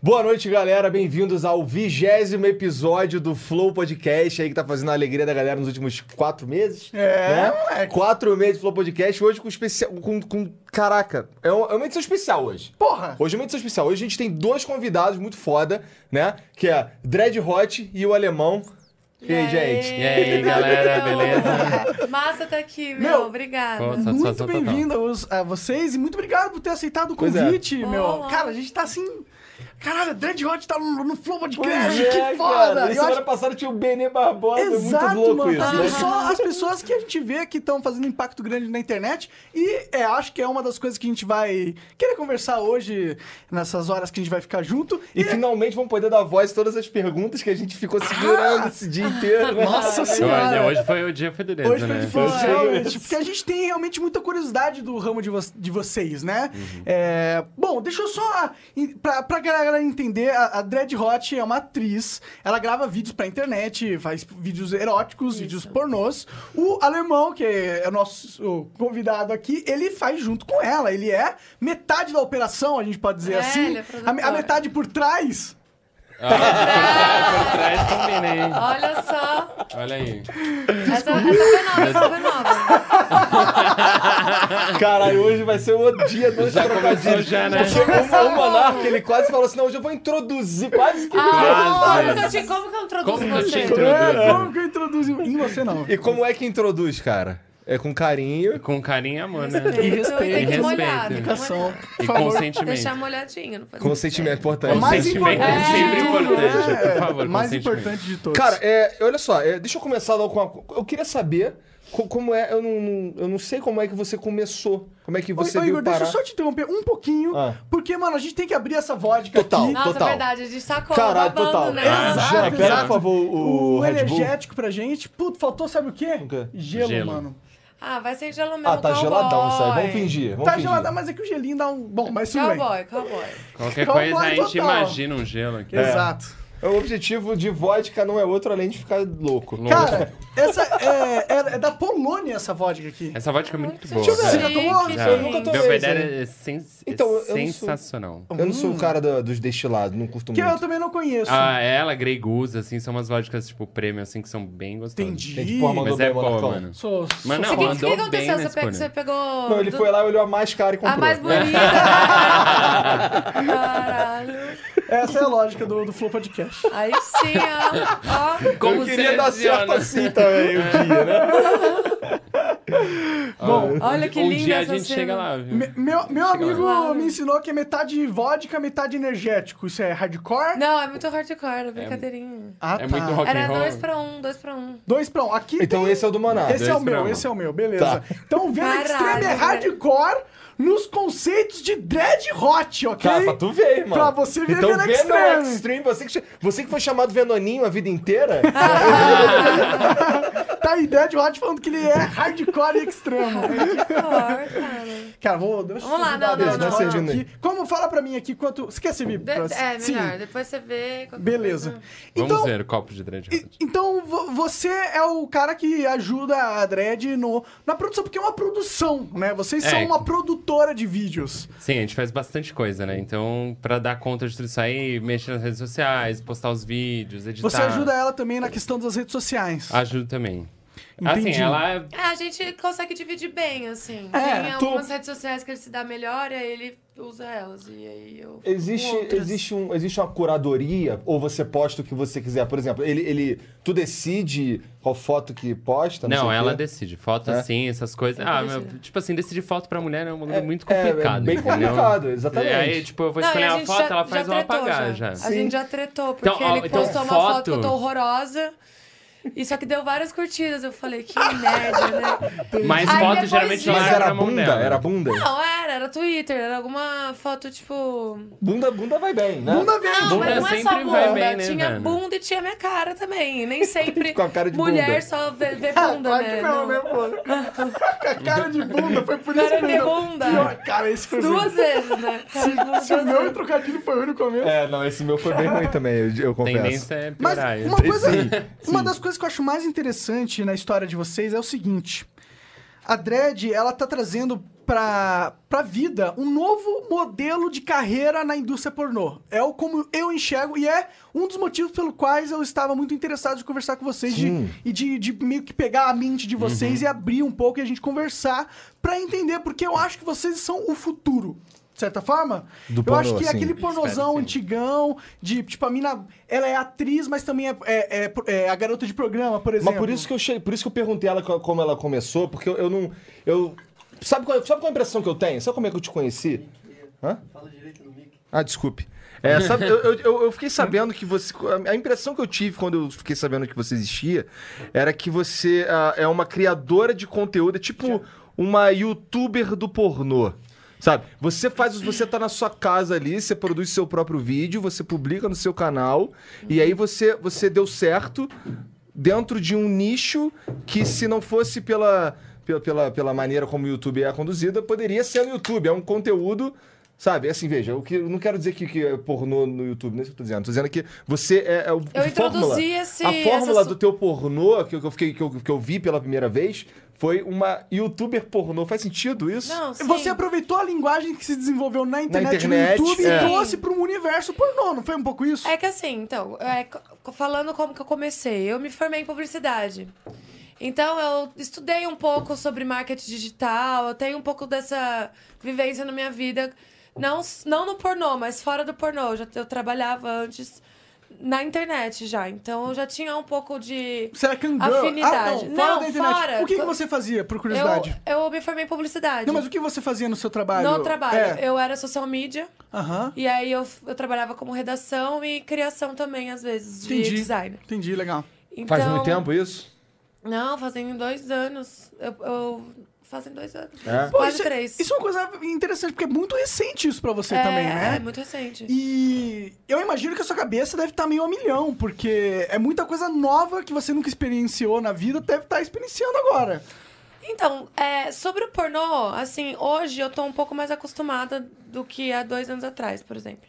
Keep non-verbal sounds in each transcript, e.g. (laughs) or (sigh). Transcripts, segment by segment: Boa noite, galera. Bem-vindos ao vigésimo episódio do Flow Podcast, aí que tá fazendo a alegria da galera nos últimos quatro meses. É, Quatro meses do Flow Podcast, hoje com especial. Com, com- Caraca, é um- é uma edição especial hoje. Porra! Hoje é uma edição especial. Hoje a gente tem dois convidados muito foda, né? Que é Dread Hot e o alemão. E aí, (laughs) gente? E aí, galera, beleza? Massa tá aqui, meu. Meu, Obrigada. Tá Pô, Muito satisfação total. bem-vinda aos- a vocês e muito obrigado por ter aceitado o Pois é. convite, meu. Olá. Cara, a gente tá assim. Caralho, Dread Hot tá no, no Flow Podcast, É, que cara, foda! e Eu semana acho- passada tinha o Benê Barbosa, muito Exato, louco mano. isso. Tá né? Só as pessoas que a gente vê que estão fazendo impacto grande na internet. E é, acho que é uma das coisas que a gente vai querer conversar hoje, nessas horas que a gente vai ficar junto. é E finalmente vamos poder dar voz a todas as perguntas que a gente ficou segurando esse dia inteiro. né? Ah! Nossa Olha, senhora! hoje foi o dia federal, Hoje foi né? de flor, Foi. realmente, porque a gente tem realmente muita curiosidade do ramo de, vo- de vocês, né? É, bom, deixa eu só. em- Pra, pra galera entender, a, a Dread Hot é uma atriz, ela grava vídeos pra internet, faz vídeos eróticos, vídeos pornôs. O alemão, que é o nosso convidado aqui, ele faz junto com ela. Ele é metade da operação, a gente pode dizer É, assim. ele é A me- a, produtor. metade por trás. Por trás combina, hein? Olha só. Olha aí. Essa, essa foi nova, essa foi nova. Caralho, hoje vai ser o dia dos Já começou trocadilhos. já, né? Porque o, o Monark, ele quase falou assim, não, hoje eu vou introduzir, quase que... Ah, Quase. como, que eu te, como que eu introduzo Como que eu te você? introduzo? É, como que eu introduzi em você, não? E como é que introduz, cara? É com carinho. Com carinho e amor, né? Respeito, respeito. Tem E que respeito. molhar, né? tem que Educação, molhar. E por favor. Deixar consentimento. molhadinho, não faz Consentimento é importante. mais Consentimento é importante. sempre É. importante, É, por favor, mais consentimento. importante de todos. Cara, é, olha só, é, deixa eu começar logo com uma... co- Eu queria saber co- como é... Eu não, não- eu não sei como é que você começou. Como é que você Ô, ô, veio Igor, parar. deixa eu só te interromper um pouquinho, Ah. porque, mano, a gente tem que abrir essa vodka Total. aqui. Nossa, Total. verdade, a gente sacou Caralho, babando, total. né? Exato, Ah, Já, pega, exato. por favor, o, O Red Bull. energético pra gente. Puto, faltou, sabe o quê? O quê? Gelo, Gelo. mano. Ah, vai ser gelo mesmo, Ah, tá cowboy. geladão, sabe? Vamos fingir, vamos tá fingir. gelado, mas é que o gelinho dá um... Bom, mas tudo bem. Cowboy, cowboy. Qualquer Calma aí, coisa a gente então. total. imagina um gelo É. É. aqui. Exato. O objetivo de vodka não é outro além de ficar louco. Louco. Cara, essa é, é- é da Polônia essa vodka aqui. Essa vodka é muito boa. Deixa eu ver, Você cara. já tomou? Chique, Já. Eu nunca tomei Belvedere essa, né? é sens- é Então, eu não sou- sensacional. um Eu não sou o cara da- dos destilados, não curto Que eu muito. também não conheço. Ah, ela, Grey Goose, assim, são umas vodkas, tipo, prêmio, assim, que são bem gostosas. Entendi. Gente, porra, mandou Mas é bem, boa, Monarcão. mano. Sou... Mas não, Você- O que, mandou que bem aconteceu? na Você, pegou, escolha. você pegou... Não, ele do- foi lá, olhou a mais cara e comprou. A mais (laughs) bonita. Caralho. Essa é a lógica do, do Flow Podcast. Aí sim, ó. ó. Como Eu queria você dar adiciona? né? certo assim também o (laughs) dia, né? Bom, (laughs) Olha que um linda dia a essa gente cena. chega lá, viu? Me- meu meu amigo lá. me ensinou que é metade vodka, metade energético. Isso é hardcore? Não, é muito hardcore, é brincadeirinha. Ah, É muito rock and Era roll. dois pra um, dois pra um. Dois pra um. Aqui Então tem- esse é o do Monarca. Esse é o Dois pra meu, um. esse é o meu, beleza. Tá. Então, Vela Caralho, Extreme é velho. hardcore nos conceitos de dread hot, ok? Tá, pra tu ver, irmão. Pra você ver então, Venom Venom Extreme. Extreme, você que, che- você que foi chamado Venoninho a vida (laughs) inteira, Ah, Tá aí, dread hot falando que ele é hardcore e (laughs) extremo. (laughs) Hardcore, cara. Cara, vou... Deixa eu Vamos lá, servir a não, não, Dread não, Hot não, não. Servindo aí. aqui. Como, fala pra mim aqui quanto... Você quer servir? De- pra- é, melhor. Sim. Depois você vê. qualquer Beleza. coisa. Vamos Então, ver o copo de dread E- hot. Então vo- você é o cara que ajuda a Dredd no, na produção, porque é uma produção, né? Vocês É. são uma produtora de vídeos. Sim, a gente faz bastante coisa, né? Então, pra dar conta de tudo isso aí, mexer nas redes sociais, postar os vídeos, editar. Ah. Você ajuda ela também na questão das redes sociais. Ajudo também. Assim, Entendi. ela É, a gente consegue dividir bem, assim. É, Tem tu- algumas redes sociais que ele se dá melhor e aí ele usa elas. E aí eu. fico Existe, com outras. existe, um, existe uma curadoria, ou você posta o que você quiser. Por exemplo, ele, ele tu decide qual foto que posta? Não, sei o ela Tá quê. decide. Foto É? assim, essas coisas. Ela Ah, decide. mas, tipo assim, decidir foto pra mulher é um bagulho muito é, é complicado. bem entendeu? complicado, exatamente. Aí, tipo, eu vou Não, e escolher a uma gente foto, já- ela faz já eu tretou, apagar já. A gente já tretou, porque Então, ó, ele então postou uma foto que eu foto- tô horrorosa. E só que deu várias curtidas. Eu falei, que merda, né? Mas Aí foto depois geralmente disso- ela Mas larga era na mão bunda? dela. Era bunda? Não, era, era Twitter, era alguma foto, tipo. Bunda, bunda vai bem, né? Bunda vem, Não, Bunda mas não é só sempre bunda. vai bem, né, tinha velho? bunda e tinha minha cara também. (laughs) Nem sempre Com a cara de mulher bunda. só vê, vê bunda, Claro né? que não, Não. né, mano? Com (laughs) a cara de bunda, foi por isso Cara que de eu- bunda. Pior, Cara, esse foi Duas muito- vezes, né? Cara de bunda, Se o duas meu vezes. trocadilho foi o único mesmo. É, não, esse meu foi bem ruim também, eu, eu confesso. Tendência é Mas piorar. uma isso. coisa, então, Sim, uma das coisas que eu acho mais interessante na história de vocês é o seguinte: a Dredd, ela tá trazendo pra, pra vida um novo modelo de carreira na indústria pornô. É o como eu enxergo e é um dos motivos pelo quais eu estava muito interessado de conversar com vocês de- Sim. Uhum. e de, de meio que pegar a mente de vocês e abrir um pouco e a gente conversar pra entender, porque eu acho que vocês são o futuro. De certa forma, Do eu pornô, assim. acho que sim. aquele pornozão sim. antigão, de tipo, a mina, ela é atriz, mas também é, é- é- é a garota de programa, por exemplo. Mas por isso que eu cheguei, por isso que eu perguntei ela co- como ela começou, porque eu, eu não. Eu, sabe, qual, sabe qual a impressão que eu tenho? Sabe como é que eu te conheci? Hã? Ah, desculpe. É, sabe, eu, eu- eu, eu fiquei sabendo que você. A impressão que eu tive quando eu fiquei sabendo que você existia era que você ah, é uma criadora de conteúdo, é tipo uma youtuber do pornô. Sabe? Você faz. os- Você tá na sua casa ali, você produz seu próprio vídeo, você publica no seu canal, e aí você, você deu certo dentro de um nicho que, se não fosse pela, pela, pela, pela maneira como o YouTube é conduzida, poderia ser no YouTube. É um conteúdo. Sabe, assim, veja, o que, eu não quero dizer que, que é pornô no YouTube, não é isso que eu tô dizendo. Tô dizendo que você é, é o Eu a fórmula, introduzi esse- a fórmula essa do teu pornô que eu, que eu fiquei, que, eu, que eu vi pela primeira vez foi uma youtuber pornô. Faz sentido isso? Não, sim. Você aproveitou a linguagem que se desenvolveu na internet, internet, no YouTube é. e trouxe pra um universo pornô, não foi um pouco isso? É que assim, então, é, co- falando como que eu comecei, eu me formei em publicidade. Então, eu estudei um pouco sobre marketing digital, eu tenho um pouco dessa vivência na minha vida, não, s- não no pornô, mas fora do pornô. Eu, já, eu trabalhava antes na internet já, então eu já tinha um pouco de Será que angão? afinidade. Ah, não, fora Não, da internet. fora. O que, que você fazia, por curiosidade? Eu, eu me formei em publicidade. Não, mas o que você fazia no seu trabalho? No trabalho. É. Eu era social media. Aham. E aí eu, eu trabalhava como redação e criação também, às vezes, de Entendi. design. Entendi, legal. Então, Faz muito tempo isso? Não, fazem dois anos. Eu, eu- fazem dois anos. É? Pô, Quase isso, é- três. isso é uma coisa interessante, porque é muito recente isso pra você é, também, né? é muito recente. E eu imagino que a sua cabeça deve estar meio a milhão, porque é muita coisa nova que você nunca experienciou na vida, deve estar experienciando agora. Então, é, sobre o pornô, assim, hoje eu tô um pouco mais acostumada do que há dois anos atrás, por exemplo.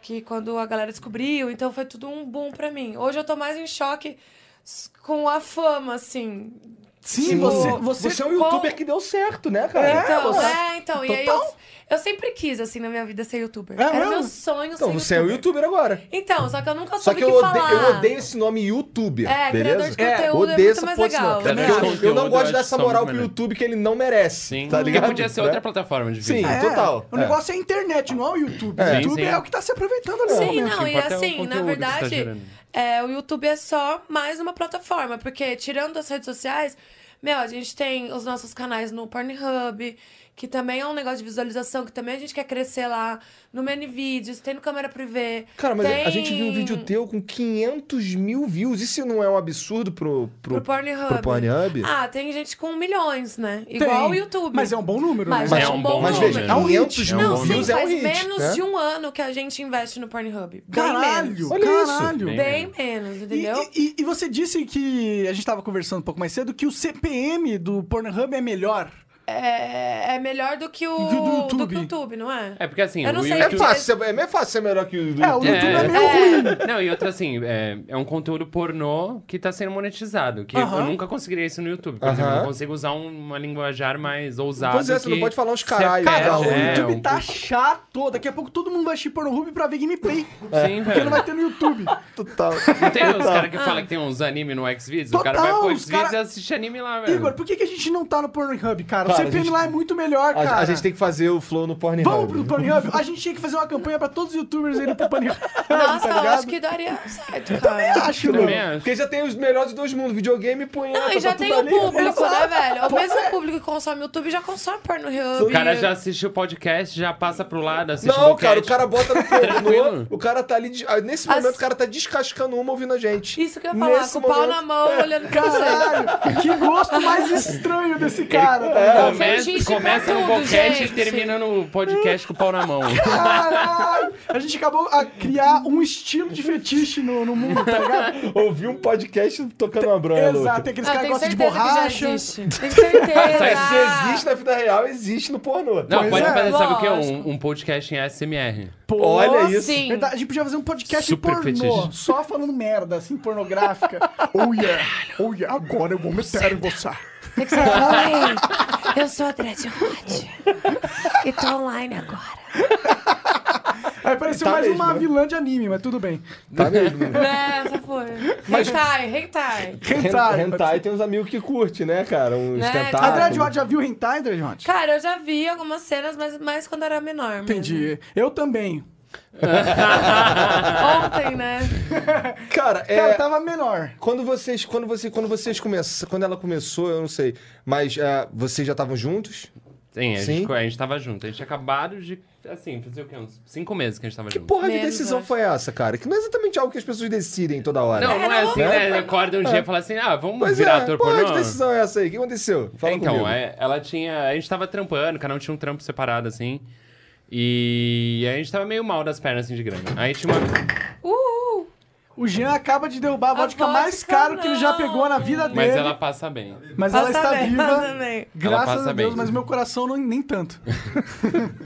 Que quando a galera descobriu, então foi tudo um boom pra mim. Hoje eu tô mais em choque s- com a fama, assim. Sim, Tipo, você, Você, você, é um youtuber com- que deu certo, né, cara? Então, você- é, então. E aí eu, Total. eu sempre quis, assim, na minha vida ser youtuber. É Era mesmo? meu sonho Então, ser você é um youtuber. youtuber agora. Então, só que eu nunca soube Só que eu, o que odeio, falar. eu odeio esse nome youtuber, É, beleza? criador de conteúdo é odeio muito essa mais porra, esse legal, né? nome. também Porque eu- acho. eu, não Conteúdo, gosto de dar eu acho essa que são moral muito pro melhor. YouTube que ele não merece, Sim, tá ligado? podia ser Né? outra plataforma de vídeo. Sim. É, total, O é. negócio é a internet, não é o YouTube. É. O YouTube Sim, sim. é o que tá se aproveitando ali. Sim, O não, que e importa é o assim, na conteúdo que você tá verdade, gerando. é, o YouTube é só mais uma plataforma, porque tirando as redes sociais, meu, a gente tem os nossos canais no Pornhub, que também é um negócio de visualização, que também a gente quer crescer lá, no Manyvideos, tem no Câmera Privé. Cara, mas tem... a gente viu um vídeo teu com 500 mil views. Isso não é um absurdo pro, pro, Pro Pornhub. pro Pornhub? Ah, tem gente com milhões, né? Tem. Igual o YouTube. Mas é um bom número, Mas né? é um bom mas número. veja, É um 500 hit. mil Não, bom sim, views é um faz hit. menos né? de um ano que a gente investe no Pornhub. Bem Caralho, menos. Olha isso. caralho. Bem Bem menos, entendeu? E, e- e você disse que a gente tava conversando um pouco mais cedo que o CPM do Pornhub é melhor. é, é melhor do que o Do que o do YouTube. que o YouTube, não é? É porque assim, Eu não o sei, YouTube... É fácil, ser- é meio fácil ser melhor que o do É, o YouTube. né? YouTube é, meio ruim. Não, e outra assim, é, é um conteúdo pornô que tá sendo monetizado. Que Aham. eu nunca conseguiria isso no YouTube. Por exemplo, eu não consigo usar um- uma linguajar mais ousada. Pois é, você que não pode falar uns se caralho, apega, cara, Cara, o é, YouTube um- tá chato. Daqui a pouco todo mundo vai assistir Pornhub pra ver gameplay. Sim, Porque velho. não vai ter no YouTube. (laughs) Total. Não tem os caras que falam que tem uns anime no Xvideos? O cara vai Total, pro os Xvideos cara- e assiste anime lá, velho. Igor, por que, que a gente não tá no Pornhub, cara? Cara, o a CPM gente- lá é muito melhor, A, cara. a gente tem que fazer o flow no Pornhub. né? Vamos pro Pornhub? A gente tinha que fazer uma campanha pra todos os youtubers irem (laughs) pro Pornhub, Nossa, eu tá ligado? É, acho que (laughs) daria certo, cara. Acho, Também mano. acho. Porque já tem os melhores dos dois mundos, videogame e punheta. Não, e já tá tem tudo o ali. público, né, Exato. velho? O Pô, mesmo é. público que consome YouTube já consome O Pornhub. cara já assistiu o podcast, já passa pro lado, assiste Não, boquete. cara, o cara bota (laughs) no pornô, Tranquilo. o cara tá ali, des- ah, nesse As- momento o cara tá descascando uma ouvindo a gente. Isso que eu ia falar, Nesse com o pau momento. na mão, olhando pra você. Caralho, que gosto mais estranho desse cara, tá ligado? Começa, Gente, começa pra no tudo, boquete gente. e termina no podcast com o pau na mão. Caralho! A gente acabou a criar um estilo de fetiche no, no mundo, (laughs) tá ligado? Ouvi um podcast tocando uma bronha, Exato, louca. tem aqueles Ah, caras que tenho gostam de certeza que já borracha. existe. (laughs) Tenho certeza. É, Se Tá. existe na vida real, existe no pornô. Não, Pois pode é. fazer, sabe o que? Lógico. Um, um podcast em ASMR. Pô, Olha isso. Sim. Verdade, a gente podia fazer um podcast Super pornô, fetiche. só falando merda, assim, pornográfica. oh yeah, oh yeah, agora eu vou meter em você. Tem que ser, Oi, eu sou a Dredd Hot. E tô online agora. Aí apareceu Tá mais mesmo, uma né? vilã de anime, mas (laughs) tudo bem. Tá mesmo? né? É, essa foi. Hentai, (laughs) hentai. Hentai. Hentai tem uns amigos que curte, né, cara? Uns Né? A tentáculos. Dread Watch já viu Hentai, Dread Watch? Cara, eu já vi algumas cenas, mas mais quando era menor. mesmo. Entendi. Eu também. Ontem, né? Cara, é... Cara, eu tava menor. Quando vocês, quando você, quando vocês começaram, quando ela começou, eu não sei, mas ah, vocês já estavam juntos? Sim, a, Sim. Gente, a gente tava junto. A gente tinha acabado de, assim, fazer o quê? Uns cinco meses que a gente tava junto. Porra, que Menos, decisão eu acho. foi essa, cara? Que não é exatamente algo que as pessoas decidem toda hora. Não, não é não, assim, não. né? Acorda um dia e fala assim, ah, vamos Pois virar é, ator porra, que pornô. decisão é essa aí? O que aconteceu? Fala então, comigo. é, ela tinha. A gente tava trampando, cada um tinha um trampo separado, assim. E a gente tava meio mal das pernas, assim, de grana. Aí tinha uma. Uhul. O Jean acaba de derrubar a vodka, vodka mais caro que ele já não. pegou na vida Mas dele. ela passa bem. Mas ela Passa está bem, passa viva. bem. Graças passa a Deus, bem. mas meu coração não, nem (laughs) tanto.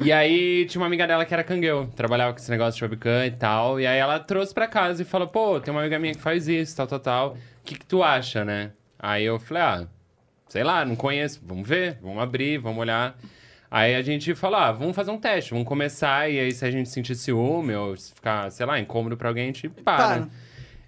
E aí tinha uma amiga dela que era cangueu, trabalhava com esse negócio de webcam e tal. E aí ela trouxe pra casa e falou: pô, tem uma amiga minha que faz isso, tal, tal, tal. O que, que tu acha, né? Aí eu falei: ah, sei lá, não conheço, vamos ver, vamos abrir, vamos olhar. Aí a gente falou: ah, vamos fazer um teste, vamos começar. E aí se a gente sentir ciúme ou se ficar, sei lá, incômodo pra alguém, a gente para. Para.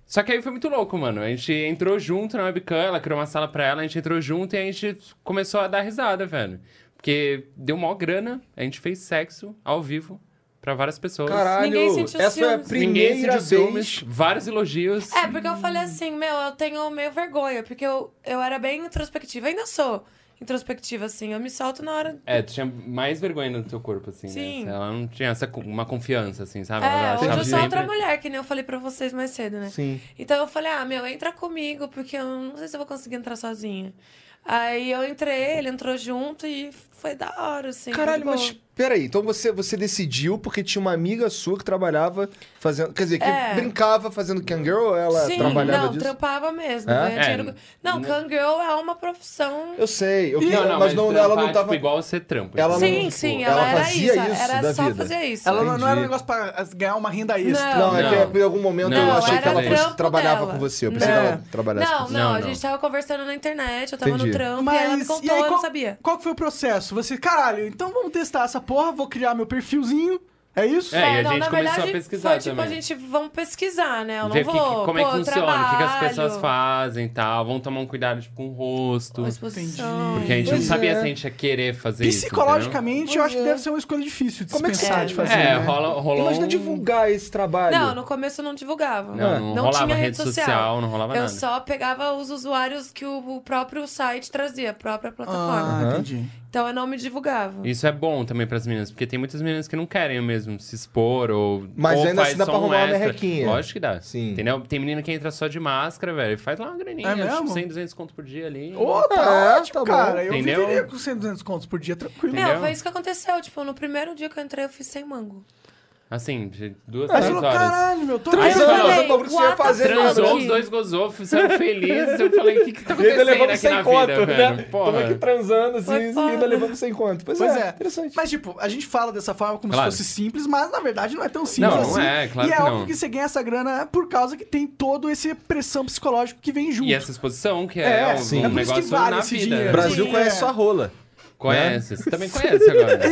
Só que aí foi muito louco, mano. A gente entrou junto na webcam, ela criou uma sala pra ela, a gente entrou junto e a gente começou a dar risada, velho. Porque deu mó grana, a gente fez sexo ao vivo pra várias pessoas. Caralho, Ninguém sentiu essa foi a ciúmes. Ninguém primeira se deu vez. vários elogios. É, porque eu falei assim, meu, eu tenho meio vergonha, porque eu, eu era bem introspectiva, ainda sou introspectiva, assim, eu me solto na hora. É, tu tinha mais vergonha no teu corpo, assim, Sim. né? Ela não tinha essa, co- uma confiança, assim, sabe? Ela É, achava hoje eu sou outra sempre- mulher, que nem eu falei pra vocês mais cedo, né? Sim. Então eu falei, ah, meu, entra comigo, porque eu não sei se eu vou conseguir entrar sozinha. Aí eu entrei, ele entrou junto e foi da hora, assim. Caralho, muito mas bom. peraí, então você, você decidiu porque tinha uma amiga sua que trabalhava fazendo. Quer dizer, que É. brincava fazendo Kangirl ou ela Sim, trabalhava não, disso? trampava mesmo. É? ganha É, dinheiro com- Não, né? Kangirl é uma profissão. Eu sei, eu Não, não, mas, não, ela não trampar, tava. Tipo, igual assim, ser trampo. Ela entendeu? não- Sim, tipo, sim, ela ela, era fazia isso. isso Era da só vida. fazer isso. Ela não, não era Entendi. um negócio pra as- ganhar uma renda extra. Não, é Não. que em algum momento Não, eu achei era que ela fosse- trampo trabalhava dela. É. com você. Eu pensei Não. que ela trabalhasse com Não, não, você. É. Não, a não. gente tava conversando na internet, eu tava Entendi. no trampo, e ela me Mas contou, e aí, eu qual, não sabia. qual que foi o processo? Você, caralho, então vamos testar essa porra, vou criar meu perfilzinho. É isso? É. e a não, gente na começou a verdade, pesquisar foi tipo, a também. gente, vamos pesquisar, né? Eu não Ver o que, vou, como é que pô, eu funciona, o que, que as pessoas trabalho, fazem e tal. Vão tomar um cuidado, tipo, com o rosto. uma exposição. Porque a gente não Pois sabia é. se a gente ia querer fazer isso. Psicologicamente, eu Pois acho que é. deve ser uma escolha difícil de Como é que dispensar é? de entendeu? fazer. É, né? rola, rolou. Imagina um- divulgar esse trabalho. Não, no começo eu não divulgava. Não, não rolava rede social, não rolava eu nada. só pegava os usuários que o, o próprio site trazia, a própria Ah, plataforma. entendi. Então eu não me divulgava. Isso é bom também pras meninas, porque tem muitas meninas que não querem mesmo se expor ou. Mas ou ainda faz assim dá só pra um arrumar uma extra. merrequinha. Lógico que dá. Sim. Entendeu? Tem menina que entra só de máscara, velho, e faz lá uma graninha, É mesmo? tipo 100, 200 conto por dia ali. Ô, tá É, ótimo, tá bom. cara. Eu Entendeu? viveria com 100, 200 contos por dia, tranquilo. Meu, Entendeu? foi isso que aconteceu. Tipo, no primeiro dia que eu entrei, eu fiz sem mango. Assim, de duas, Aí três você falou, horas. caralho, meu, tô Aí Mas você eu falou, falei, bagulho que você ia what the fazer, fuck? Transou, os dois gozou, saiu feliz. Eu falei, o que que tá E ainda acontecendo levamos aqui na sem vida, conto, velho? né? Tamo aqui Porra. transando, assim, Foi e ainda foda. levamos sem conto. Pois, Pois é, é. interessante. Mas, tipo, a gente fala dessa forma como Claro. se fosse simples, mas na verdade não é tão simples Não, não assim. é, claro e é que não. óbvio que você ganha essa grana por causa que tem todo esse pressão psicológica que vem junto. E essa exposição, que É, é, um- sim. um É por isso que negócio vale na esse vida. dinheiro. O né? Brasil Sim, conhece é. sua rola. Conhece, você também conhece agora. né?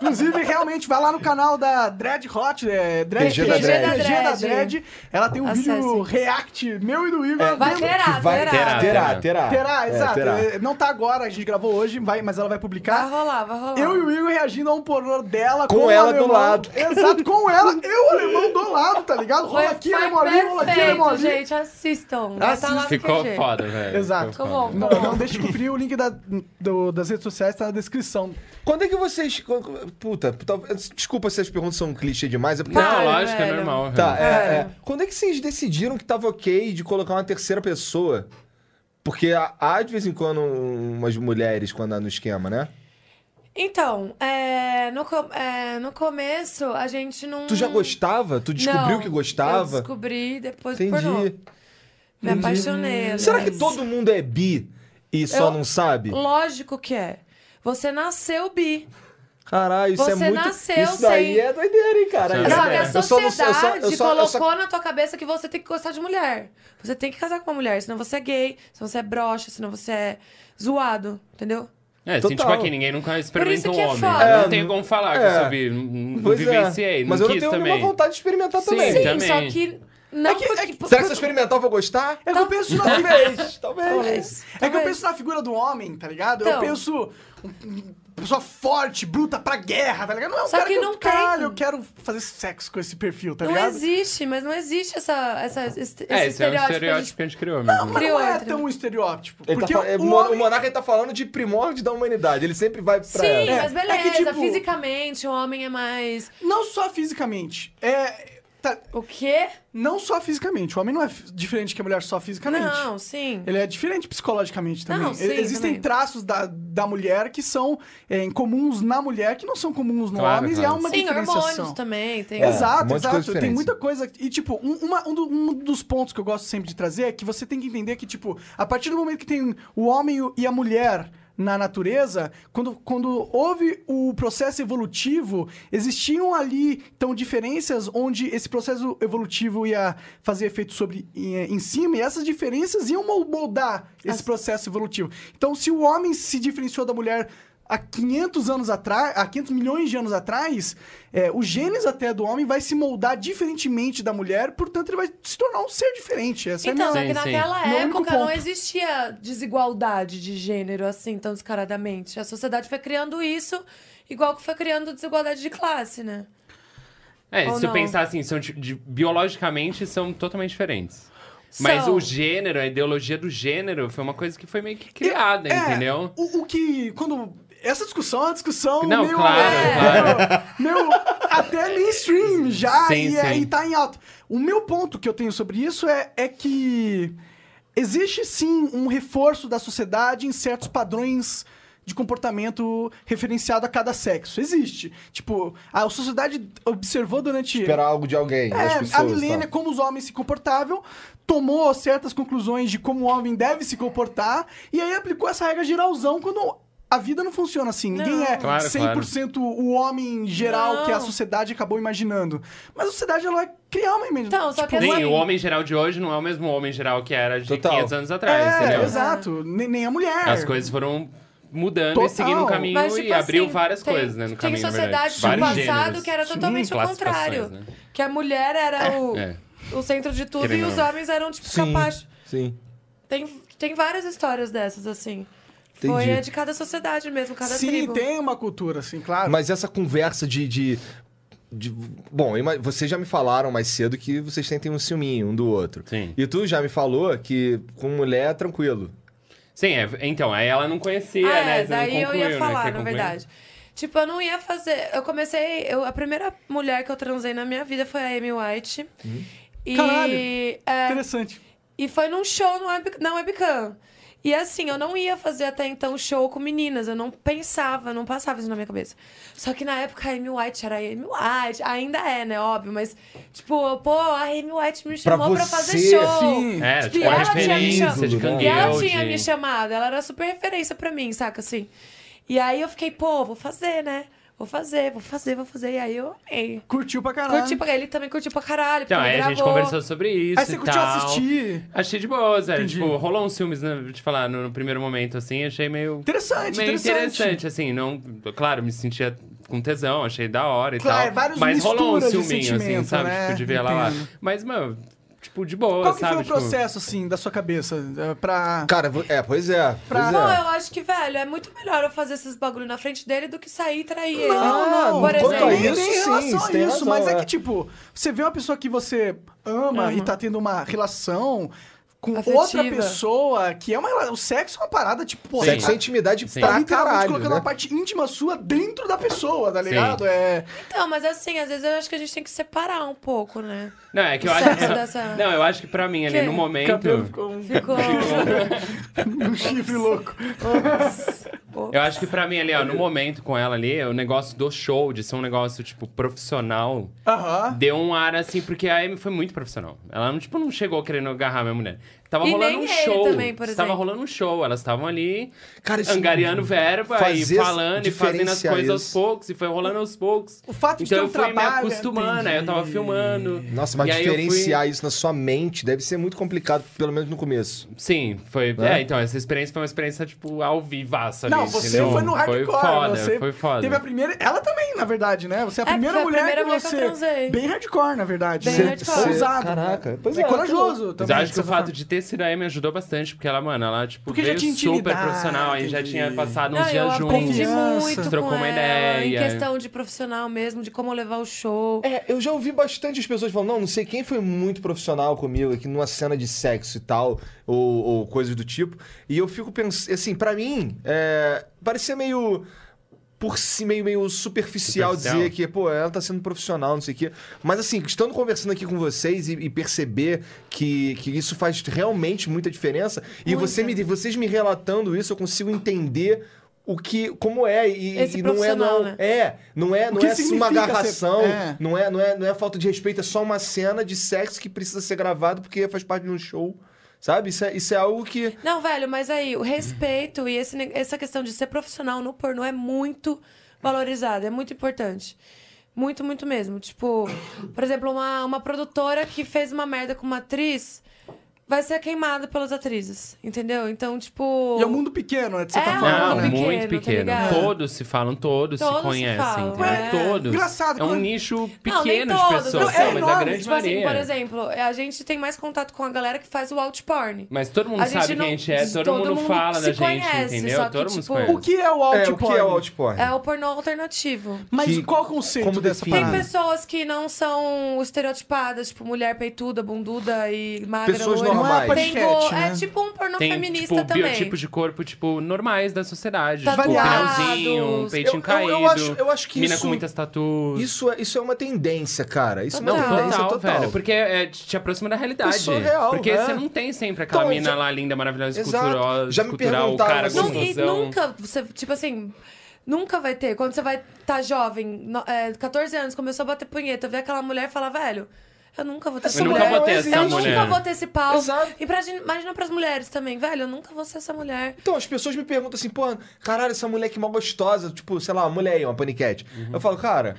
Inclusive, realmente, vai lá no canal da Dread Hot, é, Dread, PG da Dread. PG da Dread. Ela tem um vídeo Acessem. react meu e do Igor. É, Vai dentro- Ah, terá, Vai, terá, terá. terá. terá. Terá, Terá, É, exato. terá. É, Não tá agora, a gente gravou hoje, vai, mas ela vai publicar. Vai rolar, vai rolar. Eu e o Igor reagindo a um pornô dela Com o ela do alemão. lado. Exato, com ela, eu o alemão do lado, tá ligado? Foi, Rola aqui, foi alemão ali, rola aqui, alemão perfeito, ali. gente. Assistam. Vai (laughs) tá lá no Ficou QG. foda, velho. Exato. Ficou Ficou foda. bom. Não, não deixa de conferir, o link da- do- das redes sociais tá na descrição. Quando é que vocês. Puta, tal- desculpa se as perguntas são clichê demais, é porque. Não, Para, lógico, é velho. normal. Tá, velho. é, É. é. Quando é que vocês decidiram que tava ok de colocar uma terceira pessoa? Porque há- há de vez em quando um, umas mulheres quando andam no esquema, né? Então, é, no, co- é, no começo, a gente não... Tu já gostava? Tu descobriu Hum. Não, que Eu gostava? descobri depois do pornô. Entendi. Me apaixonei. né? Será que aliás. todo mundo é bi e só Eu- não sabe? Lógico que é. Você nasceu bi. Caralho, isso é Você muito. nasceu isso daí sem- é doideira, hein, cara? Isso Sabe, é- a eu só não- eu só- eu sociedade só- eu só- colocou na tua cabeça que você tem que gostar de mulher. Você tem que casar com uma mulher, senão você é gay, senão você é broxa, senão você é zoado, entendeu? É, assim, Total. tipo aqui, ninguém nunca experimenta Por um isso que é homem. foda. não tenho como falar que É. eu subi, não, não Pois é. vivenciei, não Mas eu não quis tenho também. nenhuma vontade de experimentar também. Sim, também. só que. Não porque- Será É que se eu experimentar eu vou gostar? É que eu penso na (laughs) Talvez, talvez. É que eu Então- Talvez. penso na figura do homem, tá ligado? Eu Então. penso. um- um- Pessoa forte, bruta, pra guerra, tá ligado? Não é um Só cara que eu- não tem. Caralho, eu quero fazer sexo com esse perfil, tá Não ligado? existe, mas não existe essa, essa, esse, esse É, esse é um estereótipo. que a estereótipo gente- que a gente criou mesmo. Mas não é Estereótipo. tão estereótipo. Ele tá porque fal- é, o mo- o homem- monarca ele tá falando de primórdio da humanidade. Ele sempre vai pra Sim, ela. mas É, é que, beleza, tipo- fisicamente o homem é mais. Não só fisicamente. É. tá- O quê? não só fisicamente. O homem não é fi- diferente que a mulher só fisicamente. Não, sim. Ele é diferente psicologicamente também. Não, sim, E- Existem também. traços da, da mulher que são é, incomuns na mulher, que não são comuns no Claro, homem, e claro. há é uma Sim, hormônios diferenciação. também. Tem... É. um monte Exato, de coisa exato. Tem diferente. muita coisa. E, tipo, um, uma- um, do- um dos pontos que eu gosto sempre de trazer é que você tem que entender que, tipo, a partir do momento que tem o homem e a mulher na natureza, quando, quando houve o processo evolutivo, existiam ali, então, diferenças onde esse processo evolutivo ia fazer efeito sobre em, em cima, e essas diferenças iam moldar esse processo evolutivo. Então, se o homem se diferenciou da mulher há 500 anos atrás, há 500 milhões de anos atrás, é, o genes até do homem vai se moldar diferentemente da mulher, portanto ele vai se tornar um ser diferente. Essa é a Então, minha... é que Sim, sim. naquela Meu único época não ponto. existia desigualdade de gênero assim, tão descaradamente. A sociedade foi criando isso, igual que foi criando desigualdade de classe, né? É, Ou se eu não? pensar assim, são, de- de- biologicamente são totalmente diferentes. Mas São. o gênero, a ideologia do gênero, foi uma coisa que foi meio que criada, É, entendeu? O, o que quando essa discussão é uma discussão Não, meio, claro, meio, meio até mainstream já Sim, e, sim. e tá em alta. O meu ponto que eu tenho sobre isso é, é que existe sim um reforço da sociedade em certos padrões de comportamento referenciado a cada sexo. Existe. Tipo, a sociedade observou durante Esperar algo de alguém, das é, pessoas. a Milena, tá? como os homens se comportavam, tomou certas conclusões de como o homem deve se comportar, e aí aplicou essa regra geralzão quando a vida não funciona assim. Ninguém é Claro, 100% o homem geral Não. que a sociedade acabou imaginando. Mas a sociedade, ela vai criar uma imagem. Então, só que Nem assim, o homem geral de hoje não é o mesmo homem geral que era de Total. 500 anos atrás, É, entendeu? exato. Nem, nem a mulher. As coisas foram mudando Total. e seguindo um caminho Mas, tipo e abriu assim, várias tem- coisas, né, no tem caminho, na sociedades verdade. do Vários passado gêneros. que era totalmente o classificações, contrário. né? que a mulher era o, É. o centro de tudo Querendo e ou os não. homens eram, tipo, Sim. capazes. Sim. Tem, tem várias histórias dessas, assim. Foi Entendi. a de cada sociedade mesmo, cada Sim, tribo. tem uma cultura, assim, claro. Mas essa conversa de. de... de- Bom, ima- vocês já me falaram mais cedo que vocês sentem um ciúminho um do outro. Sim. E tu já me falou que com mulher é tranquilo. Sim, é, então, aí ela não conhecia, Ah, né? é, você não daí eu concluiu, né, ia falar, que é na concluir. verdade. Tipo, eu não ia fazer. Eu comecei. Eu, a primeira mulher que eu transei na minha vida foi a Amy White. E, Caralho. é, Interessante. e foi num show no web, na webcam. E E assim, eu não ia fazer até então show com meninas. Eu não pensava, não passava isso na minha cabeça. Só que na época a Amy White era a Amy White. Ainda é, né? Óbvio. Mas, tipo, pô, a Amy White me chamou pra, fazer você, show. sim. É, Tipo, tipo, e uma ela tinha me referência chamado- de E cangueu. E ela tinha de... me chamado, ela era super referência pra mim, saca assim? E aí eu fiquei, pô, vou fazer, né? Vou fazer, vou fazer, vou fazer. E aí eu amei. Curtiu pra caralho. Curti pra ele também curtiu pra caralho. porque Então, ele aí a gente gravou. conversou sobre isso. Aí você e curtiu tal. assistir. Achei de boa, sério. Entendi. Tipo, rolou uns filmes, né, vou te falar, no, no primeiro momento, assim, achei meio. Interessante, meio interessante. assim. Não, claro, me sentia com tesão, achei da hora e Claro, tal. vários mas rolou um misturas de ciúminho, assim, sentimento, sabe? né? Tipo, de ver ela lá. Entendo. Mas, mano, tipo, de boa, Qual que sabe? foi o Tipo, processo, assim, da sua cabeça? eh, Pra. Cara, vo- é, pois é. Pois Não, é. eu acho que, velho, é muito melhor eu fazer esses bagulho na frente dele do que sair e trair ele. Não, não, Por quanto exemplo. a nem, Ah, isso, nem sim, em relação você a tem isso, razão, mas é. é. que, tipo, você vê uma pessoa que você ama e tá tendo uma relação com Uhum. Afetiva. outra pessoa, que é uma. O sexo é uma parada, tipo, pô, Sim. você Sexo é intimidade Sim. tá pra literalmente caralho, colocando né? uma parte íntima sua dentro da pessoa, tá Sim. ligado? É. Então, mas assim, às vezes eu acho que a gente tem que separar um pouco, né? Não, é que eu O acho. sexo dessa- Não, eu acho que pra mim, ali, Que? no momento. cabelo ficou um, Ficou. (laughs) (laughs) um chifre louco. Eu acho que pra mim ali, ó, no momento com ela ali, o negócio do show, de ser um negócio, tipo, profissional, Aham. deu um ar assim, porque a Amy foi muito profissional. Ela, não, tipo, não chegou querendo agarrar minha mulher. Tava E rolando nem um ele show. também, por Tava exemplo. rolando um show. Elas estavam ali Cara, isso- angariando verba fazer- e falando e fazendo as diferenciar coisas aos isso. poucos. E foi rolando aos poucos. O fato de então ter um eu fui trabalho, me acostumando, aí eu tava entendi. filmando. Nossa, mas E aí eu fui- diferenciar isso na sua mente deve ser muito complicado, pelo menos no começo. Sim, foi. Né? É, então, essa experiência foi uma experiência, tipo, ao vivaça ali. Não, você entendeu? foi no hardcore. Foi foda, você foi foda. Teve a primeira. Ela também, na verdade, né? Você é a É, primeira foi a mulher primeira que mulher que eu você. transei. bem hardcore, na verdade. Bem né? hardcore. Ousado. Caraca, pois é. é. corajoso Mas eu acho que o também. tá dessa fato forma. de ter sido aí me ajudou bastante, porque ela, mano, ela, tipo, Porque já veio tinha super intimidade, profissional, aí já entendi. tinha passado uns Não, eu dias aprendi juntos. Confiança. muito um Trocou com uma ela, em ideia. questão de profissional mesmo, de como levar o show. É, eu já ouvi bastante as pessoas falando, não, não sei quem foi muito profissional comigo aqui numa cena de sexo e tal, ou, ou coisas do tipo. E eu fico pensando, assim, pra mim, é, parecia meio por si meio, meio superficial, Superficial. dizer que, pô, ela tá sendo profissional, não sei o quê. Mas assim, estando conversando aqui com vocês e, e perceber que, que isso faz realmente muita diferença, e Muita. você me, vocês me relatando isso, eu consigo entender o que como é e, Esse e não é profissional, não né? é não é não que é uma significa ser- agarração é. não é, não, é, não é falta de respeito, é só uma cena de sexo que precisa ser gravado porque faz parte de um show. Sabe? Isso é, isso é algo que. Não, velho, mas aí, o respeito e esse ne- essa questão de ser profissional no pornô é muito valorizada, é muito importante. Muito, muito mesmo. Tipo, por exemplo, uma, uma produtora que fez uma merda com uma atriz vai ser queimada pelas atrizes, entendeu? Então, tipo. E é um mundo pequeno, né? De certa É, forma, Não, Falando né? pequeno, muito tá pequeno. ligado? todos se falam, todos, Todos se se conhecem, falam, entendeu? é. Todos. Engraçado, É um quando- nicho Não, nem pequeno de todos, pessoas, não, é são, mas a enorme. grande Tipo assim, maioria. por exemplo, a gente tem mais contato com a galera que faz o out porn. Mas todo mundo A sabe não- quem a gente é, todo, mundo, fala se da gente, conhece, entendeu? só que, todo mundo se tipo, conhece. O que é o É, outport? o que é o outporn? É o pornô alternativo. Mas Que- qual o conceito como dessa define? Tem Claro. parada? pessoas que não são estereotipadas, tipo mulher peituda, bunduda e magra. Pessoas normais. loira. Tem Não é go- podcast, né? É tipo um pornô Tem, feminista tipo, também. Tá biotipos de corpo, tipo, normais da sociedade. Tipo, Tatuados. pinãozinho, Eu- peitinho eu- caído, eu acho- eu acho que mina isso- com muitas tatuas. Isso é, isso é uma tendência, cara. Isso é Não, uma Total. tendência total, total. velho. Porque é, te te aproxima da realidade. Pessoa real, porque né? você não tem sempre aquela Então, mina já- lá linda, maravilhosa, Exato. escultural, Já me escultural, o perguntaram cara assim- Não, e gostosão. nunca, você, tipo assim, nunca vai ter. Quando você vai estar jovem, no, é, 14 anos, começou a bater punheta, vê aquela mulher e fala, velho, eu nunca vou ter essa Eu nunca mulher. vou ter essa eu mulher. nunca vou ter esse pau. Exato. E pra, gente- imagina pras mulheres também, velho, eu nunca vou ser essa mulher. Então, as pessoas me perguntam assim, pô, caralho, essa mulher que mal gostosa, tipo, sei lá, uma mulher aí, uma paniquete. Uhum. Eu falo, cara,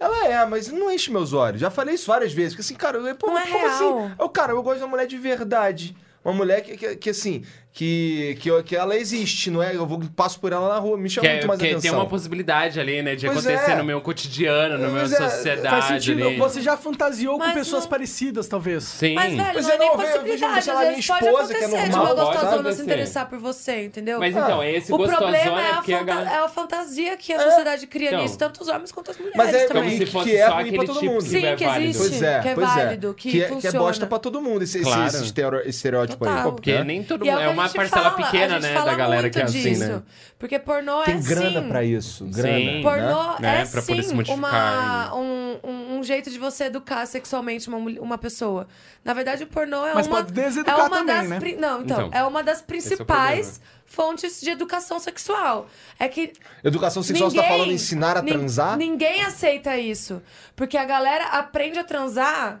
ela é, mas não enche meus olhos. Já falei isso várias vezes, porque assim, cara, eu, pô, Não é como real. assim? Eu, cara, eu gosto de uma mulher de verdade. Uma mulher que, que, que, assim, que, que, eu- que ela existe, não é? Eu vou, passo por ela na rua, me chama Que, é- muito mais que atenção. tem uma possibilidade ali, né? De Pois acontecer é. no meu cotidiano, na minha Pois é, faz sociedade. Faz sentido. ali. Você já fantasiou com Mas pessoas não- parecidas, talvez. Sim. Mas, velho, Pois não é, é nem não, eu vejo, possibilidade. sei Às lá, vezes minha esposa, que pode é acontecer de normal, uma gostosona pode se acontecer. interessar por você, entendeu? Mas então, esse o gostosona problema é é a, porque a fanta- galera- é a fantasia que a sociedade cria Então. nisso, tanto os homens quanto as mulheres Mas é como também. se que- fosse que é só ruim pra aquele todo tipo mundo. que Sim, é que válido. existe. Pois é, que é pois válido, que é, é- que é funciona. bosta pra todo mundo, esse, esse- Claro. esse estero- estereótipo aí. Total. Pô, porque nem todo E o mundo- é que a uma gente parcela fala, pequena, a gente né, fala da galera muito que é assim, disso, né? Porque pornô é Tem sim. grana pra isso, grana. Sim. né? Pornô né? é Pra poder se sim modificar uma, um, um, um um jeito de você educar sexualmente uma, mulher- uma pessoa. Na verdade, o pornô é Mas uma. pode deseducar é uma também, das né? pri- Não, então, Então, é uma das é o principais fontes de educação sexual. É que Educação sexual, você tá falando ensinar a nin- transar? Ninguém aceita isso. Porque a galera aprende a transar.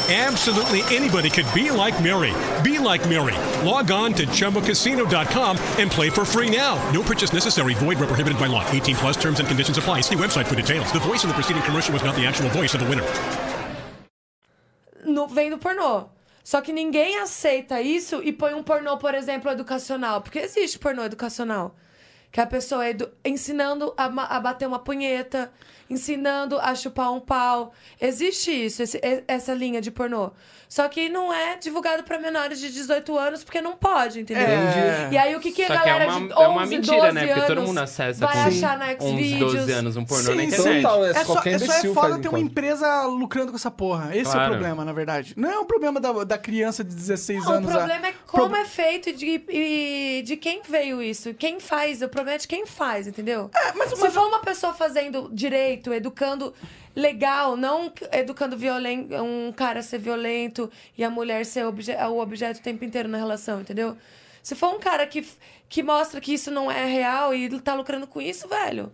Absolutely anybody could be like Mary. Be like Mary. Log on to chumbacasino.com and play for free now. No purchase necessary. Void where prohibited by law. 18 plus terms and conditions apply. See website for details. The voice in the preceding commercial was not the actual voice of the winner. no- vem do pornô. Só que ninguém aceita isso e põe um pornô, por exemplo, educacional. Porque existe pornô educacional. Que a pessoa é edu- ensinando a, ma- a bater uma punheta, ensinando a chupar um pau. Existe isso, esse- e- essa linha de pornô. Só que não é divulgado pra menores de 18 anos, porque não pode, entendeu? Entendi. E aí o que, que a Só que é galera uma, de 11, é uma mentira, 12 né? Porque todo anos mundo acessa vai com achar na 11, 12 anos um pornô na Sim, internet. Total, É só, Então, qualquer é só é imbecil foda faz ter uma enquanto. empresa lucrando com essa porra. Esse é o Claro. problema, na verdade. Não é um problema da, da criança de 16 Não, anos. O a- problema é como Pro- é feito e de, e de quem veio isso. Quem faz, o problema é de quem faz, entendeu? É, Se for uma pessoa fazendo direito, educando legal, não educando violen um cara a ser violento e a mulher ser obje- o objeto o tempo inteiro na relação, entendeu? Se for um cara que, f- que mostra que isso não é real e tá lucrando com isso, velho.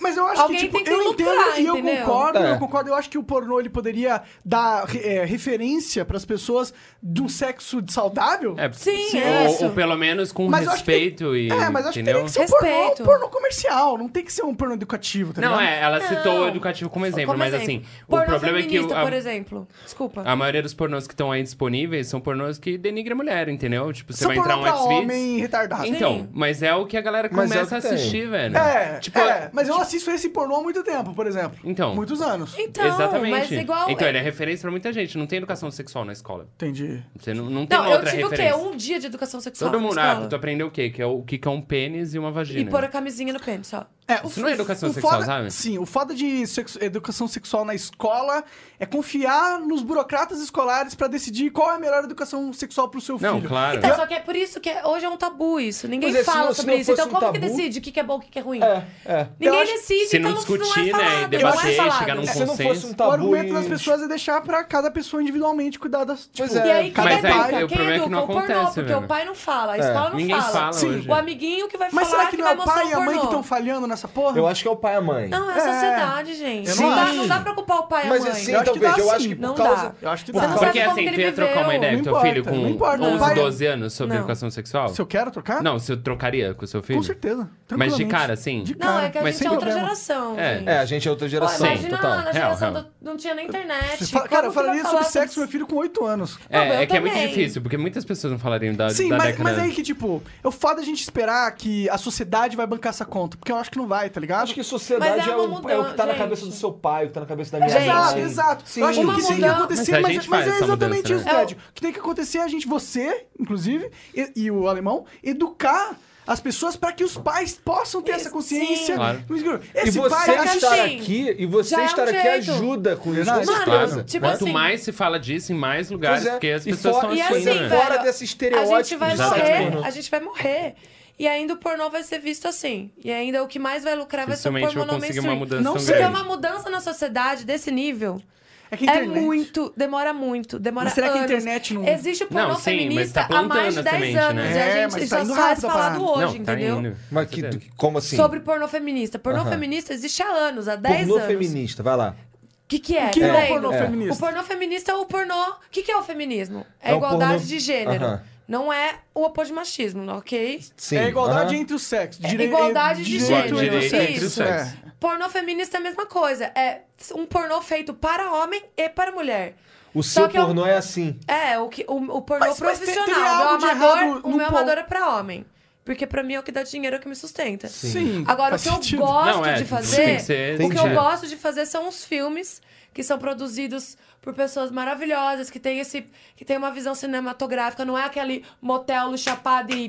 Mas eu acho Alguém que, tipo, tem que eu lucrar, entendo e eu entendeu? concordo, É. eu concordo. Eu acho que o pornô, ele poderia dar é, referência pras pessoas de um sexo saudável. É, Sim, ou- é ou, isso. pelo menos com Mas eu acho que Um respeito tem- e. É, mas eu acho que entendeu? teria que ser um pornô, Respeito. um pornô comercial. Não tem que ser um pornô educativo, tá Não, ligado? é, ela citou Não. o educativo como Um exemplo, Como mas exemplo. assim, Pornô o problema é que o- feminista, a, por exemplo. Desculpa. a maioria dos pornôs que estão aí disponíveis são pornôs que denigra a mulher, entendeu? Tipo, você São vai entrar pornô um pra X-Videos. homem retardado. Então, mas é o que a galera Mas é o começa a que tem. assistir, velho. É, tipo, é, mas eu assisto esse pornô há muito tempo, por exemplo. Então. Muitos anos. Então, Exatamente. mas igual. Então, ele é referência pra muita gente. Não tem educação sexual na escola. Entendi. Você não, não tem Não, eu é outra tive referência. o quê? Um dia de educação sexual. Todo na mundo, escola. ah, tu aprendeu o quê? Que é o, o que que é um pênis e uma E vagina. pôr a camisinha no pênis, só. É, Isso o- não é educação o sexual, foda- sabe? Sim, o foda de sexo- educação sexual na escola é confiar nos burocratas escolares pra decidir qual é a melhor educação sexual pro seu Não, filho. claro. Então, só que é por isso que é- hoje é um tabu isso. Ninguém Mas é, se fala não- se sobre não isso. Então, fosse um como que tabu- decide o que que é bom e o que que é ruim? É, é. Ninguém Eu acho- decide, Se não então discutir, não é né, e falado, não é debater, falado. chegar num Se não fosse um consenso. O tabu argumento e- das pessoas é deixar pra cada pessoa individualmente cuidar das. Tipo, Pois é. E aí, Cada quem Mas aí, educa? o Quem problema é educa? que não o pornô, acontece, porque velho. o pai não fala, a É. escola não Ninguém fala hoje. O amiguinho que vai mas falar será que que não é vai o mostrar pai e o a mãe que pornô. estão falhando nessa porra? Eu acho que é o pai e a mãe. Não, é a sociedade, gente. Eu Não não dá, acho. não dá pra culpar o pai e a Mas mãe. assim, Eu acho então que dá veja, eu sim. acho que por Não causa. dá. Eu acho que Você dá. não Porque, sabe como assim, que tu ele ia trocar uma viveu. ideia Não com teu filho importa, com não importa. 11, Vai- 12 anos sobre Não. educação sexual? Se eu quero trocar? Não, se eu trocaria com seu filho? Com certeza. Mas de tranquilamente. cara, assim? De Não, é que a Mas gente sem é outra problema. geração, É. gente. É, a gente é outra Pô, geração, imagina total. na Real, geração real. do- não tinha nem internet. Você fala- como cara, que eu falaria vai sobre falar sexo com meu filho com 8 anos. Não, eu É, é que é muito também. difícil, porque muitas pessoas não falariam É, da, Sim, da mas, década. mas aí que, tipo, é o foda a gente esperar que a sociedade vai bancar essa conta. Porque eu acho que não vai, tá ligado? Acho que sociedade Mas é é, uma o, é o que tá mudança, na cabeça do gente. seu pai, o que tá na cabeça da minha Gente. mãe. Exato, assim. exato. Sim. Eu acho que o Uma que tem que mudança. Mas acontecer, a mas, gente mas faz é essa exatamente mudança, isso, né? Ted. O que tem que acontecer é a gente, você, inclusive, e, e o alemão, educar as pessoas para que os pais possam ter essa Isso, consciência. sim. Claro. E Esse você pai é acha estar assim, aqui, e você já é um estar aqui jeito. ajuda com isso, com Verdade. Mano, certeza. Claro. tipo Quanto assim- mais se fala disso em mais lugares, Pois é. porque as E pessoas fora- estão E assim, assim, né? é, velho, Fora desse estereótipo A gente vai de morrer, sexo. a gente vai morrer. E ainda o pornô vai ser visto assim. E ainda o que mais vai lucrar vai ser o Dificilmente pornô eu não consegui uma mainstream. mudança Não tão sei. Porque grande. uma mudança na sociedade desse nível É que a é internet- muito, demora muito, demora Mas será que a anos. internet não- Existe o pornô Não, sim, mas feminista tá há mais de plantando a 10 semente, anos. né? E É, a mas gente tá só indo faz rápido a falado parada. hoje, não, tá entendeu? indo. Mas Com que, certeza. que- como assim? Sobre pornô feminista. Pornô Aham. feminista existe há anos, há 10 Pornô anos. feminista, vai lá. O que, que é? O que é o Lembra? pornô feminista? O pornô feminista é o pornô. O que, que é o feminismo? É, É o igualdade pornô- de gênero. Aham. Não é o oposto de machismo, ok? Sim. é a igualdade aham. entre os sexos. É direi- igualdade de direito gênero, entre os isso. sexos, Entre os sexos. é. Pornô feminista é a mesma coisa. É um pornô feito para homem e para mulher. O Só seu que é um- pornô é assim. É, o, que, o, o pornô Mas- mas tem- profissional. teria algo o de meu amador, errado o no meu por- amador é para homem. Porque pra mim é o que dá dinheiro, é o que me sustenta. Sim. Agora, faz o que sentido. eu gosto Não, é, de tem fazer. que ser- o tem que que eu ser. gosto de fazer são os filmes que são produzidos por pessoas maravilhosas, que tem esse. que tem uma visão cinematográfica, não é aquele motel no chapado e.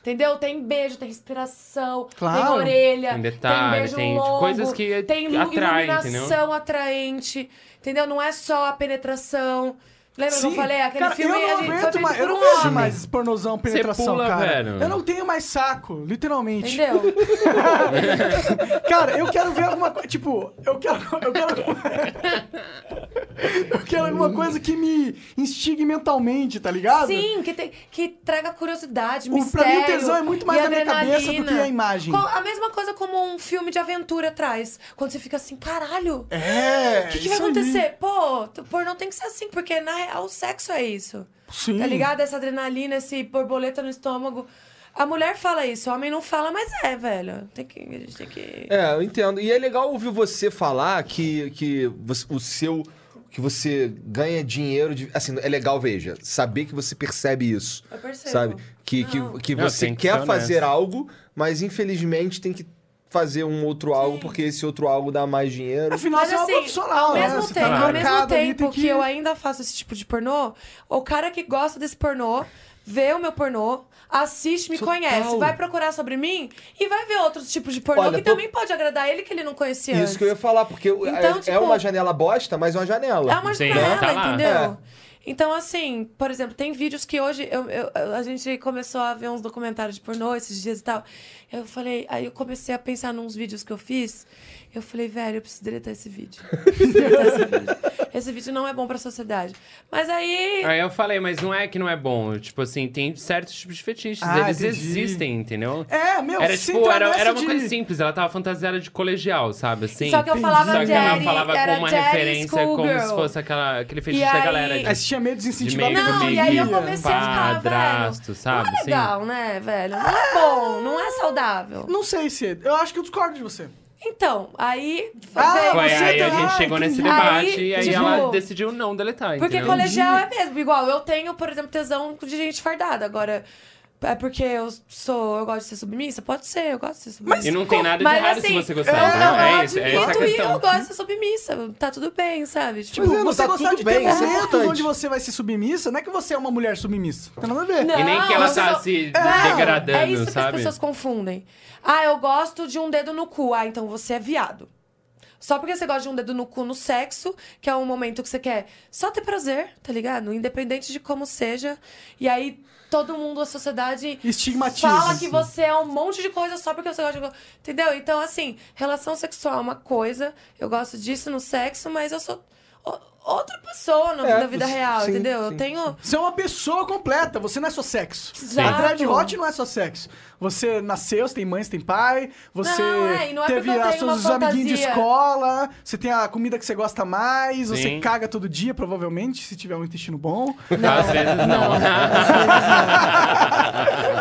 Entendeu? Tem beijo, tem respiração, tem Claro. orelha, Tem detalhe, beijo tem longo, coisas que tem lu- atrai, iluminação entendeu? atraente, entendeu? Não é só a penetração. Lembra que eu Sim. falei? Aquele Cara, filme a eu não gente só aguento fez mais, por eu um não vejo homem. mais pornozão, penetração, pula, cara. velho. Eu não tenho mais saco, literalmente. Entendeu? Cara, eu quero ver alguma coisa. Tipo, eu quero. Eu quero, (laughs) eu quero alguma coisa que me instigue mentalmente, tá ligado? Sim, que, tem, que traga curiosidade, O- pra mim, o mistério. tesão é muito mais e na minha cabeça adrenalina. do que a imagem. Co- A mesma coisa como um filme de aventura traz. Quando você fica assim, caralho, o É. que, que isso vai aí. acontecer? Pô, t- pornô tem que ser assim, porque na real o sexo é isso. Sim. Tá ligado? Essa adrenalina, esse borboleta no estômago. A mulher fala isso, o homem não fala, mas é, velho. Tem que, a gente tem que... É, eu entendo. E é legal ouvir você falar que, que você- o seu. que você ganha dinheiro de. Assim, é legal, veja, saber que você percebe isso. Eu percebo. Sabe? Que, que, Não. que Não, você tem que ser quer honesto. fazer algo, mas infelizmente tem que fazer um outro algo, porque esse outro algo dá mais dinheiro. Afinal, Mas você é uma assim, profissional, ao né? mesmo Você tá tempo, no ao mesmo mercado ali, tem tempo que... eu ainda faço esse tipo de pornô, o cara que gosta desse pornô vê o meu pornô, assiste, me conhece, vai procurar sobre mim e vai ver outros tipos de pornô Olha, que tô- também pode agradar ele que ele não conhecia antes. Isso que eu ia falar, porque é, Então, é tipo, uma janela bosta, mas é uma janela. É uma Sim, janela, tá lá. entendeu? É. Então, assim, por exemplo, tem vídeos que hoje eu, eu- eu- a gente começou a ver uns documentários de pornô esses dias e tal. Eu falei, aí eu comecei a pensar nos vídeos que eu fiz. Eu falei, velho, eu preciso deletar esse vídeo. (laughs) Eu preciso deletar esse vídeo. Esse vídeo não é bom pra sociedade. Mas aí. Aí eu falei, mas não é que não é bom. Tipo assim, tem certos tipos de fetiches. Ah, eles entendi. existem, entendeu? É, meu, Era se tipo, entrar era, nessa era uma de- coisa simples. Ela tava fantasiada de colegial, sabe? Assim. Só que eu falava Só que ela Jerry, falava era com uma Jerry referência como Schoolgirl. se fosse aquela, aquele fetiche E da aí- galera. Aí você tinha meio de tipo, desincentivo. meio Não, que e aí eu meio comecei a ficar, velho, padrasto, sabe? não é assim? legal, né, velho? Não é bom, não é saudável. Não sei se. Eu acho que eu discordo de você. Então, aí. Ah, veio- Foi Você aí a tá- gente chegou nesse entendi. debate Aí, e aí tipo, ela decidiu não deletar, Porque entendeu? colegial é mesmo. Igual, eu tenho, por exemplo, tesão de gente fardada. Agora, é porque eu sou. Eu gosto de ser submissa? Pode ser, eu gosto de ser submissa. E não tem nada de Mas, errado assim, se você gostar, eu entendeu? não, É eu isso, é admito essa a e questão. eu gosto de ser submissa. Tá tudo bem, sabe? Tipo, Tipo, é, não você tá gostar tudo de bem, isso ter é momentos importante. onde você vai ser submissa, não é que você é uma mulher submissa. Não tem nada a ver. Não. E nem que ela tá só- se Não, degradando, É isso que as sabe? pessoas confundem. Ah, eu gosto de um dedo no cu. Ah, então você é viado. Só porque você gosta de um dedo no cu no sexo, que é um momento que você quer só ter prazer, tá ligado? Independente de como seja. E aí todo mundo, a sociedade. Estigmatiza. Fala que você é um monte de coisa só porque você gosta de. Entendeu? Então, assim, relação sexual é uma coisa. Eu gosto disso no sexo, mas eu sou o- outra pessoa no- É, na vida sim, real, sim, entendeu? sim, eu tenho. Você é uma pessoa completa, você não é só sexo. Exato. A dread hot não é só sexo. Você nasceu, você tem mãe, você tem pai, você Não, é, e não é teve porque eu as tenho suas uma amiguinhos de fantasia. escola, você tem a comida que você gosta mais, você Sim. caga todo dia, provavelmente, se tiver um intestino (laughs) bom. Às vezes (laughs) não.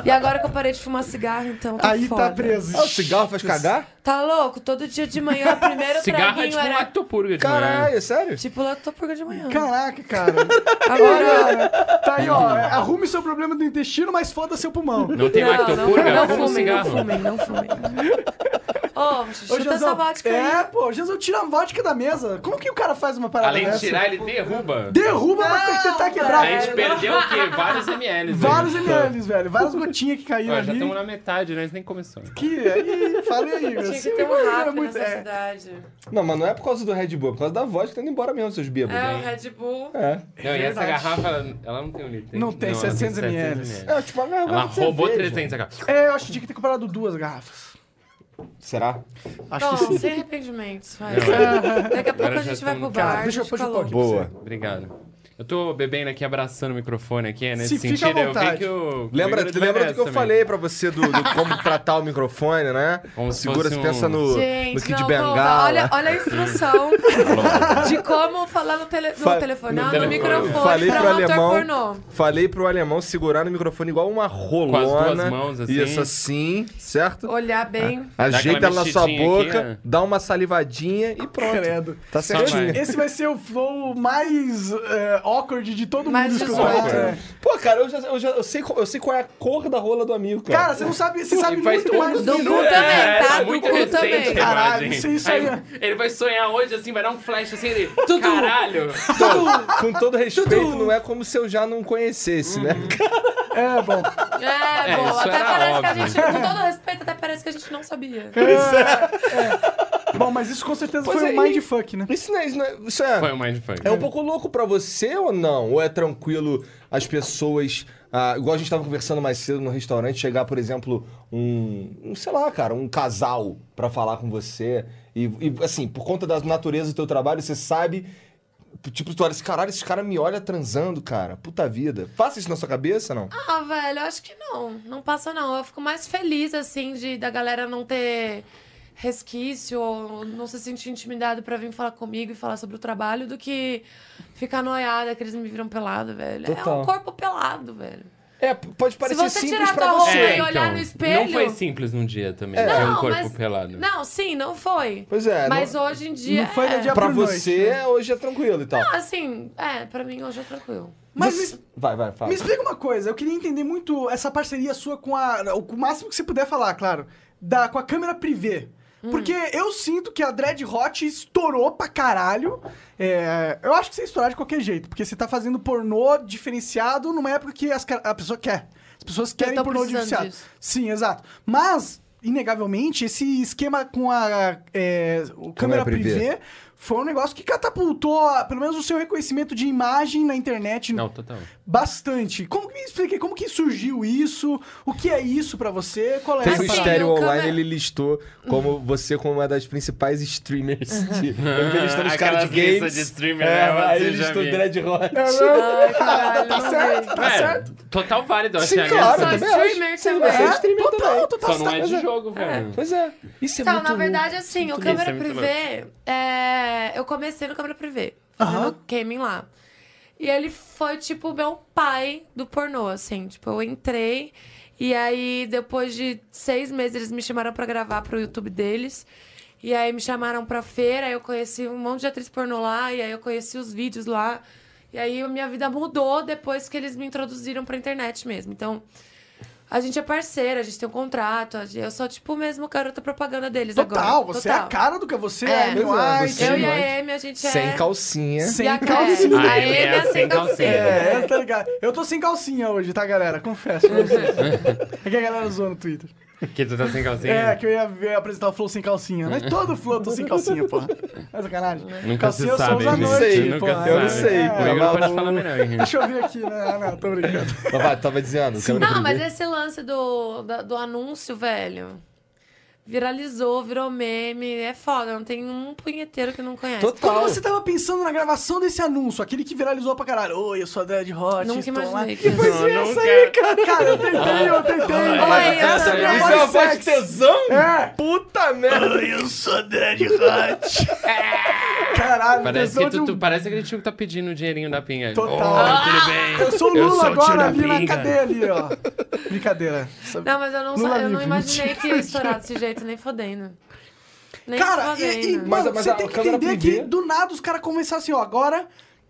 E agora que eu parei de fumar cigarro, então tá Aí foda. tá preso. Ah, o cigarro faz cagar? Tá louco? Todo dia de manhã, o primeiro Cigarro é traguinho tipo um era... lactopurga de manhã. Caralho, sério? Tipo, lá tô purga de manhã. (laughs) Caraca, cara. Agora... Cara, tá aí, ó. Arrume seu problema do intestino, mas foda seu pulmão. Uhum. Não tem não, lactopurga? Como não fumem, não cigarro? fumem, não fumem. Ô, chuta essa Jezão, vodka é, aí. pô, Jesus, tira a vodka da mesa. Como que o cara faz uma parada Além de dessa? tirar, ele derruba. Derruba pra tentar quebrar. A gente perdeu o quê? (laughs) Vários ml. Vários É MLs, velho. Várias gotinhas que caíram Tá. Ó, já ali. estamos na metade, né? nem começou. Que, aí, falei aí, meu. Tinha Assim, que ter um é rap muito- nessa é. cidade. Não, mas não é por causa do Red Bull, é por causa da voz que tá indo embora mesmo, seus bêbados. É, o Red Bull. É. Não, e essa garrafa, ela- ela não tem um litro. Não tem, 700 ml. É, tipo, uma garrafa Ela de roubou cerveja. 300 a garrafa. É, eu acho que tinha que ter comprado duas garrafas. Será? Acho que Bom, sim. (laughs) sem arrependimentos, vai. Não, Daqui a pouco a já gente vai tamo- pro bar. Cara, deixa eu- de deixa eu calor. pôr Boa. Obrigado. Eu tô bebendo aqui, abraçando o microfone aqui, é nesse Se fica à sentido. Eu vi vontade. que o. Lembra, comigo lembra do que eu merece falei pra você do, do como tratar o microfone, né? Como se Segura, fosse você pensa um- no, no Gente, Kid não, Bengala. volta. Olha, olha a instrução (laughs) de como falar no, tele, no Fa- telefone, no não, no, telefone. microfone Falei pra pro um ator alemão. pornô. Falei pro alemão segurar no microfone igual uma rolona. duas mãos, assim. Isso assim, certo? Olhar bem. Ajeita aquela na sua mexidinha aqui, boca, né? dá uma salivadinha e pronto. Credo. Tá Só certinho. vai. Esse vai ser o flow mais é, awkward de todo Mais mundo zoado. escutando. É. Pô, cara, eu já, eu já eu sei, qual- eu sei qual é a cor da rola do amigo, cara. Cara, você não sabe, você sabe E faz muito mais Do do cu que minutos. também, É, tá? é Do muito cu recente, também. a imagem. Caralho, isso- é isso aí- Ele vai sonhar hoje, assim, vai dar um flash assim dele. Caralho! (laughs) com todo respeito, não é como se eu já não conhecesse, né? É, bom. É, É, bom, isso até era parece que a óbvio. gente, com todo respeito, até parece que a gente (laughs) não sabia. É. Bom, mas isso com certeza Pois foi é, um mindfuck, né? Isso não é. Isso, não é, isso é- Foi o Mindfuck. É um pouco louco pra você ou não? Ou é tranquilo as pessoas. ah, igual a gente tava conversando mais cedo no restaurante, chegar, por exemplo, um. um, sei lá, cara, um casal pra falar com você. E, e, assim, por conta da natureza do teu trabalho, você sabe. Tipo, tu olha assim, caralho, esse cara me olha transando, cara. Puta vida. Faça isso na sua cabeça, não? Ah, velho, eu acho que não. Não passa, não. Eu fico mais feliz, assim, de da galera não ter resquício ou não se sentir intimidado pra vir falar comigo e falar sobre o trabalho do que ficar noiada que eles me viram pelado, velho. É Total. um corpo pelado, velho. É, p- pode parecer você simples tirar pra tua você. roupa e olhar no É, então, Não espelho- foi simples num dia É. também, ter um corpo pelado. Não, sim, não foi. Pois é, Mas não- hoje em dia. não foi é. no dia- Pra Por noite, você, né? hoje é tranquilo e tal. Assim, é, pra mim hoje é tranquilo. Mas Você- me- Vai, vai, fala. Me explica uma coisa, eu queria entender muito essa parceria sua com a. O o máximo que você puder falar, claro. Da, com a câmera privê. Hum. Porque eu sinto que a Dread Hot estourou pra caralho. É, eu acho que você ia estourar de qualquer jeito, porque você tá fazendo pornô diferenciado numa época que as ca- a pessoa quer. As pessoas querem tô pornô precisando diferenciado. disso. Sim, exato. Mas, inegavelmente, esse esquema com a é, o câmera, Câmera privê. privê foi um negócio que catapultou, pelo menos, o seu reconhecimento de imagem na internet Não, total. bastante. Como que me explica como que surgiu isso? O que é isso pra você? Qual é Tem essa o um Assim, parada? Estéreo o câmera- Online, ele listou como você como uma das principais streamers de... (laughs) Ele listou os caras Aquelas de listas games. de streamer, é, né? aí Você ele já listou vi. Dread Hot. é. tá Ai, caralho, não sei. É, total válido, eu Sim, achei a claro, graça. eu sou também acho. streamer Sim, também. você é streamer também. um Tá Só não é de jogo, velho. Pois é. Isso é Então, muito na verdade, louco. assim, o muito câmera louco. Isso é muito privê, é, eu comecei no câmera privê, fazendo gaming lá. E ele foi, tipo, meu pai do pornô, assim. Tipo, eu entrei e aí, depois de seis meses, eles me chamaram pra gravar pro YouTube deles. E aí me chamaram pra feira, aí eu conheci um monte de atriz pornô lá, e aí eu conheci os vídeos lá. E aí a minha vida mudou depois que eles me introduziram pra internet mesmo. Então, a gente é parceira, a gente tem um contrato. a gente- Eu sou, tipo, mesmo garota propaganda deles agora. Total, você é a cara do que você é, É. Amy Pois é, White. você Eu Sim, e mas- a Amy, a gente é... Sem calcinha. Sem E a calcinha. É, a Ah, Amy é sem calcinha. É, tá ligado? Eu tô sem calcinha hoje, tá, galera? Confesso. pra vocês. é que a galera zoou no Twitter. Que tu tá sem calcinha? É, que eu ia ver- apresentar o Flow sem calcinha. Mas todo Flow eu tô sem calcinha, porra. É sacanagem. Nunca se calcinha eu só sabe. uso à né? Não sei, noite, pô. Nunca porra. sabe. Eu não sei, É, pô. Comigo não pode Maluco. falar melhor, hein? Deixa eu ver aqui. Não, não, tô brincando. Mas vai, tava dizendo. câmera Não, mas privê. esse lance do, da- do anúncio, velho, viralizou, virou meme, é foda. Não tem um punheteiro que não conhece. Quando Total. você tava pensando na gravação desse anúncio, aquele que viralizou pra caralho, oi, eu sou a Dread Hot, Nunca estou imaginei lá. que Depois isso. veio Não, essa nunca. aí, cara. Cara, eu tentei, eu tentei. Oi, mas eu essa sou é a a Dread Isso é mais uma voz de sexy. tesão? É. Puta merda. Eu sou a Dread Hot. Caralho, Parece tesão que de tu, um- tu- parece aquele tio que tá pedindo o dinheirinho da pinga. Total. Oh, Ah! tudo bem. Eu sou o Eu Lula sou o tio agora, da ali na pinga. cadeia ali, ó. Brincadeira. Não, mas eu não, Lula sa- eu não livre, imaginei mentira. que ia estourar desse jeito, nem fodendo. Nem Cara, fodendo. e, e, Mas- mano, mas você a tem que câmera entender privê- que do nada os caras começaram assim, ó, agora,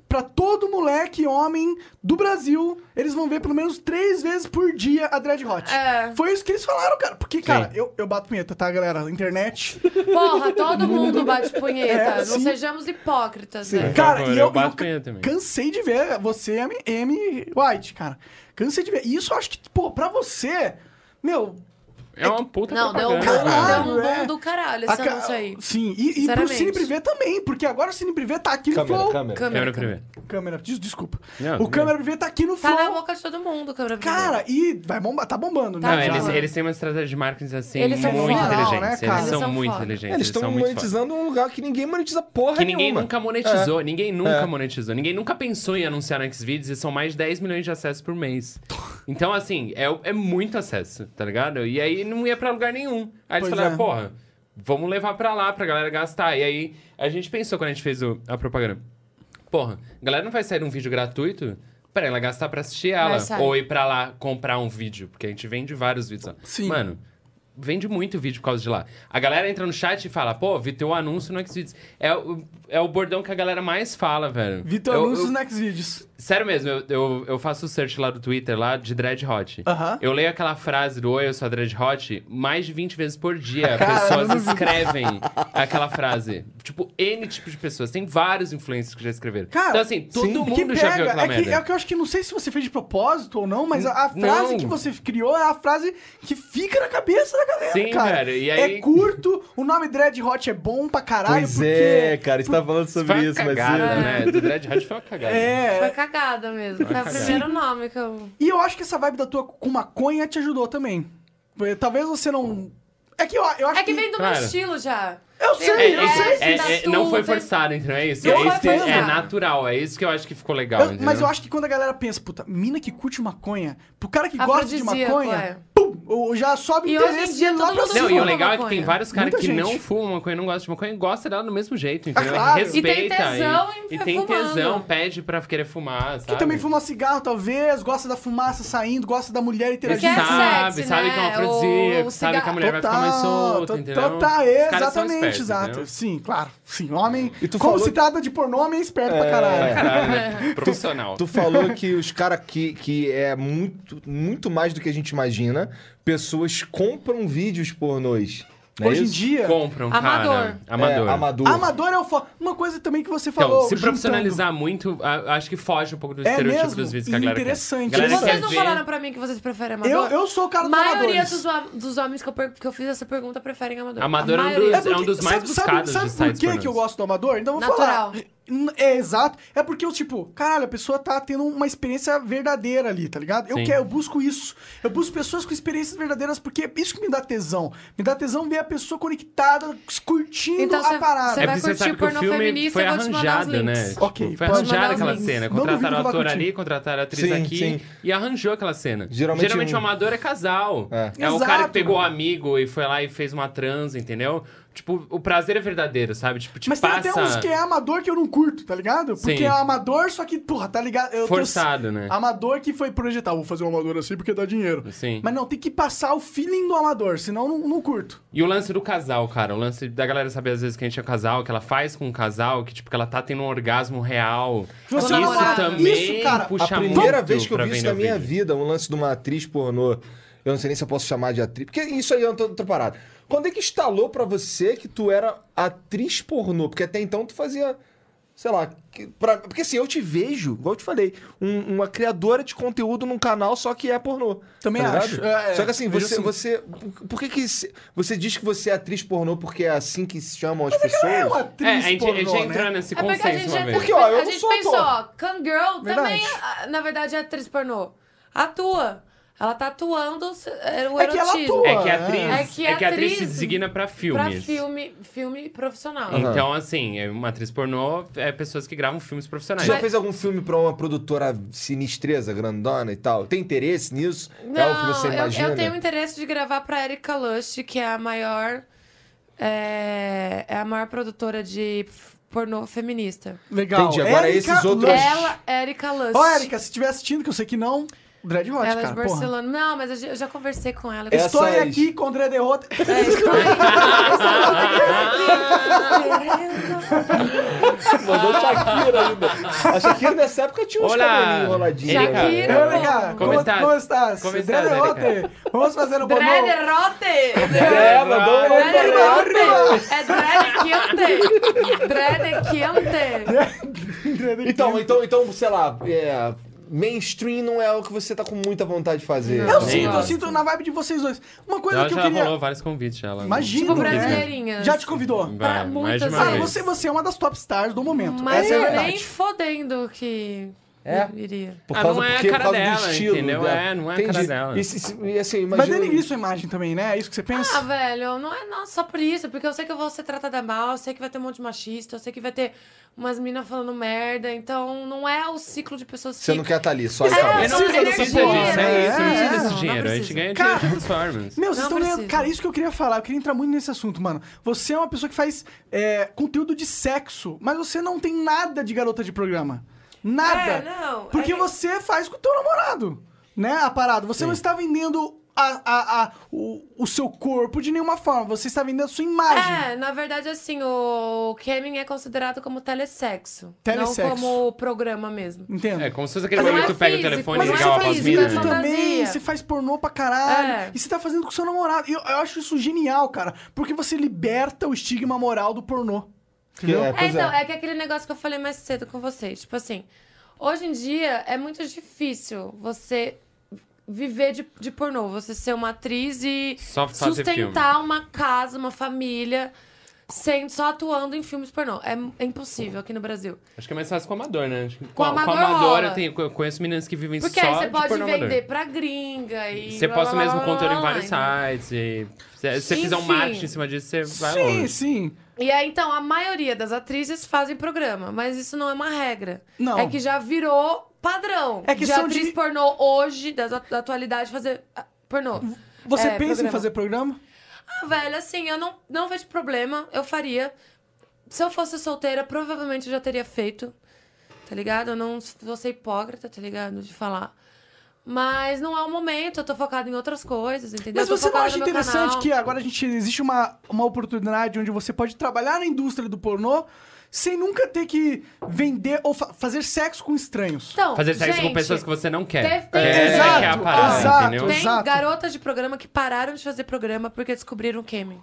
pra todo moleque homem do Brasil, eles vão ver pelo menos três vezes por dia a Dread Hot. É. Foi isso que eles falaram, cara. Porque, cara, eu, eu bato punheta, tá, galera? (laughs) Internet. Porra, todo mundo bate É, punheta. não sim. sejamos hipócritas, né? velho. Cara, favor, e eu eu, bato eu punheta também. cansei de ver você, M, M. White, cara. Cansei de ver. E isso eu acho que, pô, pra você, meu... É uma puta Não, deu um, propaganda. boom, deu um cara. Caralho, é. boom do caralho esse a ca- anúncio aí. Sim, e, e pro Sinceramente. Cine Privé também, porque agora o Cine Privé tá aqui no Câmera, Flow. câmera. Câmera privê. Câmera, des- desculpa. Não, tudo o câmera privê tá aqui no Tá Flow. na boca de todo mundo, câmera privê. Cara, e vai bomba, tá bombando, Tá Não, né? bombando. eles, Cara? eles têm uma estratégia de marketing assim Eles são muito foda. inteligente. Não, né, eles, cara? Eles são, são muito foda. inteligentes. Eles são estão muito foda. monetizando um lugar que ninguém monetiza porra Que ninguém nenhuma. nunca monetizou, ninguém nunca monetizou, ninguém nunca pensou em anunciar no Xvideos e são mais de 10 milhões de acessos por mês. Então, assim, é, é muito acesso, tá ligado? E aí não ia pra lugar nenhum. Aí eles Pois falaram, é. porra, vamos levar pra lá pra galera gastar. E aí a gente pensou quando a gente fez o- a propaganda. Porra, a galera não vai sair um vídeo gratuito pra ela gastar pra assistir ela. sai. Ou ir pra lá comprar um vídeo, porque a gente vende vários vídeos lá. Sim. Mano, vende muito vídeo por causa de lá. A galera entra no chat e fala, pô, vi teu anúncio no Xvideos. É, o- é o bordão que a galera mais fala, velho. Vitor Eu- eu- Anúncios no Xvideos. Sério mesmo, eu, eu, eu faço o search lá do Twitter, lá de Dread Hot. Aham. Eu leio aquela frase do Oi, eu sou a Dread Hot mais de 20 vezes por dia. Caramba. Pessoas escrevem aquela frase. Tipo, N tipos de pessoas. Tem vários influencers que já escreveram. Cara, então, assim, todo sim. mundo que já viu pega, aquela é que, merda. é que eu acho que não sei se você fez de propósito ou não, mas a, a frase não. que você criou é a frase que fica na cabeça da galera, Sim, cara. velho, e aí- É curto, o nome Dread Hot é bom pra caralho, Pois porque... é, cara, a gente tá falando Foi sobre uma isso, mas. cagada, né? Do Dread Hot foi uma cagada. Foi É, cagada mesmo. Foi o cagada. primeiro nome que eu. e eu acho que essa vibe da tua com maconha te ajudou também. Talvez você não... É que eu, eu acho É que vem do Claro. meu estilo já. Eu Tem sei, a eu sei. testa, É, tá é, não tudo, foi tem- forçado, entendeu? É isso. Não é, foi isso que- é forçado. natural, é isso que eu acho que ficou legal, Eu- entendeu? mas eu acho que quando a galera pensa, puta, mina que curte maconha, pro cara que gosta de Afrodisíaco, maconha, é. pum, o- já sobe o E hoje em interesse dia todo lá pra mundo cima. Não, e o fuma legal é que maconha. tem vários caras Muita que gente. não fumam maconha, não gostam de maconha e gostam dela do mesmo jeito, entendeu? claro. Respeita. E tem tesão em e ficar tem fumando. tesão, pede pra querer fumar, sabe? Que também fuma cigarro, talvez, gosta da fumaça saindo, gosta da mulher Ele interagindo. Quer sabe, sexo, sabe né? que é um O- afrodisíaco, o sabe que a cigarro. mulher vai ficar mais solta, to- entendeu? total, Os caras são exatamente, espertos, exato. entendeu? Sim, claro. Sim, homem. E tu como falou se que- trata de pornô, homem é esperto pra caralho. Caralho, né? Profissional. Tu falou que os caras que, que é muito, muito mais do que a gente imagina, pessoas compram vídeos pornôs. não é Hoje em isso? dia. Compram, um cara. Amador. Amador. É, amador. Amador é o fo... Uma coisa também que você Então, falou. se juntando. profissionalizar muito, a- acho que foge um pouco do É estereotipo mesmo? dos vídeos que a galera Interessante. quer. A galera Vocês quer não ver- falaram pra mim que vocês preferem é Eu, amador? eu sou o cara A dos maioria amadores. dos, hom- dos homens que eu, per- que eu fiz essa pergunta preferem amador. Amador é a um maioria. dos- é um dos mais sabe, buscados sabe, de sabe sites por que, pornôs. que eu gosto do amador? Então eu vou Natural. falar. É exato. É porque eu, tipo, caralho, a pessoa tá tendo uma experiência verdadeira ali, tá ligado? Eu Sim. quero, eu busco isso. Eu busco pessoas com experiências verdadeiras porque é isso que me dá tesão. Me dá tesão ver a pessoa conectada, curtindo Então a você- parada. É Você vai porque você curtir sabe que o pornô filme feminista, foi eu vou te mandar os arranjado, né? links. Tipo, Ok, foi pode mandar arranjada os aquela links. cena. Não duvido que Contrataram eu o vá ator curtir. ali, contrataram a atriz Sim, aqui sim. e arranjou aquela cena. Geralmente Geralmente um- o amador é casal. É. É, o Exato. cara que pegou o amigo e foi lá e fez uma transa, entendeu? Tipo, o prazer é verdadeiro, sabe? Tipo, te Mas tem até uns passa... que é amador que eu não curto, tá ligado? Porque Sim. é amador, só que, porra, tá ligado? Eu tô- Forçado, né? Amador que foi projetado. Vou fazer um amador assim porque dá dinheiro. Sim. Mas não, tem que passar o feeling do amador, senão eu não, não curto. E o lance do casal, cara. O lance da galera saber às vezes que a gente é casal, que ela faz com um casal, que tipo, que ela tá tendo um orgasmo real. Você isso namora- também isso, cara, puxa a primeira muito vez que eu pra vi isso vender na o minha vídeo. vida, um lance de uma atriz pornô. Eu não sei nem se eu posso chamar de atriz. Porque isso aí é outra outra parada. Quando é que instalou pra você que tu era atriz pornô? Porque até então tu fazia. Sei lá. que- pra- porque assim, eu te vejo, igual eu te falei, um- uma criadora de conteúdo num canal só que é pornô. Também tá acho. ligado? É, é. só que assim, Vejo você. assim. você por que, que se- você diz que você é atriz pornô porque é assim que se chamam as pessoas? Ela é uma É, a atriz gente, a gente pornô, já né? entrou nesse É porque a gente consenso já uma vez. Porque, ó, eu a não gente sou ator. pensou, ó, Kangirl também, Verdade. ah, na verdade, é atriz pornô. Atua. Ela tá atuando se- é, o É que ela erotismo. atua. É que a atriz, É é que que atriz se designa Pra pra É filmes. filme, filme profissional. Então, assim, é uma atriz pornô é pessoas que gravam filmes profissionais. Você já fez algum filme pra uma produtora sinistreza, grandona e tal? Tem interesse nisso? é algo que você eu- imagina? Eu, tenho interesse de gravar pra Erika Lust, que é a maior. É, é a maior produtora de f- pornô feminista. Legal. Entendi, agora é Érica esses outros- Lust. É. Ela, Erika Lust. Ó, Érica, se estiver assistindo, que eu sei que não, Dread Hot, Ela é cara. de porra. Barcelona. Não, mas eu já- eu já conversei com ela. É, Essa- Estou Essas- aqui com o Dread Hot. Mandou Shakira ainda. A Shakira nessa época tinha uns Olá. cabelinhos enroladinhos. né, cara? Shakira. Oi, Érica, Como um como, estás? como estás? Como estás, Dread Érica? Hot. Vamos fazer um pornô. Drederote! É, mandou um Dread pra ela. Rote! É Dread Quente! Dread Quente! Então, então, então, sei lá, é, mainstream não é o que você tá com muita vontade de fazer. Eu Sim, sinto, eu ó. sinto na vibe de vocês dois. Uma coisa Ela que eu já queria... rolou vários convites. Ela... Imagino, Tipo, né? brasileirinhas. Já te convidou? Vai, pra mais muitas de uma vezes. Ah, vez. você, você é uma das top stars do momento. Mas Essa é a eu verdade. nem fodendo que É? iria. Por Ah, causa, não é a porque, cara por causa do dela, estilo. entendeu? dela. É, não é a cara Entendi. dela. E, se- se- e assim, Mas imagina... denigrir sua imagem também, né? É isso que você pensa? Ah, velho, não é não, só por isso, porque eu sei que eu vou ser tratada mal, eu sei que vai ter um monte de machista, eu sei que vai ter umas minas falando merda, então não é o ciclo de pessoas Você que. não quer estar ali, só É, isso. Eu não Precisa precisa dessa disso, porra, é isso. não né? É, precisa desse não dinheiro. A gente precisa. ganha Cara- dinheiro de outras formas. Meu, vocês Não estão ganhando. precisa. Cara, isso que eu queria falar. Eu queria entrar muito nesse assunto, mano. Você é uma pessoa que faz é, conteúdo de sexo, mas você não tem nada de garota de programa. Nada. É, não, Porque é que- você faz com o teu namorado, né? A parada. Você não está vendendo a- a- a- o, o seu corpo de nenhuma forma. Você está vendendo a sua imagem. É, na verdade, assim, o camming é considerado como telessexo. Telessexo. Não como programa mesmo. Entendo. É, como se fosse aquele Mas não momento é que tu pega físico, o telefone Mas e Legal, você ligar uma faz pras físico, minas, vídeo né? né? também, Fantasia. você faz pornô pra caralho. É. E você tá fazendo com seu namorado. Eu, eu acho isso genial, cara. Porque você liberta o estigma moral do pornô. Entendeu? É, É, pois então, é. é que aquele negócio que eu falei mais cedo com vocês. Tipo assim, hoje em dia é muito difícil você viver de, de pornô, você ser uma atriz e Só fazer sustentar uma casa, uma família, sem, só atuando em filmes pornô. É, é impossível aqui no Brasil. Acho que é mais fácil com o amador, né? Acho que Com, amador amador, eu, rola. tenho, eu conheço meninas que vivem Porque só aí você de pode pornô amador. vender pra gringa e. Você blá, posta o blá, mesmo blá, blá, conteúdo em blá, vários blá. né? sites. E se se você fizer um Enfim. marketing em cima disso, você vai Sim, longe. sim. E aí, então, a maioria das atrizes fazem programa, mas isso não é uma regra. Não. É que já virou padrão. É que de são atriz de- pornô hoje, da, da atualidade, fazer ah, pornô. Você É, pensa em programa. fazer programa? Ah, velho, assim, eu não, não vejo problema, eu faria. Se eu fosse solteira, provavelmente eu já teria feito. Tá ligado? Eu não vou ser hipócrita, tá ligado? De falar. Mas não é o momento, eu tô focada em outras coisas, entendeu? Mas Eu tô você não focada acha no meu interessante canal. que agora a gente existe uma, uma oportunidade onde você pode trabalhar na indústria do pornô sem nunca ter que vender ou fa- fazer sexo com estranhos? Então, Fazer sexo com gente, pessoas que você não quer. teve- teve- é, Exato, que é a parada, exato. entendeu? Tem Exato. garotas de programa que pararam de fazer programa porque descobriram o Kemen.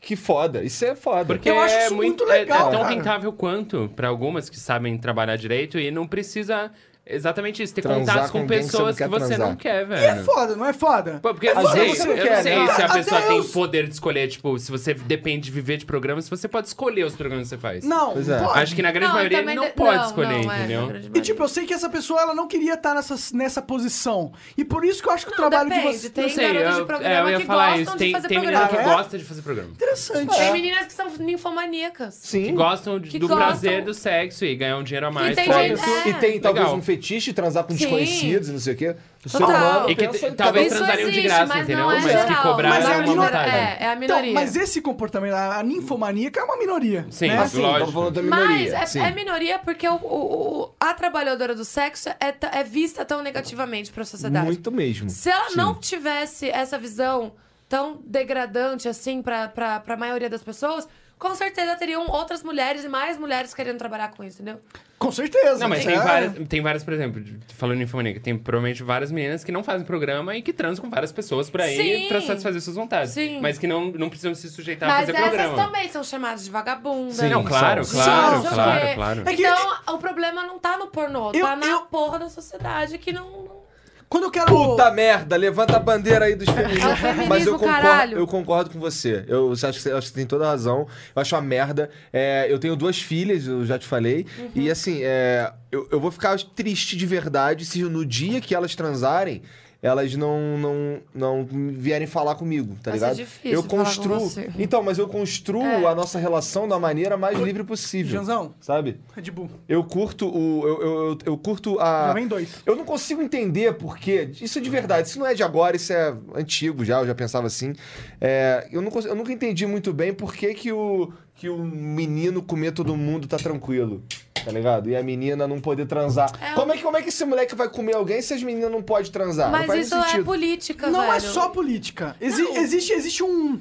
Que foda. Isso é foda. Porque Eu acho é isso muito é- É, legal, tão cara. rentável quanto pra algumas que sabem trabalhar direito e não precisa exatamente isso, ter Transar contatos com com alguém que você não pessoas que quer você transar. não quer, velho. E é foda, não é foda? Pô, Porque é eu não foda, sei, você não eu quer, não sei né? se a Até pessoa tem eu- poder de escolher, tipo, se você depende de viver de programa, se você pode escolher os programas que você faz. Não, Pois é. pode. Acho que na grande Não, maioria ele também não de- pode não, escolher, não, é, na entendeu? grande E maioria. tipo, eu sei que essa pessoa ela não queria estar nessa, nessa posição. E por isso que eu acho que o trabalho depende, de você. tem- não sei, garotas de eu, programa é, eu ia que falar gostam isso. de Tem, fazer É? tem menina que programa. gosta de fazer programa. Interessante. É. Tem meninas que são ninfomaníacas. Que Sim. gostam de- Que do gostam. prazer do sexo e ganhar um dinheiro a mais. tem com gente- isso. é. E tem talvez Legal. um fetiche, transar com Sim. desconhecidos e não sei o quê. O ser Total. humano E que pensa tá te- em talvez um cada- Isso transariam de existe, graça, mas entendeu? não é mas que geral. cobrar Mas é a uma minoria- vontade. É, é a Então, minoria. mas esse comportamento, a ninfomaníaca é uma minoria. Sim, né? Assim, lógico. tava falando da Mas minoria. é, sim. é minoria porque o- o- o- a trabalhadora do sexo é, t- é vista tão negativamente pra sociedade. Muito mesmo. Se ela Sim. não tivesse essa visão tão degradante assim pra, pra, pra maioria das pessoas, com certeza teriam outras mulheres e mais mulheres querendo trabalhar com isso, entendeu? Com certeza. Não, mas isso tem é- "Ah." várias, tem várias, por exemplo, de- falando em fomanica, tem provavelmente várias meninas que não fazem programa e que transam com várias pessoas por aí Sim. pra satisfazer suas vontades. Sim. Mas que não, não precisam se sujeitar Mas a fazer essas Tá, é programa. também são chamadas de vagabundas. Sim, Não, claro, São- claro, Não sei o claro, quê. claro. É que- Então, o problema não tá no pornô, Eu- tá na eu- porra da sociedade que não. não- Quando eu quero. Puta merda, levanta a bandeira aí dos É o feminismos. feminismo, Mas eu concordo, caralho. eu concordo com você. Eu acho que você acho que tem toda a razão. Eu acho uma merda. É, eu tenho duas filhas, eu já te falei. Uhum. E assim, é, eu, eu vou ficar triste de verdade se no dia que elas transarem. Elas não, não, não vierem falar comigo, tá Vai ser ligado? difícil eu falar com construo. você. É. Então, mas eu construo a nossa relação da maneira mais livre possível. Janzão. Sabe? Red Bull. Eu curto o. Eu, eu, eu- eu curto Ah. a. Já vem dois. Eu não consigo entender porque. Isso é de verdade, isso não é de agora, isso é antigo já, eu já pensava assim. É, eu, não cons- eu nunca entendi muito bem por que, que, o, que o menino comer todo mundo tá tranquilo. Tá ligado? E a menina não poder transar. É, como, é que, como é que esse moleque vai comer alguém se as meninas não podem transar? não Mas faz isso nenhum é sentido. política, Não velho. é só política. Exi- Existe, existe um.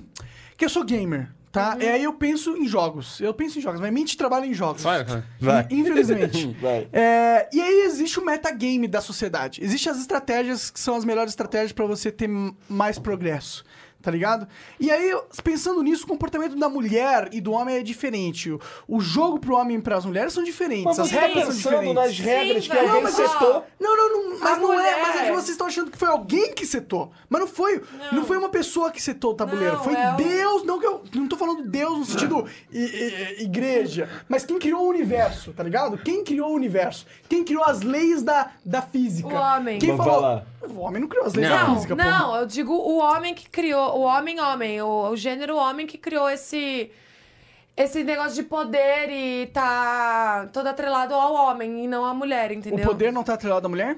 Que eu sou gamer, tá? Uhum. E aí eu penso em jogos. Eu penso em jogos. Minha mente trabalha em jogos. Claro, claro. Vai. Infelizmente. (laughs) Vai. É, e aí existe o metagame da sociedade. Existem as estratégias que são as melhores estratégias pra você ter m- mais progresso. Tá ligado? E aí, pensando nisso, o comportamento da mulher e do homem é diferente. O- O jogo pro homem e pras mulheres são diferentes. Mas as você tá regras são pensando diferentes. nas regras que velho. alguém Não, mas- setou. Não, não, não, mas A não é. mulher. Mas é que vocês estão achando que foi alguém que setou. Mas não foi. Não, foi uma pessoa que setou o tabuleiro. Não, foi é o- Deus, não que eu. Não tô falando Deus no sentido i- i- igreja. Mas quem criou o universo, tá ligado? Quem criou o universo? Quem criou as leis da, da física? O homem. Quem Vamos falou. falar. O homem não criou as leis da Não, física, porra. Não, eu digo o homem que criou, o homem homem, o, o gênero homem que criou esse esse negócio de poder e tá todo atrelado ao homem e não à mulher, O entendeu? poder não tá atrelado à mulher?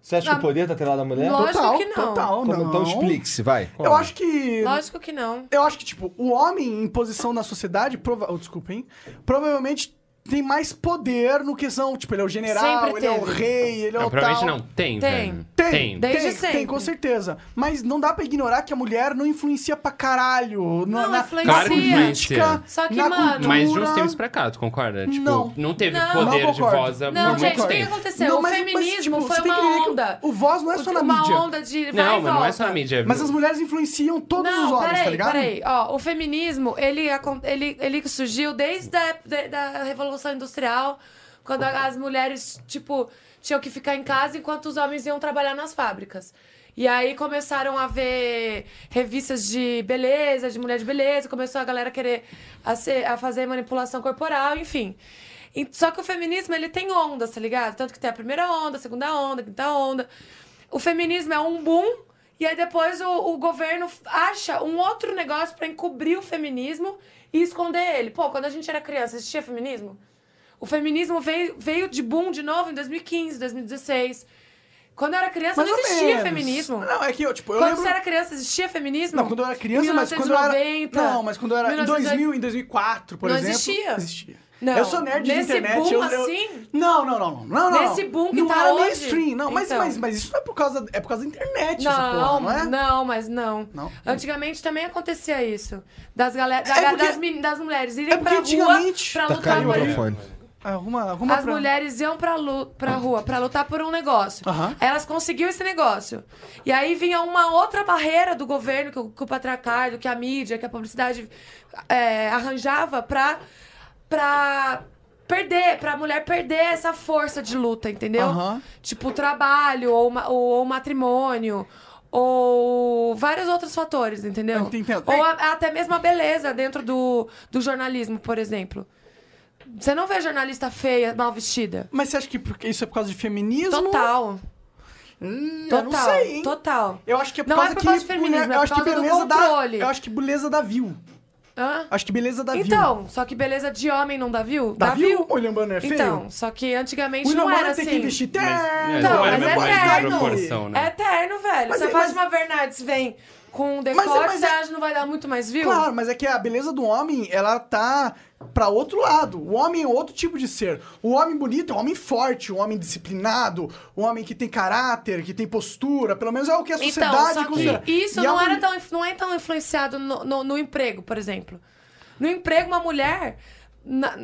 Você acha que Não. o poder tá atrelado à mulher? Lógico total, que não. Total, Como- não. Então explique-se, vai. Eu acho que. Lógico que não. Eu acho que, tipo, o homem em posição na sociedade, prova... oh, desculpa, hein? Provavelmente tem mais poder no que são, tipo, ele é o general, Sempre ele é o teve. rei, ele é Não, o provavelmente tal. não. Tem, Tem. velho. Tem, Tem. Desde tem, sempre. tem, com certeza. Mas não dá pra ignorar que a mulher não influencia pra caralho. na, Não, na, influencia. na Claro que influencia. política, Só que, na mano, cultura. Mas de uns tempos pra cá, tu concorda? Tipo, Não. não teve Não. poder Não de concordo. voz a Não, muito gente, o que tempo. aconteceu? o mas- mas, feminismo tipo, você foi tem que uma entender que onda. O voz não é só na uma mídia. onda de vai Não, e mas não é só a volta. mídia. Mas viu? as mulheres influenciam todos os homens, peraí, tá ligado? Peraí, ó, o feminismo, ele, acon- ele, ele surgiu desde a ép- de- da Revolução Industrial, quando a- as mulheres, tipo, tinham que ficar em casa enquanto os homens iam trabalhar nas fábricas. E aí começaram a ver revistas de beleza, de mulher de beleza, começou a galera querer a, ser- a fazer manipulação corporal, enfim. E- Só que o feminismo, ele tem ondas, tá ligado? Tanto que tem a primeira onda, a segunda onda, a quinta onda. O feminismo é um boom e aí depois o, o governo acha um outro negócio pra encobrir o feminismo e esconder ele. Pô, quando a gente era criança, existia feminismo? O feminismo veio, veio de boom de novo em 2015, 2016. Quando eu era criança, Mais não ou existia menos. feminismo. Não, é que eu, tipo, eu quando lembro... você era criança, existia feminismo? Não, quando eu era criança, mas quando eu era... 1990, Não, mas quando eu era... Em 1980. 2000, em 2004, por Não exemplo... existia. existia. Não. Eu sou nerd Nesse de internet. boom eu, eu- assim? Não, não, não, não. não, não Nesse boom que não tá era hoje? mainstream. Não, mas, Então. mas, mas isso não é por causa... É por causa da internet, essa Não, porra, não é? não, mas não. Não? Antigamente também acontecia isso. Das, galera, da- É da- porque- das, meni- das mulheres irem é porque pra rua antigamente- pra Tá lutar caindo o por microfone. Arruma, arruma As pra- mulheres iam pra, lu pra rua pra lutar por um negócio. Uhum. Aham. Aí Elas conseguiam esse negócio. E aí vinha uma outra barreira do governo, que o, que o patriarcado, que a mídia, que a publicidade é, arranjava pra, pra perder, pra mulher perder essa força de luta, entendeu? Aham. Tipo, o trabalho, ou, ma- ou, ou matrimônio. Ou vários outros fatores, entendeu? Eu entendo. Então, Ou a- até mesmo a beleza dentro do, do jornalismo, por exemplo. Você não vê jornalista feia, mal vestida? Mas você acha que por- isso é por causa de feminismo? Total. Hum, eu Total. não sei, hein? Total. Eu acho que é por Não causa é por que causa de feminismo, mulher- é eu por acho que causa do beleza dá, controle. eu acho que beleza dá view. Hã? Acho que beleza dá view. Então, só que beleza de homem não dá viu? Dá view? William Bonner é feio? Então, só que antigamente o William não era Bonner tem que assim. investir Mas, é, terno. Então, não era mas mesmo é a mesma eterno. proporção, É né? eterno, velho. Mas Você é- faz mas- uma Bernardes vem com um Mas decote, é- mas você é- acha que não vai dar muito mais viu? Claro, mas é que a beleza do homem, ela tá pra outro lado. O homem é outro tipo de ser. O homem bonito é um homem forte, um homem disciplinado, um homem que tem caráter, que tem postura. Pelo menos é o que a Então, sociedade só considera. que isso E a não, era mulher- tão, inf- não é tão influenciado no, no- no emprego, por exemplo. No emprego, uma mulher. na-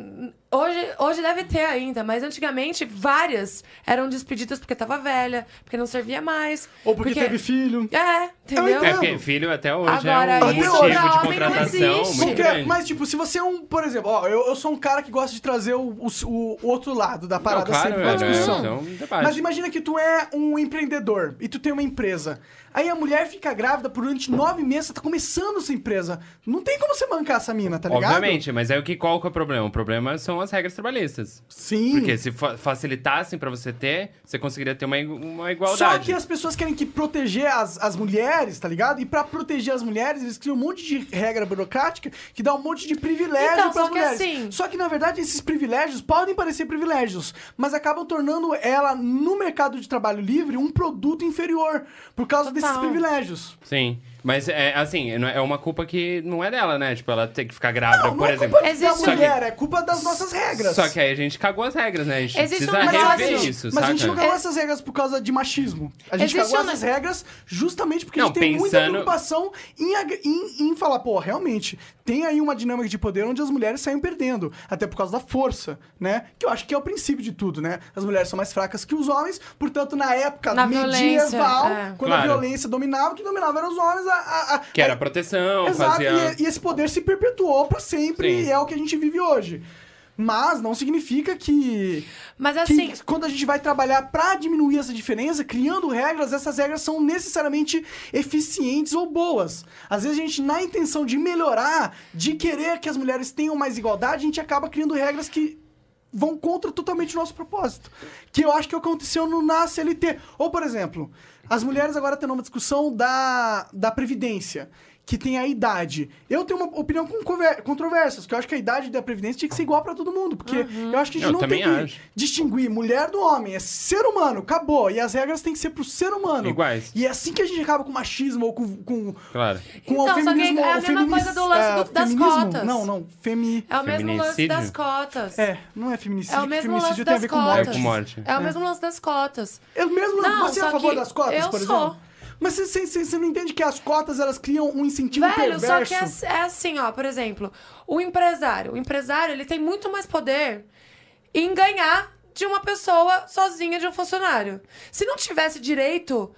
hoje, hoje deve ter ainda, mas antigamente várias eram despedidas porque tava velha, porque não servia mais. Ou porque teve filho. É, entendeu? É entendo. porque filho até hoje Agora, é um isso motivo pra de homem não contratação existe. muito Porque- grande. mas, tipo, se você é um, por exemplo, ó, eu, eu sou um cara que gosta de trazer o, o- o outro lado da parada claro, sempre pra velho, é, discussão. então, um debate. Mas imagina que tu é um empreendedor e tu tem uma empresa. Aí a mulher fica grávida por durante nove meses, você tá começando essa empresa. Não tem como você mancar essa mina, tá ligado? Obviamente, mas é o que qual que é o problema? O problema são as regras trabalhistas. Sim. Porque se fa- facilitassem pra você ter, você conseguiria ter uma, igu- uma Só igualdade. que as pessoas querem que proteger as, as mulheres, tá ligado? E pra proteger as mulheres, eles criam um monte de regra burocrática que dá um monte de privilégio Então, pras só que mulheres. assim- Só que, na verdade, esses privilégios podem parecer privilégios, mas acabam tornando ela, no mercado de trabalho livre, um produto inferior por causa Total. desses privilégios. Sim. Mas é assim, não é é uma culpa que não é dela, né? Tipo, ela tem que ficar grávida, Não, por não é exemplo. culpa da Existe- mulher, é culpa das nossas regras. Só que aí a gente cagou as regras, né? A gente Existe precisa um Mas, negócio- rever a gente, isso, mas saca? a gente não cagou essas regras por causa de machismo. A gente É. Existe cagou um- essas regras justamente porque a Não, gente tem muita pensando- preocupação em, ag- em- em falar, pô, realmente, tem aí uma dinâmica de poder onde as mulheres saem perdendo. Até por causa da força, né? Que eu acho que é o princípio de tudo, né? As mulheres são mais fracas que os homens, portanto, na época Na medieval, violência, é. quando a Claro. violência dominava, o que dominava eram os homens, a- a- a- Que era proteção, Exato, fazia... e, e esse poder se perpetuou pra sempre Sim. e é o que a gente vive hoje. Mas não significa que, Mas que assim, quando a gente vai trabalhar pra diminuir essa diferença, criando regras, essas regras são necessariamente eficientes ou boas. Às vezes a gente, na intenção de melhorar, de querer que as mulheres tenham mais igualdade, a gente acaba criando regras que vão contra totalmente o nosso propósito. Que eu acho que aconteceu no, na CLT. Ou, por exemplo, as mulheres agora têm uma discussão da, da Previdência, que tem a idade. Eu tenho uma opinião com conver- controversa, porque eu acho que a idade da Previdência tinha que ser igual pra todo mundo, porque Uhum. eu acho que a gente Eu não tem também que acho. distinguir mulher do homem, é ser humano, acabou. E as regras têm que ser pro ser humano. Iguais. E é assim que a gente acaba com machismo ou com, com, Claro. com Então, o só que feminismo. é a o mesma feminis- coisa do lance é, do- das feminismo? cotas. Não, não, femi... É o mesmo lance Feminicídio? das cotas. É, não é feminicídio. É o mesmo lance feminicídio tem a das ver com cotas. morte. É com morte. É o mesmo lance das cotas. É o mesmo lance. Não, Você é a só favor que das cotas, eu por sou. exemplo? Mas você, você- você- você não entende que as cotas elas criam um incentivo Velho, perverso? só que é, ass- é assim, ó, por exemplo, o empresário. O empresário, ele tem muito mais poder em ganhar de uma pessoa sozinha, de um funcionário. Se não tivesse direito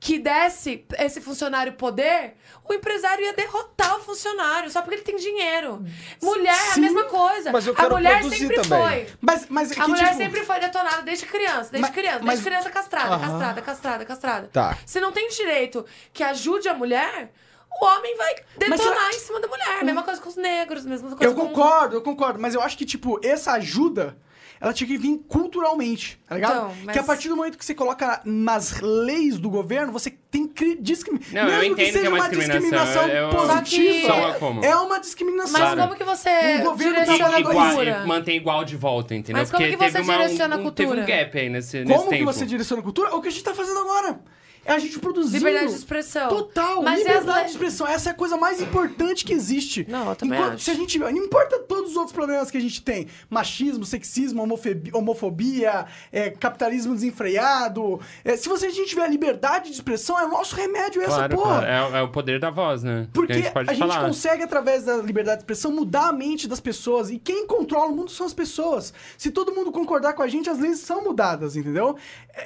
que desse esse funcionário poder, o empresário ia derrotar o funcionário, só porque ele tem dinheiro. Mulher é a Sim, mesma coisa. mas eu a quero mulher produzir sempre também. foi. Mas, mas A que, mulher tipo, sempre foi detonada desde criança, desde Mas- criança, mas- desde criança castrada, Aham. castrada, castrada, castrada. Tá. Se não tem direito que ajude a mulher, o homem vai detonar será- em cima da mulher. Mesma coisa com os negros, mesma coisa Eu com... concordo, eu concordo. Mas eu acho que, tipo, essa ajuda, ela tinha que vir culturalmente, tá ligado? Então, mas- Que a partir do momento que você coloca nas leis do governo, você tem cri... discriminação. Não, eu Mesmo entendo que seja que é uma discriminação discriminação, eu- eu- positiva, Só que- Só como. é uma Mas discriminação. como que você O governo tá direciona a falando igual- cultura? e mantém igual de volta, entendeu? Mas como Porque que você teve uma, direciona a um, um, teve um cultura? gap aí nesse, nesse Como que tempo. você direciona a cultura? É o que a gente tá fazendo agora. É a gente produzindo. Liberdade de expressão. Total. Mas e as liberdade le- de expressão. Essa é a coisa mais importante que existe. Não, eu também Enquanto- acho. Se a gente. Não importa todos os outros problemas que a gente tem: machismo, sexismo, homofobia, homofobia, é, capitalismo desenfreado. É, se você, a gente tiver liberdade de expressão, é o nosso remédio, é essa Claro, porra. claro. É, o- é o poder da voz, né? Porque a gente pode falar. né? consegue, através da liberdade de expressão, mudar a mente das pessoas. E quem controla o mundo são as pessoas. Se todo mundo concordar com a gente, as leis são mudadas, entendeu?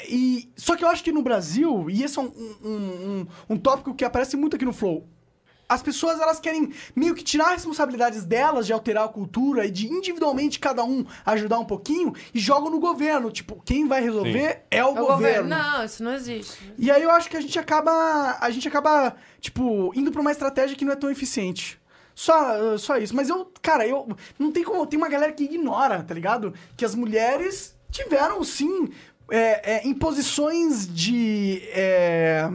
E, só que eu acho que no Brasil, e esse é um, um, um- um tópico que aparece muito aqui no Flow, as pessoas elas querem meio que tirar as responsabilidades delas de alterar a cultura e de individualmente cada um ajudar um pouquinho e jogam no governo. Tipo, quem vai resolver é o, É o governo. Não, isso não existe. e aí eu acho que a gente acaba. A gente acaba, tipo, indo pra uma estratégia que não é tão eficiente. Só, uh, só isso. Mas eu, cara, eu. Não tem como. Tem uma galera que ignora, tá ligado? Que as mulheres tiveram, sim, é, é, em posições de. é,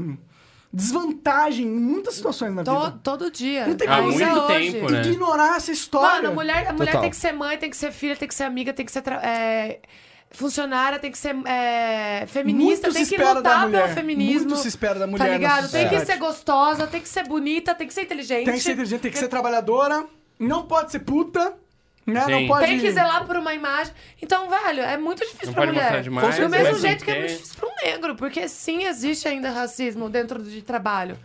desvantagem em muitas situações na To- vida. todo dia. Não tem Há como Ainda muito hoje. tempo, né? Ignorar essa história. Mano, a mulher, a mulher Total. tem que ser mãe, tem que ser filha, tem que ser amiga, tem que ser tra- é, funcionária, tem que ser é, feminista, Muito tem que se espera da lutar pelo mulher. feminismo. Muito se espera da mulher Tá na ligado? Tem que sociedade. ser gostosa, tem que ser bonita, tem que ser inteligente. Tem que ser inteligente, tem que ser trabalhadora. Não pode ser puta. Né? Não Sim. pode. Tem que zelar por uma imagem. Então, velho, é muito difícil Não pra pode mulher. mostrar demais, Do não mesmo pode jeito que é ter. muito difícil pra um negro, porque sim, existe ainda racismo dentro de trabalho.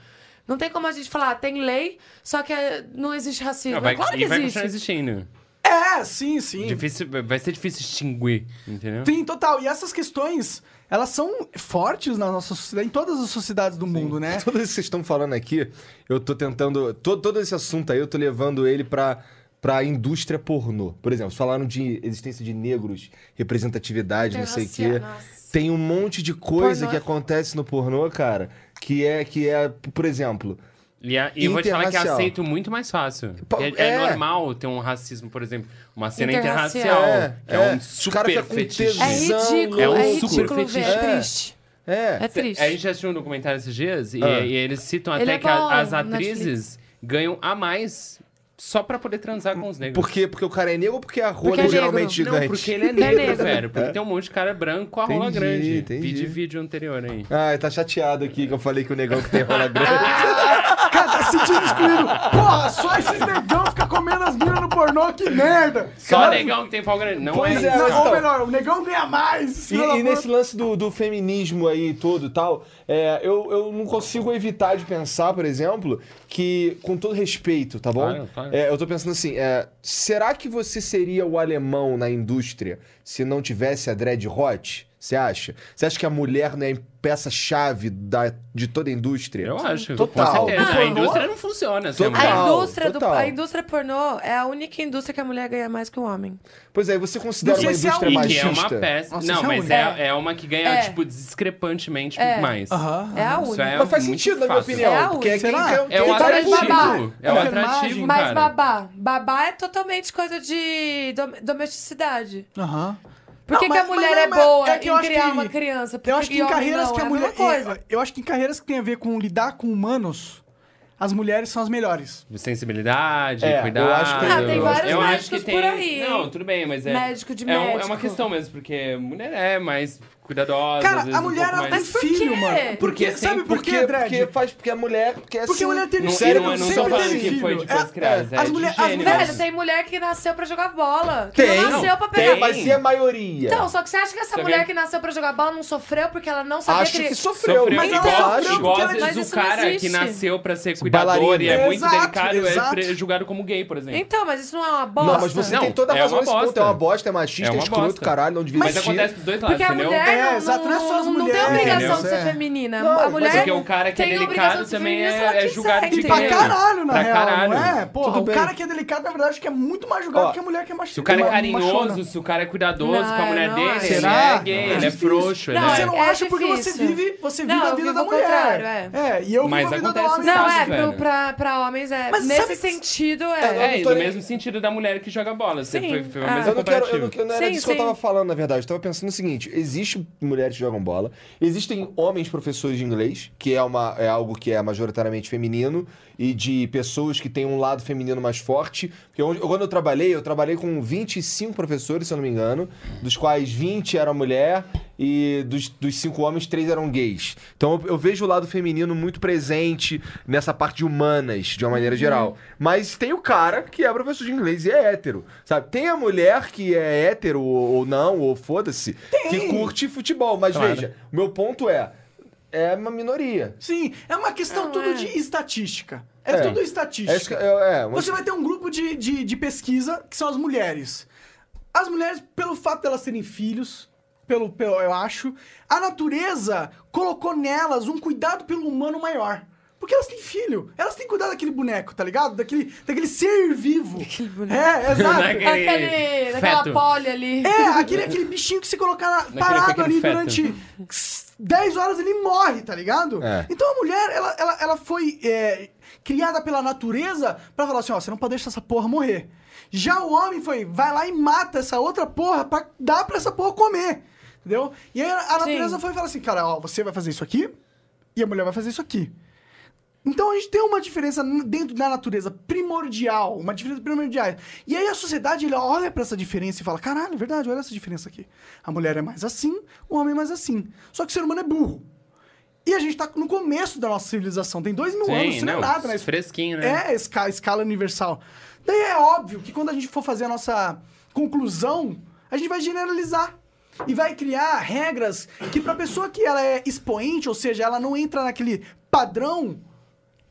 Não tem como a gente falar, "Ah, tem lei, só que é, não existe racismo. Não, vai, É claro que e vai existe. continuar existindo. É, sim, sim. Difícil, vai ser difícil extinguir, entendeu? Sim, total. E essas questões, elas são fortes na nossa sociedade, em todas as sociedades do mundo, né? (laughs) Tudo isso que vocês estão falando aqui, eu tô tentando. Todo, todo esse assunto aí, eu tô levando ele pra, pra indústria pornô. Por exemplo, falaram de existência de negros, representatividade, não sei o quê. Nossa. Tem um monte de coisa Pornô. que acontece no pornô, cara, que é, que é, por exemplo. E, a, e eu vou te falar que é Interracial. aceito muito mais fácil. Pa- É, é é. normal ter um racismo, por exemplo, uma cena Interracial. interracial. É, que é, é. um Os cara super fica com fetiche. É tesão. ridículo, É um é super ridículo ver. É fetiche. triste. É. É triste. A gente assistiu um documentário esses dias e, Ah. e eles citam Ele até é que a- bom, as Netflix. atrizes ganham a mais só pra poder transar com os negros. Por quê? Porque o cara é negro ou porque a rola Porque é é negro. geralmente Não, gigante? porque ele é Ele é negro, negro. velho. Porque tem um monte de cara branco com a rola Entendi, grande. entendi. Vídeo vídeo anterior aí. Ai, tá chateado aqui que eu falei que o negão que tem (laughs) rola grande. Cara, (laughs) tá se sentindo excluído. Porra, só esses negão fica comendo as minas no pornô, que merda! Só Cara, negão que tem pau grande. Não Pois é. é, Não, mas ou então- melhor, o negão ganha mais. E, pelo e amor- nesse lance do, do feminismo aí todo e tal, é, eu, eu não consigo evitar de pensar, por exemplo, que, com todo respeito, tá bom? Claro, claro. É, eu tô pensando assim, é, será que você seria o alemão na indústria se não tivesse a dread hot? Você acha? Você acha que a mulher não é a peça-chave da- de toda a indústria? Eu acho, Total. com certeza. Total. a indústria não funciona assim, é sem a Total. mulher. Ah, A indústria, do, total. a indústria pornô é a única indústria que a mulher ganha mais que o homem. Pois é, e você considera Não sei uma se é indústria um- E que é machista? uma peça. Nossa, isso não, é mas único. é, é uma que ganha, É. tipo, discrepantemente É. mais. Aham. É a Isso única. é Mas faz muito sentido, na minha fácil. opinião. É a porque única. quem um- Será? quer- É o quem tá Talvez atrativo. babá. É o Enfermagem. atrativo, Mas cara. babá, babá é totalmente coisa de dom- domesticidade. Aham. Por que, Não, que a mas- mulher mas- é mas- boa é que eu em acho criar que- uma criança? Por Eu acho que que em homem carreiras não? que a É mulher. mesma coisa. Eu acho que em carreiras que tem a ver com lidar com humanos, as mulheres são as melhores. De sensibilidade, É, eu cuidado. acho que- Ah, tem vários eu acho médicos que tem... por aí, hein? Não, tudo bem, mas é. Médico de é, um- é médico. uma questão mesmo, porque mulher é mais cuidadosa. às Cara, vezes a mulher um pouco ela tem mais... Mas por filho, quê? mano. Por Porque quê? Sabe sempre- por quê, Dredd? Porque faz, porque a mulher quer Porque a mulher teve Não, O e cérebro não, é- não sempre tô falando teve que foi de filho. coisas É, criadas. é, É, as de mulher- as gênero. Velho, tem mulher que nasceu pra jogar bola. Que Tem, não nasceu pra pegar Tem, Tem. mas e a maioria? Então, só que você acha que essa Tá mulher vendo? que nasceu pra jogar bola não sofreu porque ela não sabia acho é que ele- sofreu. Sofreu, mas mas eu ela igual, sofreu, igual, às mas vezes isso o não um cara existe. que nasceu pra ser cuidador e Bailarina. é muito Exato, delicado é exato. pre- julgado como gay, por exemplo. Então, mas isso não é uma bosta. Não, mas você tem Não, toda a é razão uma nesse ponto. bosta. É uma bosta, é machista, É é, uma escroto, bosta. caralho, não devia Mas existir. acontece dos dois lados, Porque a entendeu? mulher É, não, exato, não é só as não- não mulheres, tem obrigação entendeu? de ser feminina. Não, a mas mulher Porque o cara que é tem a obrigação delicado de ser também feminina se ela é, é julgado quiser, de E Tipo, pra Tem. gay. caralho, na pra real, caralho. não é? Porra, Tudo o bem. cara que é delicado, na verdade, acho que é muito mais julgado Ó, que a mulher que é machista. Se o cara é carinhoso, se o cara é cuidadoso Não, com a mulher não dele, acho. ele Será? é gay, Não, ele é difícil. frouxo, Não, ele Você é... não É acha porque você difícil. vive, você vive Não, a eu vida vivo da ao mulher. contrário, é. e eu Mas vivo a vida do acontece homem. isso, Não, sabe? é, velho. pro- pra, pra homens é. Mas nesse sabe- sentido, É, é. É, Eu e tô no nem- mesmo sentido da mulher que joga bola. Você Sim, foi, foi o ah. mesmo Eu não quero. Eu não, comparativo. eu não era Sim, disso que eu sim. tava falando, na verdade. Eu tava pensando o seguinte: existe mulheres que jogam bola, existem homens professores de inglês, que é, uma, é algo que é majoritariamente feminino, e de pessoas que têm um lado feminino mais forte. Porque onde- quando eu trabalhei, eu trabalhei com 25 professores, se eu não me engano, dos quais 20 eram mulher e dos, dos cinco homens, três eram gays. Então eu, eu vejo o lado feminino muito presente nessa parte de humanas, de uma maneira geral. Mas tem o cara que é professor de inglês e é hétero, sabe? Tem a mulher que é hétero ou, ou não, ou foda-se, que curte futebol. Mas Claro. veja, o meu ponto é, é uma minoria. Sim, é uma questão Não, tudo é. de estatística. É, É. tudo É isso que- estatística. é- é, uma- Você vai ter um grupo de, de, de pesquisa que são as mulheres. As mulheres, pelo fato delas terem filhos, pelo, pelo eu acho, a natureza colocou nelas um cuidado pelo humano maior. Porque elas têm filho, elas têm cuidado daquele boneco, tá ligado? Daquele, daquele ser vivo. Daquele boneco. É, (laughs) exato. Daquele- Aquele, daquela Feto. pole ali. É, aquele, aquele bichinho que você colocar na- parado aquele ali feto. durante 10 horas ele morre, tá ligado? É. Então a mulher, ela, ela, ela foi é, criada pela natureza pra falar assim: ó, você não pode deixar essa porra morrer. Já o homem foi, vai lá e mata essa outra porra pra dar pra essa porra comer. Entendeu? E aí a a natureza Sim. foi falar assim: cara, ó, você vai fazer isso aqui e a mulher vai fazer isso aqui. Então a gente tem uma diferença n- dentro da natureza primordial, uma diferença primordial. E aí a sociedade ele olha pra essa diferença e fala: caralho, é verdade, olha essa diferença aqui. A mulher é mais assim, o homem é mais assim. Só que o ser humano é burro. E a gente tá no começo da nossa civilização, tem dois mil anos, isso não, é nada, né? Isso- fresquinho, né? É a esca- escala universal. Daí é óbvio que quando a gente for fazer a nossa conclusão, a gente vai generalizar. E vai criar regras que pra pessoa que ela é expoente, ou seja, ela não entra naquele padrão,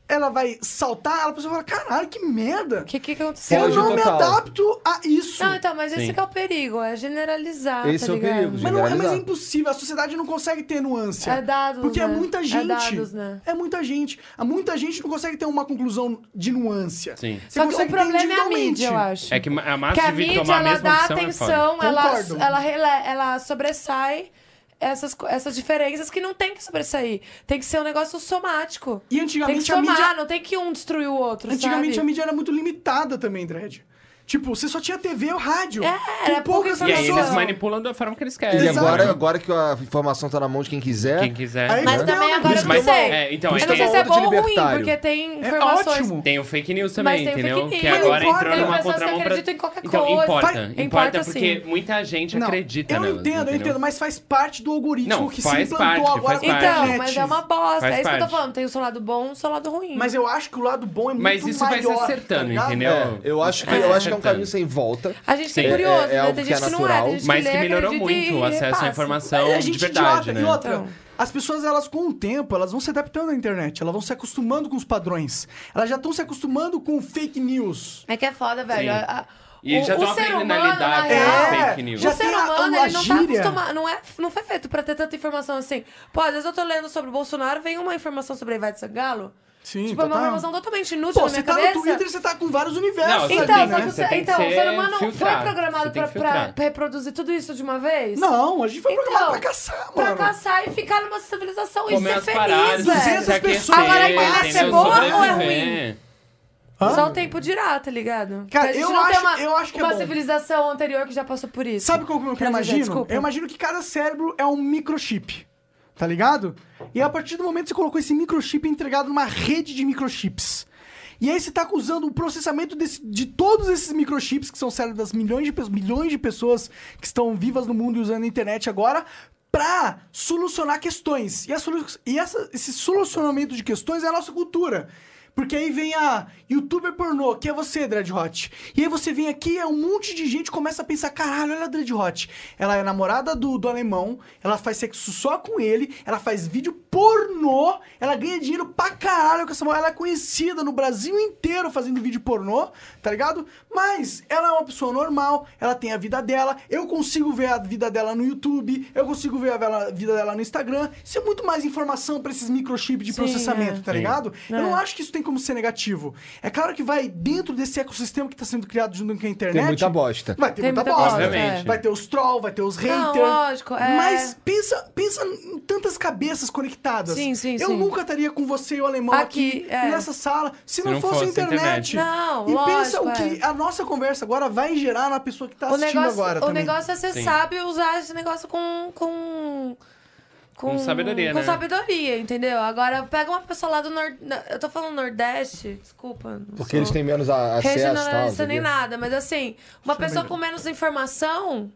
ela vai saltar, ela a pessoa fala, caralho, que merda! O que, que aconteceu? Eu Foge não me total. adapto a isso. Não, então, mas esse Sim. que é o perigo, é generalizar, Esse tá é o ligado? perigo, gente. Mas, não, é- mas é Generalizar. impossível, a sociedade não consegue ter nuance. É dados, Porque é né? muita É gente. dados, né? É muita gente. Há Muita gente não consegue ter uma conclusão de nuance. Sim. Você Só que o consegue ter problema é a individualmente. mídia, eu acho. É que ma- a massa Porque a de vir mídia, tomar a ela mesma dá opção é foda. atenção, ela, Concordo. ela, rele- ela sobressai essas, co- essas diferenças que não tem que sobressair. Tem que ser um negócio somático. E Tem que antigamente a somar, mídia. não tem que um destruir o outro, Antigamente a sabe? mídia era muito limitada também, Dredd. Tipo, você só tinha TV ou rádio. É, com era poucas pouca E aí pessoas. eles manipulam da forma que eles querem. E Exato. agora, agora que a informação tá na mão de quem quiser. É. Quem quiser. Aí- Mas Não, também não, agora eu mas- não sei. é, então, eu aí não sei tem se é onda de bom ou ruim, libertário. porque tem É informações... ótimo. Tem o fake news Mas também, tem o entendeu? fake Que news. agora Importa. entrou Tem numa pessoas que contramão pra... acreditam em qualquer então, coisa. Importa, Faz- importa, importa assim. porque sim. muita gente Não, acredita Eu nelas, entendo, eu entendeu? entendo, mas faz parte do algoritmo Não, que se faz implantou parte, agora faz com a parte. Então, internet. mas é uma bosta. Faz é isso que eu parte. tô falando. Tem o seu lado bom e o seu lado ruim. Uhum. Mas eu acho que o lado bom é muito Mas isso maior. vai se acertando, ligado? entendeu? É, eu acho que, eu acho que é um caminho sem volta. A gente fica Sim. curioso, É- é né? algo Tem que é gente que não é, natural. tem gente Mas que que lê, melhorou acredita e muito o acesso repassa. à informação É, de gente verdade, idiota. né? E outra, Então. as pessoas, elas com o tempo, elas vão se adaptando à internet. Elas vão se acostumando com os padrões. Elas já estão se acostumando com fake news. É que é foda, velho. Sim. A- a- E o, já o estão ser aprendendo a humano, na lidar com real, a né? fake news. já o ser tem a- humano, a ele não tá gíria. acostumado, não, é, não foi feito pra ter tanta informação assim. Pô, às vezes eu tô lendo sobre o Bolsonaro, vem uma informação sobre a Ivete Sangalo. Sim, tipo, é uma total. informação totalmente inútil Pô, na você minha tá cabeça. no Twitter, você tá com vários Não, universos você tá Então, ali, só tem né? que você o ser- tem que então, o ser ser humano foi filtrado, programado você tem pra, que pra filtrar. pra reproduzir tudo isso de uma vez? Não, a gente foi programado Então, pra caçar, pra mano. caçar e ficar numa civilização e Comer ser as paradas, feliz, duzentas é velho. se pessoas. Agora, aquecer, a internet é entendeu? boa ou é Sobreviver. Hã? Só o tempo dirá, tá ligado? Cara, Pra gente eu não ter acho- uma, eu acho que é uma bom. civilização anterior que já passou por isso. Sabe como que eu Quer dizer, imagino? desculpa. Eu imagino que cada cérebro é um microchip. tá ligado? E a partir do momento que você colocou esse microchip é entregado numa rede de microchips. E aí você tá usando o processamento desse- de todos esses microchips, que são cérebros das milhões de, pe- milhões de pessoas que estão vivas no mundo e usando a internet agora, pra solucionar questões. E, a solu- e essa- esse solucionamento de questões é a nossa cultura. Porque aí vem a youtuber pornô, que é você, Dread Hot. E aí você vem aqui e um monte de gente começa a pensar: caralho, olha a Dread Hot. Ela é namorada do, do alemão, ela faz sexo só com ele, ela faz vídeo pornô, ela ganha dinheiro pra caralho com essa mulher. Ela é conhecida no Brasil inteiro fazendo vídeo pornô, tá ligado? Mas ela é uma pessoa normal, ela tem a vida dela, eu consigo ver a vida dela no YouTube, eu consigo ver a vela- vida dela no Instagram. Isso é muito mais informação pra esses microchips de Sim, processamento, é. tá ligado? Eu É. não acho que isso tem como ser negativo. É claro que vai dentro desse ecossistema que tá sendo criado junto com a internet. Tem muita bosta. Vai ter Tem muita, muita bosta. bosta, Obviamente. é. Vai ter os troll, vai ter os haters. lógico, é. Mas pensa, pensa em tantas cabeças conectadas. Sim, sim, Eu sim. nunca estaria com você e o alemão aqui, Aqui, é. nessa sala se, não, fosse a internet. internet. Não, e lógico, pensa o que é. a nossa conversa agora vai gerar na pessoa que tá o assistindo negócio, agora o também. negócio é você Sim. sabe usar esse negócio com. com... Com sabedoria, com né? sabedoria, entendeu? Agora, pega uma pessoa lá do Nordeste. Eu tô falando Nordeste, desculpa. não Porque sou- eles têm menos a- acesso tá, e tal. regionalista nem entendeu? é nada, mas assim, uma pessoa com menos informação,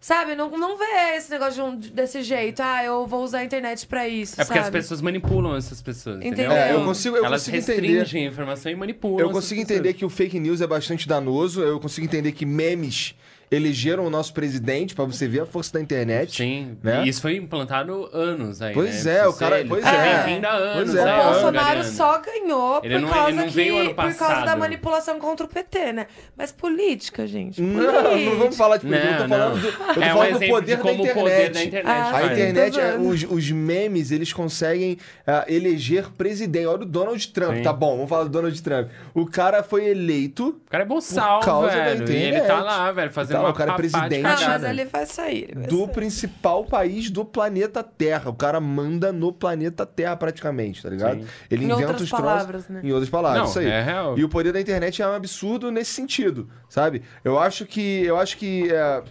sabe, não, não vê esse negócio de um- desse jeito. Ah, eu vou usar a internet pra isso, É porque as sabe? pessoas manipulam essas pessoas, entendeu? Entendeu? É, eu consigo- eu Elas consigo restringem entender. a informação e manipulam. Eu essas consigo pessoas. entender que o fake news é bastante danoso. Eu consigo entender que memes elegeram o nosso presidente pra você ver a força da internet. Sim, né? e isso foi implantado anos aí. Pois né? é, o Isso cara- ele pois tá é. bem vindo há anos. Pois é, né, o o Bolsonaro angariando. só ganhou Ele por não- ele causa não que- veio ano por causa da passado. manipulação contra o PT, né? Mas política, gente. Não, não vamos falar de política. Eu tô Não, Né? não. falando do, eu tô É um falando do exemplo poder, de como da o poder da internet. né? Ah, A faz. internet, Tô é, zoando. os, os memes, eles conseguem ah, eleger presidente. Olha o Donald Trump, Sim. tá bom, vamos falar do Donald Trump. O cara foi eleito. O cara é bolsal, Por causa da velho. E ele internet. tá lá, velho, fazendo Tá, uma o cara é papá de presidente. Ah, cagada. mas ele vai sair. vai Do sair. principal país do planeta Terra. O cara manda no planeta Terra, praticamente, tá ligado? Sim. Ele Em inventa outras os troços. palavras, né? Em outras palavras, Não, isso aí. é real. E o poder da internet é um absurdo nesse sentido, sabe? Eu acho que. Eu acho que. é,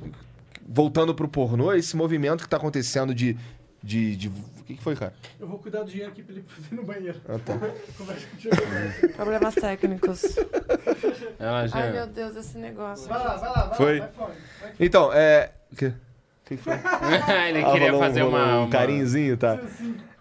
voltando pro pornô, esse movimento que tá acontecendo de. de, de- o que, que foi, cara? Eu vou cuidar do dinheiro aqui pra ele fazer no banheiro. Ah, tá. Problemas técnicos. Ela já- (laughs) Ai, meu Deus, esse negócio. Vai lá, vai lá, vai Foi. lá, vai fora. Vai Então, é. O quê? O que que foi? ele Ah, queria rolou um- fazer rolou uma, um uma- carinhozinho, tá?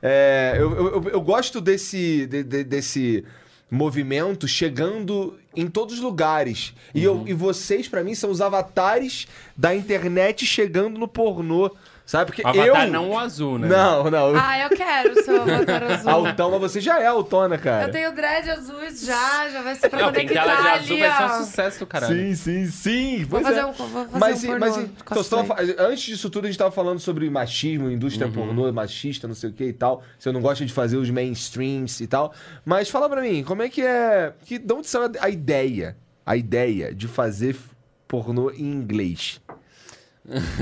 É, eu, eu, eu- eu gosto desse, de- de- desse movimento chegando em todos os lugares. E, eu, Uhum. e vocês, pra mim, são os avatares da internet chegando no pornô. Sabe? Porque Avatar eu... não o azul, né? Não, não. Ah, eu quero o seu (laughs) avatar azul. Altão, mas você já é altona, cara. Eu tenho dread azuis já, já vai ser pra Não, poder Pentela quitar de ali, azul ó. vai ser um sucesso, caralho. Sim, sim, sim. pois Vou fazer é. um- vou fazer mas, um e- pornô mas e- de então, você tava fa- cosplay. antes disso tudo, a gente tava falando sobre machismo, indústria Uhum. pornô, machista, não sei o que e tal. Você não gosta de fazer os mainstreams e tal. Mas fala pra mim, como é que é. Que, de onde saiu a ideia? A ideia de fazer f- pornô em (laughs) inglês.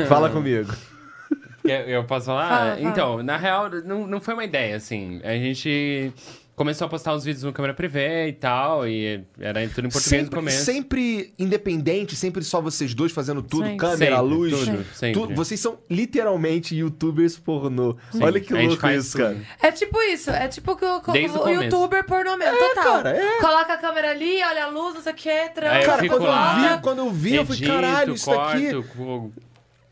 fala comigo. Quer- Eu posso falar? Fala, fala. Então, na real, não, não foi uma ideia, assim. A gente começou a postar os vídeos no câmera privê e tal, e era tudo em português no Sempre, começo. sempre independente, sempre só vocês dois fazendo tudo, Sempre. câmera, Sempre, luz. tudo, sempre. vocês são literalmente youtubers pornô. Sim, Olha que a gente louco faz isso, tudo. cara. É tipo isso, é tipo que o, Desde o o começo. youtuber pornô mesmo, total. cara, é. Coloca a câmera ali, olha a luz, não sei o que, Aí tranca. É, eu Cara, fico quando eu lá, vi, quando eu vi, eu falei, edito, caralho, isso daqui corto, co-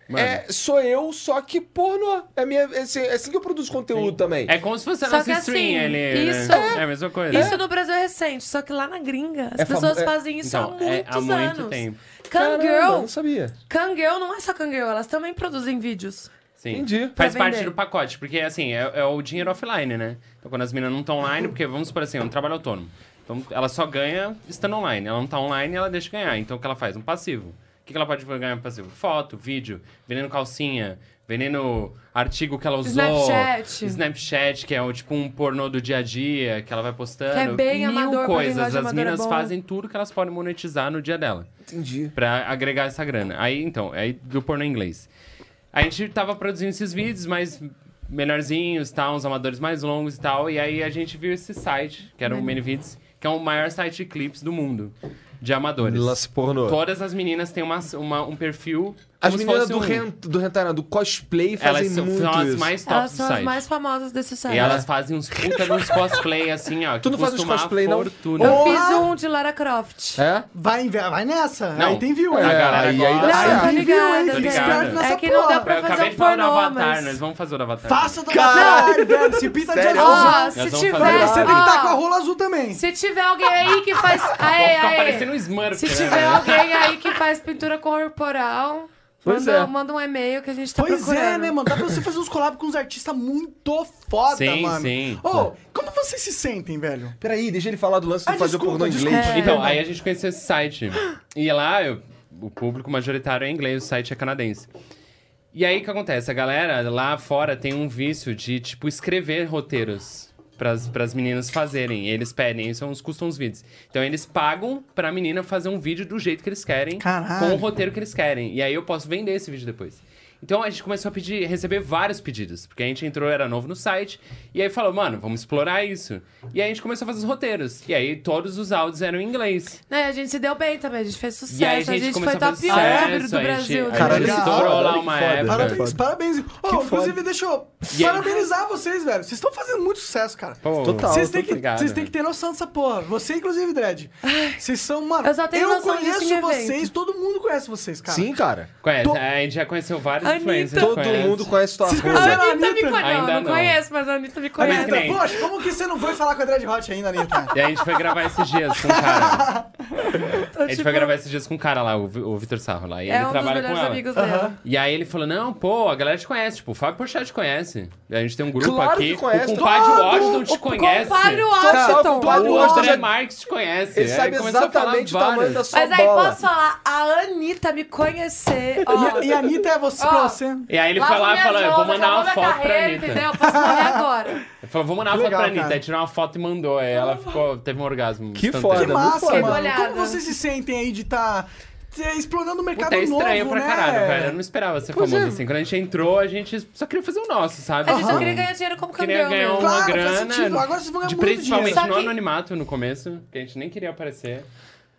Mano, é, sou eu, só que pornô. É, minha, é, assim, é assim que eu produzo conteúdo também. é como se fosse a Só nossa que stream assim, ali, né? isso- É a mesma coisa. Isso no Brasil é recente, só que lá na gringa as É famo- pessoas é- fazem isso há Então, muitos é- há muito anos. tempo. Caramba, eu Kangirl, não sabia. Kangirl não é só Kangirl, elas também produzem vídeos. Sim. Entendi. Faz Pra parte vender. do pacote, porque assim, é, é o dinheiro offline, né? Então quando as meninas não estão online, porque vamos supor assim, é um trabalho autônomo. Então ela só ganha estando online. Ela não tá online, ela deixa ganhar. Então o que ela faz? Um passivo. O que que ela pode ganhar passivo? Foto, vídeo, vendendo calcinha, vendendo artigo que ela usou. Snapchat. Snapchat, que é o, tipo um pornô do dia a dia, que ela vai postando. Que é bem Mil amador, pra quem gosta coisas. de As amador é meninas bom. fazem tudo que elas podem monetizar no dia dela. Entendi. Pra agregar essa grana. Aí, então, aí do porno em inglês. A gente tava produzindo esses vídeos, mas melhorzinhos, tal, uns amadores mais longos e tal. E aí a gente viu esse site, que Uhum. era o Manyvids, que é o maior site de clipes do mundo, de amadores. Lance pornô. Todas as meninas têm uma, uma- um perfil As como se meninas fosse do, um- ren- do hentai, não, do cosplay fazem Elas são, muito são as isso. mais top Elas do são as site. mais famosas desse site. E elas fazem uns puta de uns cosplay assim, ó. Tu não que faz uns custa uma cosplay, não? fortuna. Eu Porra! fiz um de Lara Croft. É? (laughs) Vai, em- vai nessa. Não. Aí tem view, é. A Ah, aí. galera né? aí- aí dá gosta. Não, eu certo. tô Tem view, hein? ligada, Tem que ligado. esperar nessa É que não dá porra. pra Eu fazer acabei um de falar do pornô, Avatar, né? mas... nós vamos fazer o do Avatar. Faça do Caralho, Caralho, velho. Se pinta de Sério? Ah, azul. Ó, Nós se vamos tiver... fazer. Vai, você tem que tá ó, com a rola azul também. Se tiver alguém aí que (laughs) faz... Aê, ficar aê. parecendo um Smurf, Se né? tiver alguém aí que faz pintura corporal... Pois manda, é. manda um e-mail que a gente tá Pois procurando. é, né, mano? Dá pra você fazer uns collab com uns artistas muito foda, Sim, mano. sim. Ô, como vocês se sentem, velho? Peraí, deixa ele falar do lance de Ah, fazer desculpa, o pornô em desculpa. inglês. É. Então, aí a gente conheceu esse site. E lá, eu- o público majoritário é inglês, o site é canadense. E aí, o que acontece? A galera lá fora tem um vício de, tipo, escrever roteiros pras, pras meninas fazerem. Eles pedem, é são os custom vids. Então, eles pagam pra menina fazer um vídeo do jeito que eles querem. Caralho. Com o roteiro que eles querem. E aí, eu posso vender esse vídeo depois. Então, a gente começou a pedir, receber vários pedidos. Porque a gente entrou, era novo no site. E aí, falou, mano, vamos explorar isso. E aí, a gente começou a fazer os roteiros. E aí, todos os áudios eram em inglês. Né, a gente se deu bem também, a gente fez sucesso. E aí a a gente gente, começou foi a fazer top 1 do sucesso, a gente- Brasil. a né? Caralho, gente que estourou foda, lá que uma foda. época. Parabéns, foda. parabéns. Ô, foda. inclusive, deixa eu E aí? parabenizar vocês, velho. Vocês estão fazendo muito sucesso, cara. Pô, Total. Vocês tô têm, que, obrigado. vocês têm que ter noção dessa porra. Você, inclusive, Dredd. Vocês são, mano. Eu só tenho noção disso conheço em vocês, evento. todo mundo conhece vocês, cara. Sim, cara. Conhece, To- a gente já conheceu vários Anitta. influencers. Todo conhece. mundo conhece tua Vocês A rola. conheceram? Anitta me Anitta? conhece. Não, Ainda não, não. conheço, mas a Anitta me mas conhece. que Anitta, nem- então, poxa, como que você não foi falar com a Dread Hot ainda, Anitta? (laughs) E a gente foi gravar esses dias com um cara. Então, A gente tipo, foi gravar esses dias com um cara lá, o Vi- o Vitor Sarro lá. E É ele um dos trabalha com melhores ela. amigos dela. E aí ele falou: não, pô, a galera te conhece. Tipo, o Fábio Porchat te conhece. A gente tem um grupo Claro aqui. que conhece, o compadre todo- Washington te conhece. Compadre Tá, Washington. o compadre o Washington André já- Marques te conhece. Ele Aí sabe É, começou a falar exatamente o tamanho vários. da sua Mas aí, bola. posso falar? A Anitta me conhecer, ó. E, e a Anitta é você pra Ó. você. E aí ele Lava foi lá e minhas falou: eu vou roupas, mandar uma acabou minha foto pra carreira, Anitta. Entendeu? Eu posso morrer agora. (laughs) Ele falou: vou mandar uma Que foto pra legal, Anitta. cara. Aí tirou uma foto e mandou. Aí ela ficou, teve um orgasmo. Que instantâneo. foda. Que massa, Fiquei mano. molhada. Como vocês se sentem aí de estar explorando o mercado Puta, é um estranho novo, pra né? caralho, velho. Eu não esperava ser famoso assim. Quando a gente entrou, a gente só queria fazer o nosso, sabe? é. A gente só Tipo, queria ganhar dinheiro como queria campeão. ganhar mesmo. uma Claro, faz grana. sentido. Agora vocês vão ganhar de, muito Principalmente dinheiro. no Só que- anonimato, no começo, que a gente nem queria aparecer.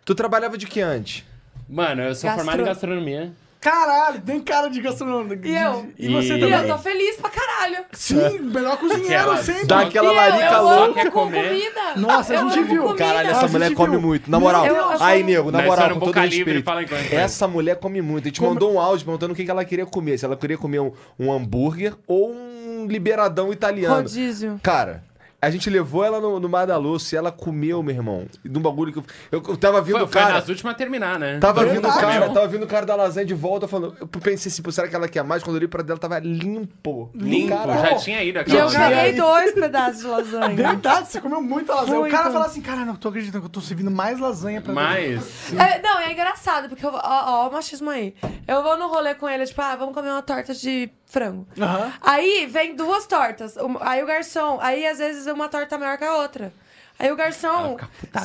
Tu trabalhava de que antes? Mano, eu sou Gastro- formado em gastronomia. Caralho, tem cara de gastronômico. E eu? E você E- E eu também. tô feliz pra caralho. Sim, melhor cozinheiro Aquela- sempre. Dá aquela E eu, larica eu louca. amo Quer com comer? comida. Nossa, a eu gente amo viu. comida. Caralho, A essa gente mulher viu. come muito. Na moral. Eu- eu Aí, como- nego, na Nós moral, somos com boca todo livre, respeito. fala enquanto. Essa mulher come muito. A gente mandou um áudio perguntando o que que ela queria comer. Se ela queria comer um, um hambúrguer ou um liberadão italiano. Rodízio. Cara... A gente levou ela no, no Madalosso e ela comeu, meu irmão. De um bagulho que eu, eu, eu tava vindo, Foi, foi cara. nas últimas a terminar, né? Tava vindo o Verdade. cara, tava vindo o cara da lasanha de volta falando. Eu pensei assim, pô, será que ela quer mais? Quando eu olhei pra dela, tava limpo. Limpo, Caralho. já tinha ido E eu aquela. já- ganhei aí. dois pedaços de (laughs) lasanha. Verdade, você comeu muita lasanha. O Muito. cara fala assim, cara, não tô acreditando que eu tô servindo mais lasanha pra mim. Mas. É, não, é engraçado, porque eu vou- ó, ó, o machismo aí. Eu vou no rolê com ele, tipo, ah, vamos comer uma torta de frango. Aham. Aí vem duas tortas. Um- Aí o garçom, aí às vezes uma torta maior que a outra. Aí o garçom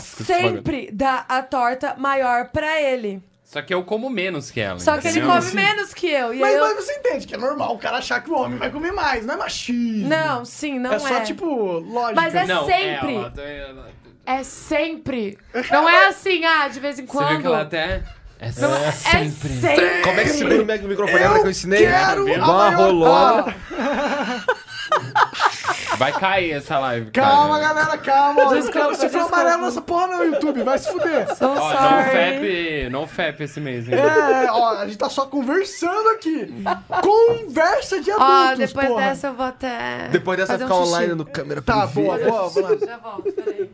sempre dá a torta maior pra ele. Só que eu como menos que ela. Só que ele entendeu? come menos que eu. E Mas, aí eu... mas você entende que é normal o cara achar que o homem vai comer mais, não é machismo. Não, sim, não é. É só, tipo, lógico. Mas é Não, sempre. ela- ela- É sempre. Não é assim, ah, de vez em Você viu quando. que ela até. É Não, é sempre. sempre. Como é que se liga no microfone? Lembra que eu ensinei? quero Igual a uma maior- rolola. Vai cair essa live. cara. Calma, galera, calma. Ó, Desculpa, Se for desculpa. amarelo nessa porra no YouTube, vai se fuder. Tô Ó, no sorry. FAP, no FAP esse mês, hein? É, ó, a gente tá só conversando aqui. Conversa de adultos, Ó, depois porra. dessa eu vou até. Depois dessa, fazer um ficar xixi. online no câmera Tá, privê. boa, boa, boa. Já volto, Tá (laughs) peraí.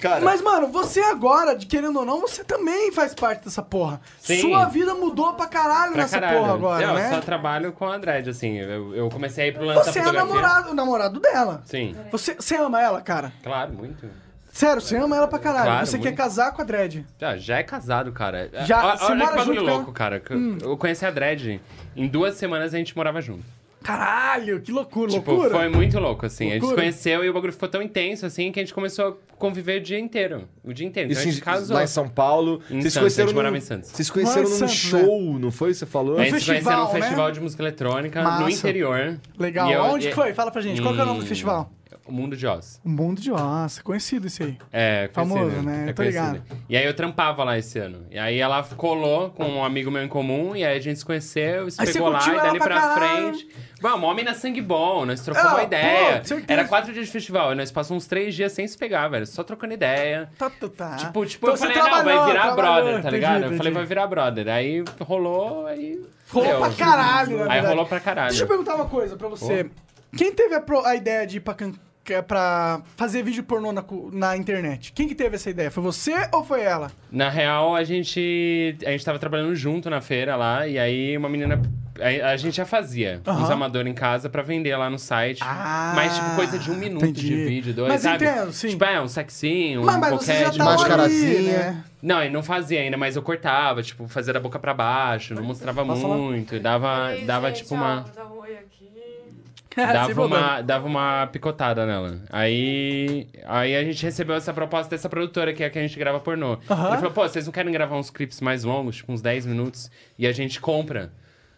Cara, Mas, mano, você agora, de querendo ou não, você também faz parte dessa porra. Sim. Sua vida mudou pra caralho Pra nessa caralho. porra agora, Não, né? eu só trabalho com a Dredd, assim. Eu, eu comecei a ir pro lance Você da é fotografia. namorado, o namorado dela. Sim, Você, você ama ela, cara? claro, muito. Sério, você ama ela pra caralho. Claro, você quer muito. casar com a Dredd. Já, já é casado, cara. Já- Ó, você Olha mora que bagulho junto com ela? Hum. louco, cara. que eu- Eu conheci a Dredd. Em duas semanas a gente morava junto. Caralho, que loucura, Tipo, loucura. foi muito louco, assim. A gente se Loucura. conheceu e o bagulho ficou tão intenso, assim, que a gente começou a conviver o dia inteiro. O dia inteiro. Então isso a gente em, casou. lá em São Paulo. Em vocês Santos, a conheceram gente morava num, em Santos. Vocês conheceram Lá em num Santos, né? show, não foi? Você falou? a gente se conheceu num festival, né? festival de música eletrônica Massa. no interior. Legal. E eu- Onde e- Hum. que foi? Fala pra gente. Qual que é o nome do Em- festival? O Mundo de Oz. O Mundo de Oz, conhecido esse aí. É, conhecido. Famoso, né? É Tô conhecido. ligado. E aí eu trampava lá esse ano. E aí ela colou com um amigo meu em comum, e aí a gente se conheceu, se Aí você pegou lá, curtiu e ela dali pra pra, caralho. frente. Vamos, homem na sangue bom, nós trocamos Ah, uma ideia. pô, certeza. Era quatro dias de festival, e nós passamos uns três dias sem se pegar, velho. Só trocando ideia. Tá, tá, tá. Tipo, tipo Então eu você falei, não, vai trabalhou, virar trabalhou, brother, tá entendi, ligado? Eu entendi. falei, vai virar brother. Aí rolou, aí. Rolou deu. pra caralho, na Aí verdade. rolou pra caralho. Deixa eu perguntar uma coisa pra você. Quem teve a, pro- a ideia de ir pra, can- que- é pra fazer vídeo pornô na, cu- na internet? Quem que teve essa ideia? Foi você ou foi ela? Na real, a gente. A gente tava trabalhando junto na feira lá, e aí uma menina. A, a gente já fazia Aham. uns amadores em casa pra vender lá no site. Ah, mas, tipo, coisa de um minuto entendi. de vídeo, dois, Mas sabe? entendo, sim. Tipo, é, um sexinho, um assim, Mas, mas você já boquete. tava uma- ali, mascarazinha. né? Não, eu não fazia ainda, mas eu cortava, tipo, fazia da boca pra baixo, não mostrava muito. e Dava, Ih, dava gente, tipo ó, uma. dá um oi aqui. (laughs) Sem Dava problema. uma, dava uma picotada nela. Aí, aí a gente recebeu essa proposta dessa produtora, que é a que a gente grava pornô. Ele falou, pô, vocês não querem gravar uns clipes mais longos, tipo uns 10 minutos, e a gente compra?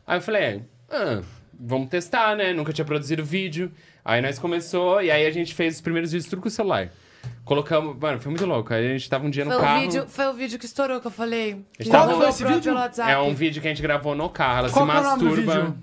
Aí eu falei, ah, vamos testar, né? Nunca tinha produzido vídeo. Aí nós começou, e aí a gente fez os primeiros vídeos tudo com o celular. Colocamos, mano, foi muito louco. Aí a gente tava um dia no Foi o, carro. vídeo, foi o vídeo que estourou que eu falei. Que Qual rolou foi esse pro- vídeo? Pelo WhatsApp. É um vídeo que a gente gravou no carro, ela Qual se que é o nome do masturba. vídeo?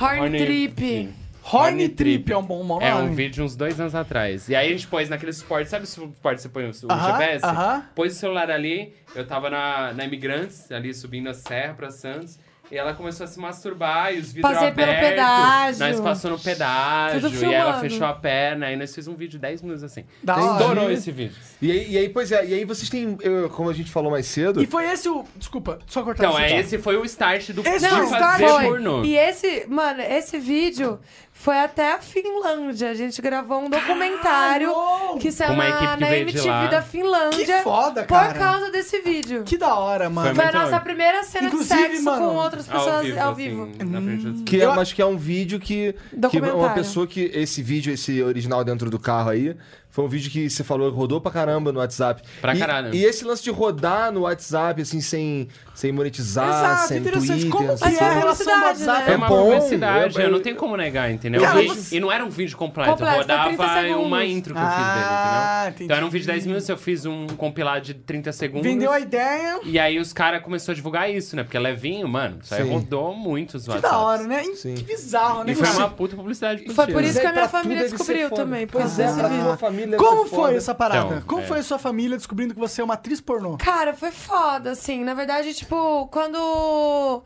Horn, Horny- Trip. Sim. Horny Trip é um bom nome. É um vídeo uns dois anos atrás. E aí a gente pôs naquele suporte, sabe o suporte que você põe o, o Aham, GPS? aham. Pôs o celular ali, eu tava na, na Imigrantes, ali subindo a serra pra Santos. E ela começou a se masturbar e os vidros Passei pelo abertos. pedágio. Nós passou no pedágio. Tudo e ela filmando. fechou a perna. E nós fizemos um vídeo de 10 minutos assim. Da hora. Estourou esse vídeo. E aí, e aí, pois é, e aí vocês têm, eu- como a gente falou mais cedo, E foi esse o... Desculpa, só cortar Então, você, é, tá? esse foi o start do Esse de foi o start. fazer Foi. pornô. E esse, mano, esse vídeo foi até a Finlândia. A gente gravou um documentário Caralho! que saiu Uma na, equipe que na veio de lá. MTV da Finlândia. Ah, Que foda, Por cara. causa desse vídeo. Que da hora, mano. Foi a muito nossa legal. primeira cena Inclusive, de sexo mano, com outras pessoas Ao vivo, assim, na frente dos- que é, Eu- mas que é um vídeo que, que é uma Documentário. pessoa que esse vídeo, esse original dentro do carro aí, foi um vídeo que você falou rodou pra caramba no WhatsApp. Pra e, caralho. E esse lance de rodar no WhatsApp assim sem sem monetizar, Exato, sem interessante. Twitter, assim. Como que sem- é a né? Mas é relação do publicidade, WhatsApp? É É uma bom, É, publicidade, eu- eu, não tenho como negar, entendeu? Cara, O vídeo- você- E não era um vídeo completo, Completo, foi rodava 30 uma segundos. intro que eu fiz dele, Ah, entendeu? Então era um entendi. vídeo de 10 minutos, eu fiz um compilado de 30 É segundos. Vendeu a ideia. E aí os caras começaram a divulgar isso, né? Porque é levinho, mano, isso aí Sim. rodou muito os Que WhatsApps. da hora, né? Sim. Que bizarro, né? E foi cara? uma puta publicidade Foi positiva. por isso que a Pra minha tudo família deve ser descobriu foda. também. por Pois causa é, desse pra vídeo. tua família Como foda. foi essa parada? Então, Como é. foi a sua família descobrindo que você é uma atriz pornô? Cara, foi foda, assim. Na verdade, tipo, quando.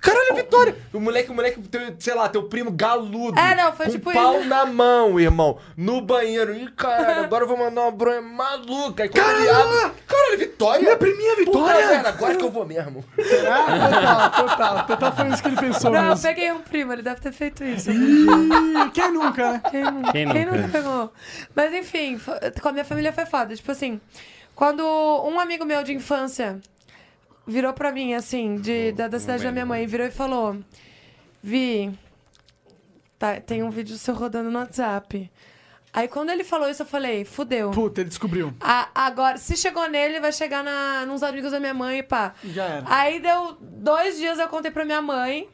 Caralho, Vitória! O moleque, o moleque, teu, sei lá, teu primo galudo. É, não, foi com tipo pau isso. na mão, irmão. No banheiro. Ih, caralho, agora eu vou mandar uma bronha maluca. Aí, quando ele Caralho! abre, Caralho, Vitória! Minha priminha é Vitória! Puta merda, agora que eu vou mesmo. Ah, total, total. Total foi isso que ele pensou Não, eu mesmo. peguei um primo, ele deve ter feito isso. Ih, Quem nunca, né? Quem nunca, Quem quem nunca? nunca pegou? Mas enfim, fo- com a minha família foi foda. Tipo assim, quando um amigo meu de infância virou pra mim, assim, de, da, da cidade da minha mãe, virou e falou: Vi, tá- tem um vídeo seu rodando no WhatsApp. Aí quando ele falou isso, eu falei: fudeu. Puta, ele descobriu. A- agora, se chegou nele, vai chegar na, nos amigos da minha mãe, pá. Já era. Aí deu dois dias, eu contei pra minha mãe.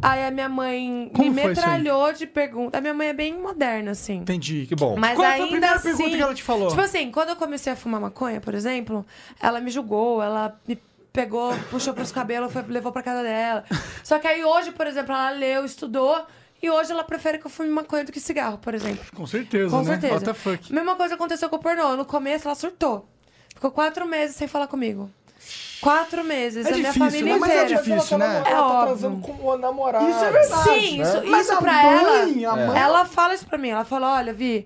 Aí a minha mãe Como me foi isso aí? metralhou de perguntas. A minha mãe é bem moderna, assim. Entendi. Que bom. Mas Qual foi a ainda primeira assim, pergunta que ela te falou? Tipo assim, quando eu comecei a fumar maconha, por exemplo, ela me julgou, ela me pegou, puxou pros cabelos, foi, levou pra casa (laughs) dela. Só que aí hoje, por exemplo, ela leu, estudou, e hoje ela prefere que eu fume maconha do que cigarro, por exemplo. Com certeza, Com né? certeza. What the fuck? Mesma coisa aconteceu com o pornô. No começo ela surtou. Ficou quatro meses sem falar comigo. Quatro meses. É a minha difícil, família né? Mas é inteira. difícil, né? É tá óbvio. transando com o namorado. Isso é verdade. Sim, né? isso, Mas isso a pra mãe, ela. a mãe- É. Ela fala isso pra mim. Ela fala: olha, Vi,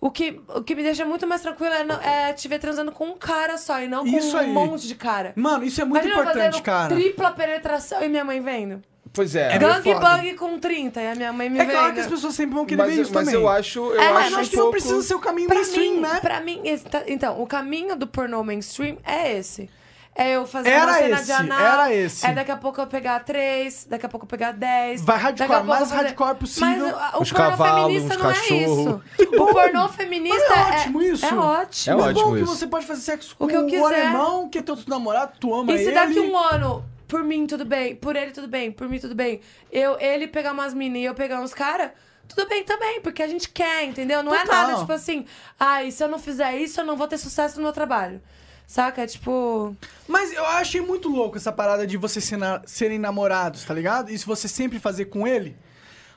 o que, o que me deixa muito mais tranquila é, não- é te ver transando com um cara só e não com Isso um aí. monte de cara. Mano, isso é muito Imagina eu importante, fazendo cara. Tripla penetração e minha mãe vendo. Pois é. É Gangbang foda. bang com 30 e a minha mãe me É vendo. claro que as pessoas sempre vão querer mas, é- ver isso mas também. eu acho, eu É, acho Mas eu um acho que não pouco... precisa ser o caminho Pra mainstream, mim, né? pra mim, esse tá- então, o caminho do pornô mainstream é esse. É eu fazer Era uma cena esse, de anal. era esse. É daqui a pouco eu pegar três, daqui a pouco eu pegar dez. Vai hardcore, daqui a pouco eu mais fazer- hardcore possível. Mas uh, o- o, Uns pornô cavalos, feminista uns não cachorro. é isso. bom. O pornô Mas feminista é ótimo é, isso. é É ótimo. Mas ótimo bom que isso. você pode fazer sexo com O que eu o quiser. alemão, que é teu namorado, tu ama e ele. se daqui um ano, por mim tudo bem, por ele tudo bem, por mim tudo bem, eu ele pegar umas minas e eu pegar uns caras, tudo bem também, porque a gente quer, entendeu? Não é Total. nada tipo assim, ai, se eu não fizer isso, eu não vou ter sucesso no meu trabalho. Saca? É tipo. Mas eu achei muito louco essa parada de vocês ser na- serem namorados, tá ligado? Isso você sempre fazer com ele.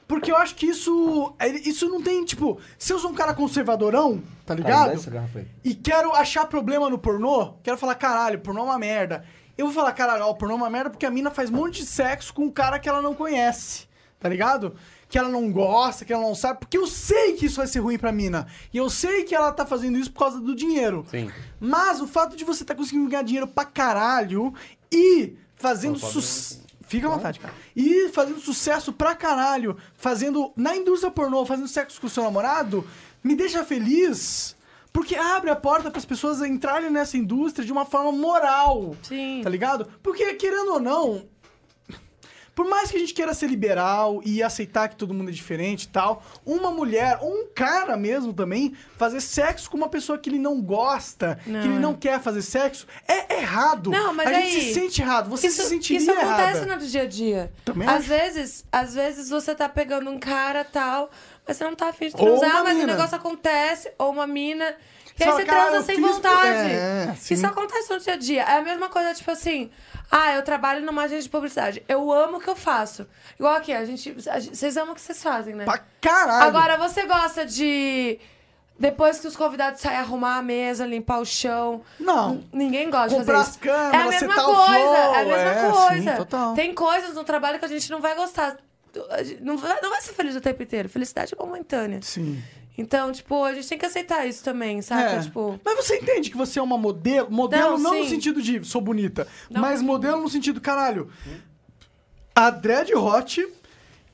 Porque eu acho que isso. ele- Isso não tem, tipo, se eu sou um cara conservadorão, Cara, dá tá ligado? essa garrafa aí. e quero achar problema no pornô, quero falar, caralho, pornô é uma merda. Eu vou falar, caralho, ó, pornô é uma merda porque a mina faz um monte de sexo com um cara que ela não conhece, tá ligado? Que ela não gosta, que ela não sabe, porque eu sei que isso vai ser ruim pra mina. E eu sei que ela tá fazendo isso por causa do dinheiro. Sim. Mas o fato de você tá conseguindo ganhar dinheiro pra caralho e fazendo Pô, Fábio, sucesso. Fica à vontade, cara. E fazendo sucesso pra caralho, fazendo. Na indústria pornô, fazendo sexo com o seu namorado, me deixa feliz. Porque abre a porta pras pessoas entrarem nessa indústria de uma forma moral. Sim. Tá ligado? Porque, querendo ou não, por mais que a gente queira ser liberal e aceitar que todo mundo é diferente e tal, uma mulher ou um cara mesmo também fazer sexo com uma pessoa que ele não gosta, Não, que ele é. não quer fazer sexo, é errado. Não, mas a aí, gente se sente errado. Você isso, se sentiria Isso errada. acontece no dia a dia. Também às acho. vezes, às vezes você tá pegando um cara tal, mas você não tá afim de Ou uma transar, mas o mina. negócio acontece, ou uma mina. E Você aí fala, você "Cara, transa eu sem fiz por-" vontade. É, sim. Isso acontece no dia a dia. É a mesma coisa, tipo assim. Ah, eu trabalho numa agência de publicidade. Eu amo o que eu faço. Igual aqui, a gente. a gente- vocês amam o que vocês fazem, né? Pra caralho. Agora, você gosta de. Depois que os convidados saem arrumar a mesa, limpar o chão. Não. N- Ninguém gosta de fazer Comprar as isso. câmeras, é a mesma setar o coisa. flow, é a mesma é, coisa. sim, total. Tem coisas no trabalho que a gente não vai gostar. A gente Não vai, não vai ser feliz o tempo inteiro. Felicidade é momentânea. Sim. Então, tipo, a gente tem que aceitar isso também, saca? É. Tipo. Mas você entende que você é uma modelo. Modelo não, Não, no sim. sentido de sou bonita, Não. mas modelo no sentido, caralho. A Dread Hot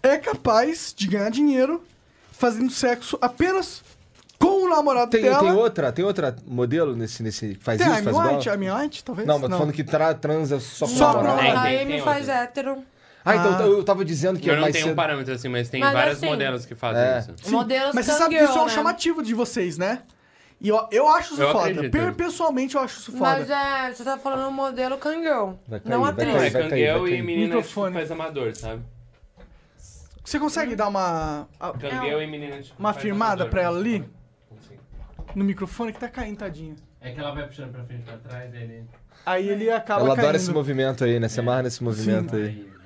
é capaz de ganhar dinheiro fazendo sexo apenas com o namorado Tem, dela. tem outra, tem outra modelo nesse, nesse que faz Tem a isso, Amy faz White, a igual? Amy White, talvez? Não, mas tô falando que tra, transa só com um Só o com- namorado. Tem, a tem, Amy tem faz outra. hétero. Ah, então eu tava dizendo que Eu é não mais tenho um cedo. parâmetro assim, mas tem Mas várias assim- modelos que fazem É. isso. Sim, Modelos Mas você sabe que cangirl, isso é um né? chamativo de vocês, né? E eu, eu acho isso Eu foda. acredito. Per- pessoalmente, eu acho isso foda. Mas é, você tá falando modelo cangirl. Vai cair, não vai Não, é atriz. cair. cangueu vai e cair. menina que Microfone. faz amador, sabe? é- Você consegue dar uma. a- Cangueu e menina que Uma faz firmada amador. pra ela ali? No microfone que tá caindo, tadinha. É que ela vai puxando pra frente e pra trás, aí ele... Aí ele acaba Ela caindo. adora esse movimento aí, É. né? Se amarra nesse movimento aí. Aí, ó.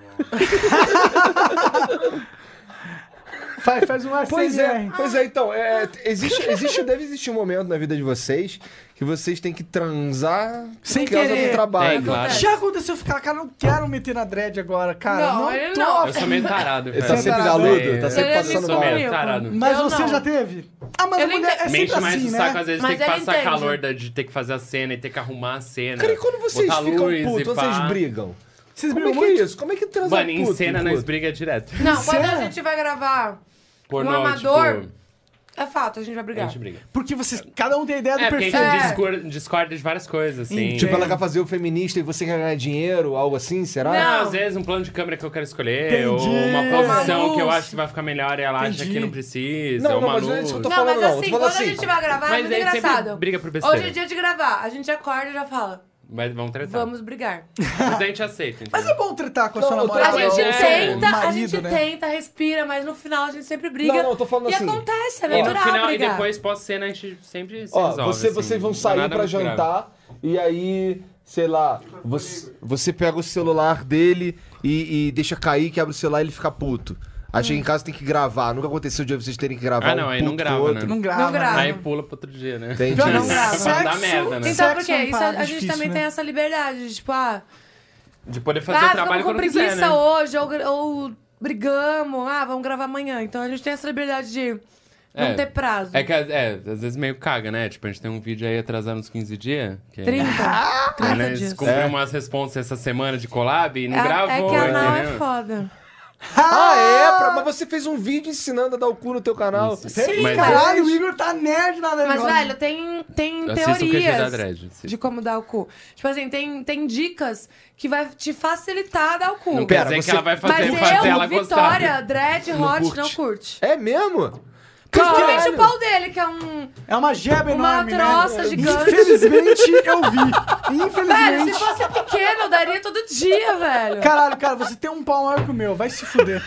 Faz, faz um Pois é, ASMR. pois é, então, é, Ah. existe, existe, deve existir um momento na vida de vocês que vocês têm que transar Sem por causa querer. do trabalho. É, claro. Já aconteceu ficar, cara, eu não quero meter na dread agora, cara. Não, Não, ele tô não. afim. Eu sou meio tarado, Ele velho. tá sempre galudo, tá sempre Ele é passando Eu sou mal. meio maníaco. tarado. Mas Eu você não. já teve? Ah, mas a Ele mulher é entende. sempre Mexe mais assim, o né? saco, às vezes Mas tem que ele passar entende. calor da- de ter que fazer a cena e ter que arrumar a cena. Cara, e quando vocês botar ficam luz e putos, pá. vocês brigam? Vocês Como é brigam que muito? é isso? Como é que transa Mano, em puto, cena nós puto? briga direto. Não, quando Sério? a gente vai gravar Pornô, um amador, tipo, é fato, a gente vai a brigar. gente briga. Porque vocês, cada um tem a ideia do É, porque a perfil. gente É. discor- discorda de várias coisas, assim. Tipo, ela quer fazer o feminista e você quer ganhar dinheiro, algo assim, será? Não, às vezes um plano de câmera que eu quero escolher, ou Entendi. uma Uma posição luz. que eu acho que vai ficar melhor e ela acha Entendi. que não precisa, Não, ou não, uma mas não é luz. isso que eu tô Não, falando, mas não. Eu tô assim, falando quando a assim. gente vai gravar, Mas é muito aí sempre engraçado. briga por besteira. Tá. Hoje é dia de gravar, a gente acorda e já fala, Mas vamos tratar. vamos brigar. Mas a gente aceita, entendeu? Mas é bom tretar com a sua Não, eu tô- namorada. A mas gente é- tenta, marido, a gente né? tenta, respira, mas no final a gente sempre briga. Não, não, eu tô falando e assim, né? acontece, é E natural no final, brigar. e depois pós-cena, a gente sempre se Ó, resolve, você, assim, vocês vão não é sair nada pra muito grave. jantar e aí, sei lá, você, você pega o celular dele e, e deixa cair, quebra o celular e ele fica puto. Aí chega em casa tem que gravar. Nunca aconteceu de vocês terem que gravar. Ah, não, um aí não puto grava, pro outro. né? Não grava. Não grava. Aí pula pro outro dia, né? Entendi. Não grava. Pra dar Sexo- merda, né? Então, Sexo porque é uma isso, a, parada a gente difícil, também né? tem essa liberdade, de, tipo, ah, De poder fazer o ah, ficamos trabalho com quando preguiça quiser, né? hoje, ou, gr- ou brigamos, ah, vamos gravar amanhã. Então a gente tem essa liberdade de não É. ter prazo. É que é, às vezes meio caga, né? Tipo, a gente tem um vídeo aí atrasado uns 15 dias. Que 30. Ah, 30 né, dias. cumpriu É. umas responsas essa semana de collab e não É- é gravou. né? que anal é entendeu? foda. Ah, é? Pra- mas você fez um vídeo ensinando a dar o cu no teu canal. Sim, é é Mas- caralho, o Igor tá nerd na Dread Mas, Hot. velho, tem, tem Assista o QG da teorias Dredd, assista. de como dar o cu. Tipo assim, tem, tem dicas que vai te facilitar dar o cu. Não quer Pera, dizer você- que ela vai Mas fazer eu, fazer ela Vitória, gostar. Dread, Hot, curte. não curte. É mesmo? Principalmente Caralho. o pau dele, que é um... É uma jeba Uma enorme, troça né? gigante. Infelizmente, eu vi. Velho, se Infelizmente. fosse pequeno, eu daria todo dia, velho. Caralho, cara, você tem um pau maior que o meu. Vai se fuder.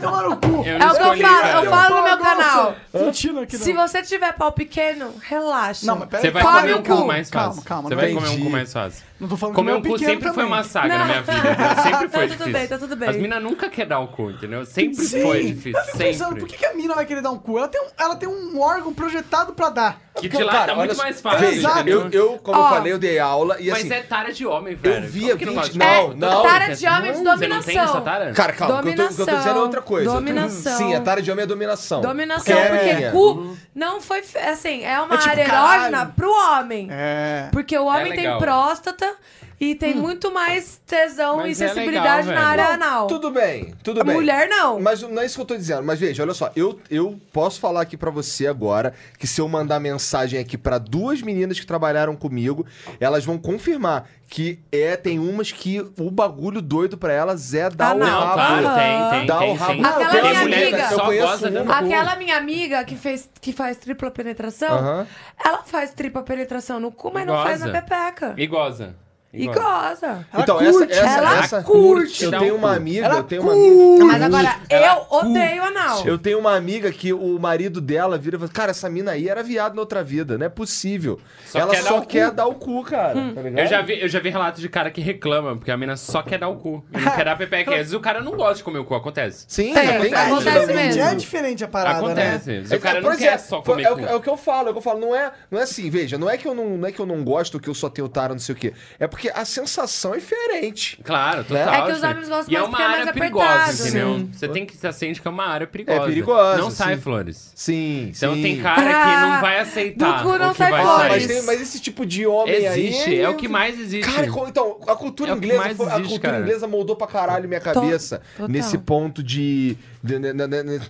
tomar no cu. É Eu o que eu escolhi, falo, cara. eu falo no meu canal. Curtindo aqui. Se não. você tiver pau pequeno, relaxa. Não, mas pera Você vai Come comer o um cu cu. mais fácil. Calma, calma, Você não vai tem- comer um cu Entendi. mais fácil. Não tô falando que Comer meu um cu pequeno sempre foi também. uma saga na Não. minha (laughs) vida. tá? Sempre foi Tá tudo difícil. bem, tá tudo bem. As minas nunca quer dar o cu, entendeu? Sempre Sim. foi Eu difícil. fico pensando, por Sempre. que, que a mina vai querer dar um cu? Ela tem um, ela tem um órgão projetado pra dar. Que Cara, de lá tá olha muito só, mais fácil. veja, Exato. entendeu? eu, eu, como eu Ó. falei, eu dei aula e Mas assim. é tara de homem, velho. via Como que não 20 gosta de não, homem? não. É, Tara de homem de Você não tem essa dominação. tara? Cara, calma, o que, eu tô, o que eu tô dizendo é outra coisa. Dominação. Sim, a tara de homem é dominação. Dominação, é, porque é. cu não foi. fe- Assim, é uma É tipo, área caralho. erógena pro homem. É. Porque o homem tem legal. próstata e Hum. tem muito mais tesão Mas e é sensibilidade legal, na área velho. anal. Tudo bem, tudo A bem. mulher não. Mas não é isso que eu tô dizendo. Mas veja, olha só, eu, eu posso falar aqui pra você agora que se eu mandar mensagem aqui pra duas meninas que trabalharam comigo, elas vão confirmar que é, tem umas que o bagulho doido pra elas é dar Ah, o não, Não, rabo. claro, tem, tem, Dá o tem, rabo. tem. Aquela Tem minha mulher que amiga. só Eu conheço gosta uma. dando cu. Aquela minha amiga que, fez, que faz tripla penetração, Aham. ela faz tripla penetração no cu, mas não faz na Goza. pepeca. E goza. E goza. Ela Então, curte, essa, essa, ela essa curte. Eu Dá tenho um uma cu. amiga, Ela eu tenho uma amiga. Mas agora, eu odeio anal. Eu tenho uma amiga que o marido dela vira e fala: Cara, essa mina aí era viado na outra vida, não é possível. Só Ela quer dar só o quer cu. dar o cu, cara. Hum. tá ligado? Eu já, vi, eu já vi relatos de cara que reclama, porque a mina só quer dar o cu. E não (laughs) quer dar pepeca. Às vezes o cara não gosta de comer o cu, acontece. Sim, Tem, já tem. acontece já tem- mesmo. É diferente a parada, acontece. né? Às vezes O cara não pois quer é, só foi- comer é, cu. o, é o que eu falo, é o que eu falo. Não é, não é assim, veja, não é que eu não, não é que eu não gosto, que eu só tenho tara, não sei o quê. É porque a sensação é diferente. Claro, total. É que os diferente. homens gostam E é mais uma porque é área mais perigosa, apertado, entendeu? né? Você tem que estar ciente que é uma área perigosa. É perigosa, Não sai sim. flores. Sim, Então sim. tem cara que não vai Ah, aceitar. do cu não o que sai vai flores. Ah, mas, sair. tem- mas esse tipo de homem aí. Existe, é o que mais existe. Cara, co- então, a cultura É o que inglesa, mais foi- a existe, cultura cara. inglesa moldou pra caralho minha cabeça total. nesse ponto de, de- na, na-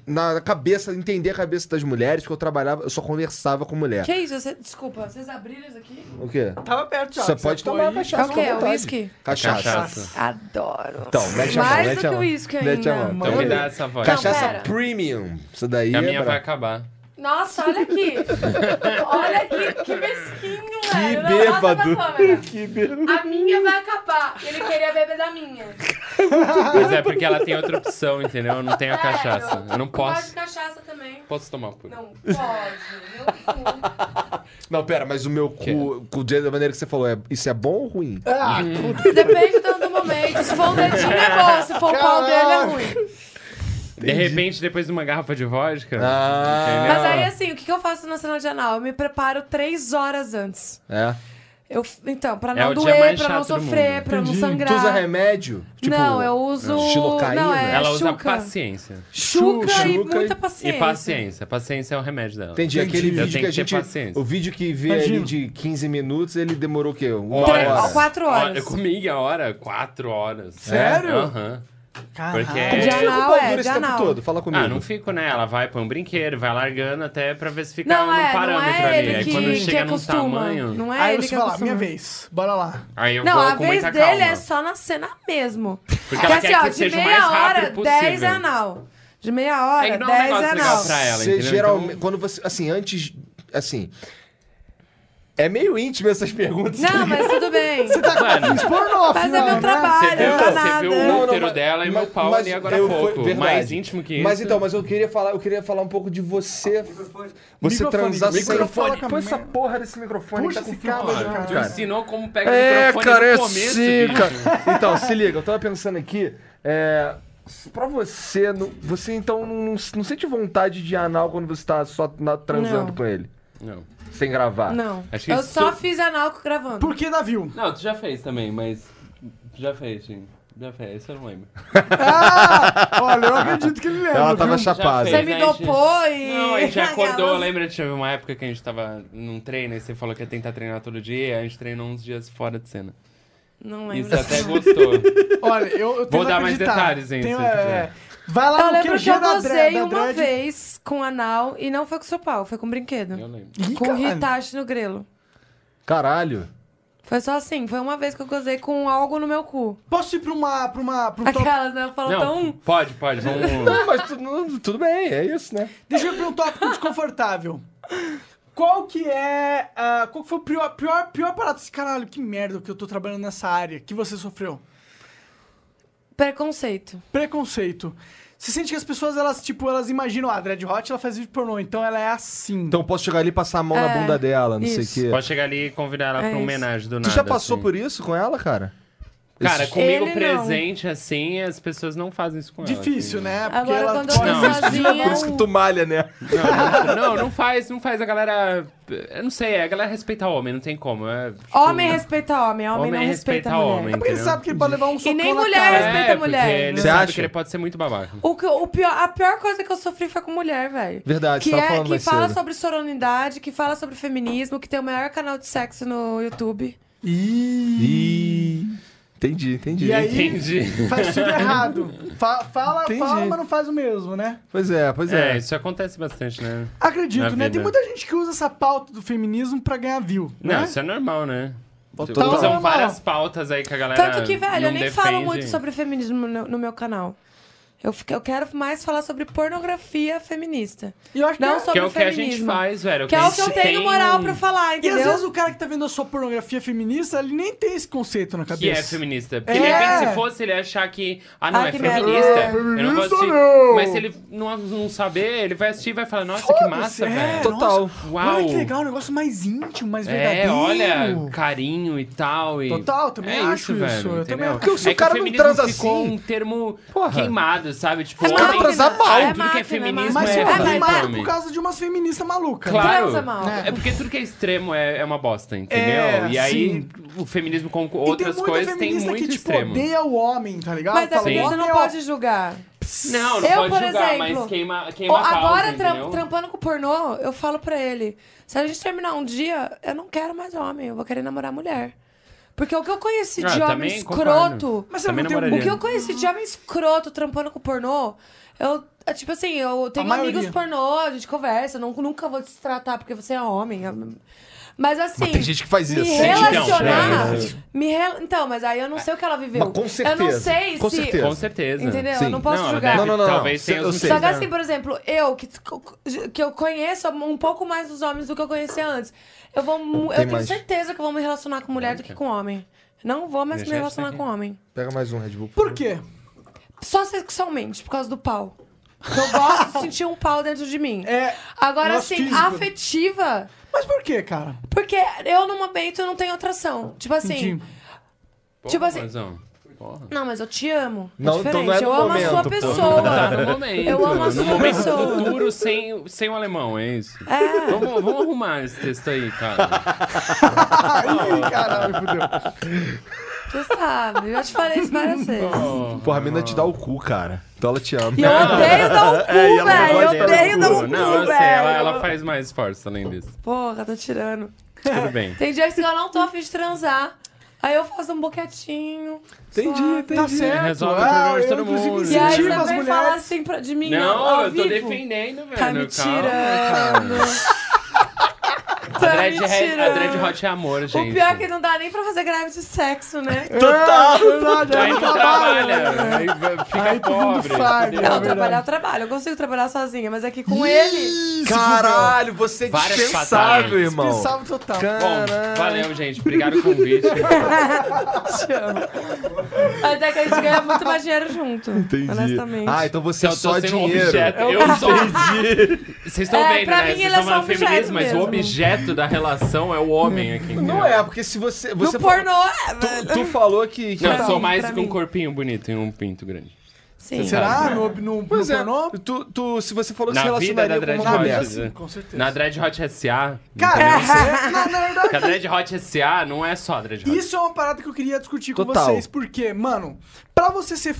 na- na cabeça, entender a cabeça das mulheres, que eu trabalhava, eu só conversava com mulher. Que Tá isso? Você- desculpa, vocês abriram isso aqui? O quê? Tava perto já. Você pode foi tomar aí. cachaça É o quê? com É vontade. whisky? Cachaça. Cachaça. Adoro. Então, mete a mão, Mais mete do a que mão. o uísque Mete a ainda. mão. Então me dá essa voz. Cachaça pera. premium. Isso daí a é minha bra- vai acabar. Nossa, olha aqui. olha aqui, que mesquinho, Que velho. Não, passa pra bêbado. câmera. Que bêbado. A minha vai acabar. Ele queria beber da minha. Ah, (laughs) Mas é porque ela tem outra opção, entendeu? Eu não tenho a Sério. cachaça. Eu não Pode posso. cachaça também. Posso tomar por. Não, pode. Meu cu. Não, pera, mas o meu é? cu, cu, da maneira que você falou, é- isso é bom ou ruim? Depende do, do momento. Se for um dedinho é bom, se for o pau dele é ruim. De repente, depois de uma garrafa de vodka. Ah. entendeu? Mas aí, assim, o que, que eu faço na cena de anal? Eu me preparo três horas antes. É. Eu, então, pra É não o dia doer, mais pra não chato do sofrer, mundo. pra não sangrar. Tu usa remédio? Tipo, não, eu uso. estilocaína? Não, é ela usa chuca. paciência. Chuca, e Chuca e- muita e paciência. E paciência. Paciência é o remédio dela. Entendi, aquele Eu vídeo tenho que a ter gente. paciência. O vídeo que vê ali de 15 minutos, ele demorou o quê? Uma Três- hora. ó, quatro horas. Olha, comigo a hora, quatro horas. É? Sério? Aham. Porque De é... Fica com o anal, pau é, duro de esse tempo anal. todo, fala comigo. Ah, não fico, né? Ela vai põe um brinquedo, vai largando até pra ver se fica Não, no é, não parâmetro é ali. ele Aí que, quando que chega num acostuma. tamanho, Não é Aí ele você que fala, acostuma. minha vez, bora lá. aí eu Não, vou a com vez muita dele calma. é só na cena mesmo. Porque ela quer que de seja o meia mais rápido hora, possível. 10 é anal. De meia É hora, que não é um 10 é negócio legal anal. pra ela, Você entendeu? geralmente. Então, Quando você. Assim, antes. Assim. É meio íntimo essas perguntas. Não, mas tudo bem. mano, Pornô, né? Mas é meu trabalho. você viu, não dá você nada. viu o Não, não, útero mas- dela e mas- meu pau mas ali agora há eu- foi- pouco. verdade. Mais íntimo que isso. Mas então, mas eu queria falar, eu queria falar um pouco de você. Você Microfone, transar sem microfone. Fala com essa porra desse microfone Puxa que tá com esse fio cabo pra aí, caralho. Tu ensinou como pega o É, microfone cara, no é começo, seca. bicho. Então, se liga, eu tava pensando aqui. É, s- pra você, não- você então não, não, não sente vontade de anal quando você tá só na- transando Não. com ele? (laughs) Não. Sem gravar? Não. Acho que Eu isso- só fiz anal gravando. Por que dá view? Não, tu já fez também, mas. Tu já fez, sim. Já fez, isso eu não lembro. Ah, Olha, eu acredito que ele lembra. Ela tava viu? chapada. Já Você fez. me Mas a gente- dopou e. Não, a gente acordou, (laughs) Aquelas- lembra? Teve uma época que a gente tava num treino e você falou que ia tentar treinar todo dia, a gente treinou uns dias fora de cena. Não lembro. Isso (laughs) até gostou. Olha, eu, eu tenho dar que mais acreditar. detalhes, hein, Tenho, se é... Vai lá Eu no lembro QG que eu da Dredd. gozei da uma Dredd. vez com anal e não foi com seu pau, foi com brinquedo. Eu lembro. Ih, Com caralho. Hitachi no grelo. Caralho. Foi só assim, foi uma vez que eu gozei com algo no meu cu. Posso ir pra uma... Pra uma pra um top... Aquelas, né? Falou Não, tão. pode, (laughs) pode, vamos. Não, mas tu- não, tudo bem, é isso, né? Deixa eu ir pra um tópico desconfortável. Qual que é... ah, qual que foi o pior, pior, pior parada? Caralho, que merda que eu tô trabalhando nessa área. Que você sofreu. Preconceito. Preconceito. Você sente que as pessoas, elas, tipo, elas imaginam, ah, a Dread Hot, ela faz vídeo pornô, então ela é assim. Então eu posso chegar ali e passar a mão na É, bunda dela, não isso. sei o quê. Pode chegar ali e convidar ela É pra uma isso. homenagem do nada. Tu já passou assim. por isso com ela, cara? Cara, Esse- comigo Ele não. presente, assim, as pessoas não fazem isso com Difícil, ela. assim. né? Agora, quando eu tô é, Não, isso- sozinha... Por isso que tu malha, né? Assim. Não, não, não faz, não faz. A galera. Eu não sei, a galera respeita homem, não tem como. é, tipo, Homem respeita homem, homem, Homem não respeita, respeita mulher. homem. É porque ele sabe que ele pode levar um socão nem na mulher cara. respeita a É, porque mulher. né? Ele Você sabe acha? que ele pode ser muito babaca. O que, o pior, a pior coisa que eu sofri foi com mulher, velho. Verdade, que você tava é, falando Que mais fala cedo. sobre sororidade, que fala sobre feminismo, que tem o maior canal de sexo no YouTube. Ih. Entendi, entendi. E aí- (laughs) Entendi. (laughs) Faz tudo errado. Fa- fala, Entendi. fala, mas não faz o mesmo, né? Pois é, pois é. É, isso acontece bastante, né? Acredito, Na né? Tem vida. muita gente que usa essa pauta do feminismo pra ganhar view, Não, né? isso é normal, né? Total. Usam Normal. várias pautas aí que a galera. Tanto que, velho, não eu nem É, um defende. falo muito sobre feminismo no, no meu canal. Eu, fico- eu quero mais falar sobre pornografia feminista. E eu acho que Não é- sobre Que é o que a feminismo. gente faz, velho. Que é a o que eu gente tenho tem- moral pra falar, E entendeu? às vezes o cara que tá vendo a sua pornografia feminista, ele nem tem esse conceito na Que cabeça. é feminista. Porque de É. repente, se fosse, ele ia achar que. Ah, não, Ah, é que feminista. merda. É, Eu não vou feminista assistir. não. Mas se ele não, não saber, ele vai assistir e vai falar, nossa, que Foda-se, massa, é, velho. Total. nossa, Uau. Olha que legal, um negócio mais íntimo, mais É, verdadeiro. olha, carinho e tal. E... Total, também é acho velho, isso, eu entendeu? também acho. Porque se o é cara que não o feminismo transa ficou assim, um termo porra. queimado, sabe? Tipo, Os caras homem- transam mal. Ah, É tudo que é máquina, feminismo Mas máquina. é, É, é, é, mas vai queimado homem. por causa de umas feministas malucas. né? Claro. Transa mal. É porque tudo que é extremo é, é uma bosta, entendeu? É, e aí, sim. o feminismo com E outras tem muita coisas tem feminista muito que, tipo, extremo. odeia o homem, tá ligado? Mas a Fala, o Sim. você homem não é pode julgar. Não, não eu, pode por julgar, exemplo, mas queima, Ô, queima a causa, agora, tram- entendeu? trampando com pornô, eu falo pra ele: se a gente terminar um dia, eu não quero mais homem, eu vou querer namorar mulher. Porque o que eu conheci Ah, de homem também escroto. concordo. Mas você Também não tem um namoraria. O que eu conheci de homem escroto trampando com pornô, eu. é Tipo assim, eu tenho maioria. amigos pornô, a gente conversa, eu nun- nunca vou te tratar porque você é homem. Mas assim. Mas tem gente que faz isso. Me Gente, então, relacionar. é isso. me rela- Então, mas aí eu não sei o que ela viveu. Mas com Eu certeza, não sei com se. certeza. Com certeza. Entendeu? Sim. Eu não posso Não, é ela julgar. Não, deve- não, não, não. Talvez tenha Eu os sei. Só motivos. que assim, por exemplo, eu que, que eu conheço um pouco mais os homens do que eu conhecia antes. Eu vou mu- eu Tem tenho mais. certeza que eu vou me relacionar com mulher do que com homem. Não vou mais me é. Deixa relacionar isso com homem. Pega mais um Red Bull. Por quê? Só sexualmente, por causa do pau. Porque Eu gosto de sentir um pau dentro de mim. É, Agora, nosso assim, físico. afetiva, Mas por quê, cara? porque eu no momento não tenho atração. Tipo assim. Entendi. Porra, Tipo assim- Manzão. Porra. Não, mas eu te amo. É Não, então diferente. não é no eu amo a momento, sua pô. pessoa. Tá (laughs) no momento. Eu amo a No sua momento pessoa. futuro sem, sem o alemão, é isso? É. Vamos, vamos arrumar esse texto aí, cara. Aí, caralho, fudeu. Você sabe, eu já te falei isso várias vezes. Porra, a mina te dá o cu, cara. Então ela te ama. E é eu odeio dar um cu, É, e ela gosta velho. Eu de odeio dar um Não, cu, eu sei, velho. ela, ela faz mais esforço além disso. Porra, tô tirando. Tudo bem. Tem dias que eu não tô afim de transar. Aí eu faço um boquetinho. Entendi, suave. entendi. Tá certo. Resolve o Ah, problema de eu, todo inclusive, mundo. E aí você incentivo as vem falar (laughs) mulheres. assim pra, de mim, ao- Não, ao eu tô vivo. defendendo, velho. Tá me Calma, tirando. cara. (laughs) Tá A me Dread, Hot- a Dread tirando. Hot é amor, gente. O pior é que não dá nem pra fazer greve de sexo, né? Total. verdade, Aí tá aí não trabalha. trabalha, aí vai- fica Aí todo mundo pobre. faz, entendeu? né? Não, verdade. trabalhar eu trabalho. Eu consigo trabalhar sozinha, mas aqui com ele. Caralho, você é Várias dispensável, patadas. irmão. Pensava total. Bom, valeu, gente. Obrigado pelo convite. Te amo. Até que a gente ganha muito mais dinheiro junto. Entendi. Honestamente. Ah, então você Eu é tô só sendo um dinheiro. objeto. Eu, sou. Vocês estão É, vendo, pra né? mim ele Vocês estão é só falando um feminismo, objeto mas o mesmo. objeto da relação é o homem aqui. né? Não entendeu? é, porque se você... você No pornô, é, tu, velho. tu falou que... tá- que Não, eu Pra sou mim, mais pra que um mim. corpinho bonito e um pinto grande. Sim. Será? No, no, no Pois é, pornô? tu, tu, se você falou que se Na vida da relacionaria Dread com Na uma vida, mulher... sim, Hot. com certeza. Na Dread Hot SA. (laughs) Cara, você- na, na verdade, Porque a Dread Hot SA não é só a Dread Hot. Isso é uma parada que eu queria discutir com Total. vocês, porque, mano, pra você ser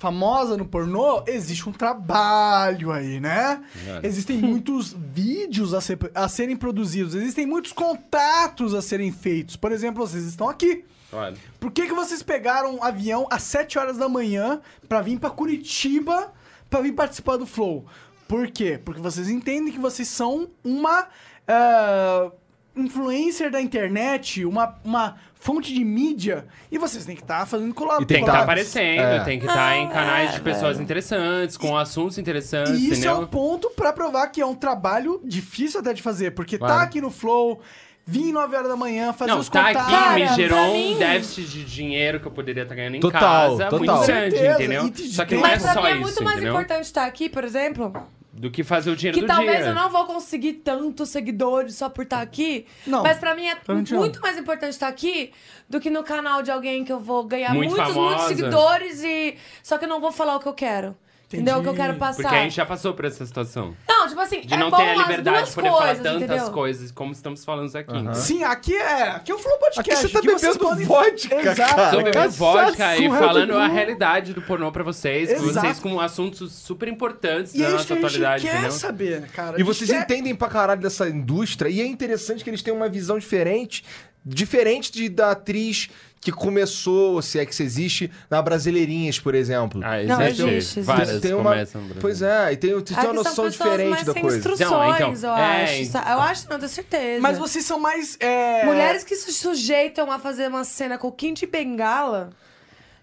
famosa no pornô, existe um trabalho aí, né? É. (laughs) Existem muitos vídeos a, ser- a serem produzidos, existem muitos contatos a serem feitos. Por exemplo, vocês estão aqui. Olha. Por que, que vocês pegaram um avião às 7 horas da manhã pra vir pra Curitiba pra vir participar do Flow? Por quê? Porque vocês entendem que vocês são uma ah, influencer da internet, uma, uma fonte de mídia, e vocês têm que estar fazendo colaboração. Tem que estar Tá. aparecendo, É. tem que estar em canais É. de pessoas interessantes, com assuntos interessantes, E isso é entendeu? um ponto pra provar que é um trabalho difícil até de fazer, porque tá Claro. aqui no Flow, vir 9 horas da manhã, fazer Não, os tá contatos. aqui, me Cara, gerou pra um mim- déficit de dinheiro que eu poderia estar ganhando em Total, casa total. muito grande, Certeza, e entendeu? de- Só que não é Mas pra só mim é isso, muito mais entendeu? importante estar aqui, por exemplo, Do que fazer o dinheiro que do talvez dia. eu não vou conseguir tantos seguidores só por estar aqui. Não, Mas pra mim é pra mim não. muito mais importante estar aqui do que no canal de alguém que eu vou ganhar Muito muitos, famosa. muitos seguidores e. Só que eu não vou falar o que eu quero. Entendeu? O que eu quero passar. Porque a gente já passou por essa situação. Não, tipo assim, De é não bom ter a as liberdade de duas poder coisas, falar tantas entendeu? coisas como estamos falando aqui. Sim, aqui é. Aqui é o Flow Podcast. Aqui você tá que vocês bebendo podem- vodka, Exato. cara. Tô bebendo Cachaça, é vodka e surra falando de a cu. realidade do pornô pra vocês. que Exato. Vocês com assuntos super importantes E da é isso nossa que a gente atualidade, quer entendeu? saber, cara. E A gente vocês quer- entendem pra caralho dessa indústria, e é interessante que eles têm uma visão diferente, diferente de, da atriz que começou, se é que isso existe, na Brasileirinhas, por exemplo. Ah, Não, existe. existe, existe. Várias tem uma, começam. Bruno. pois é, e tem, tem Aqui uma Ah, são noção pessoas diferente mais da sem coisa. instruções, Não, eu então, é, acho. então. sa- Eu acho, não, tenho certeza. Mas vocês são mais. é, Mulheres que se sujeitam a fazer uma cena com o Kim de Bengala,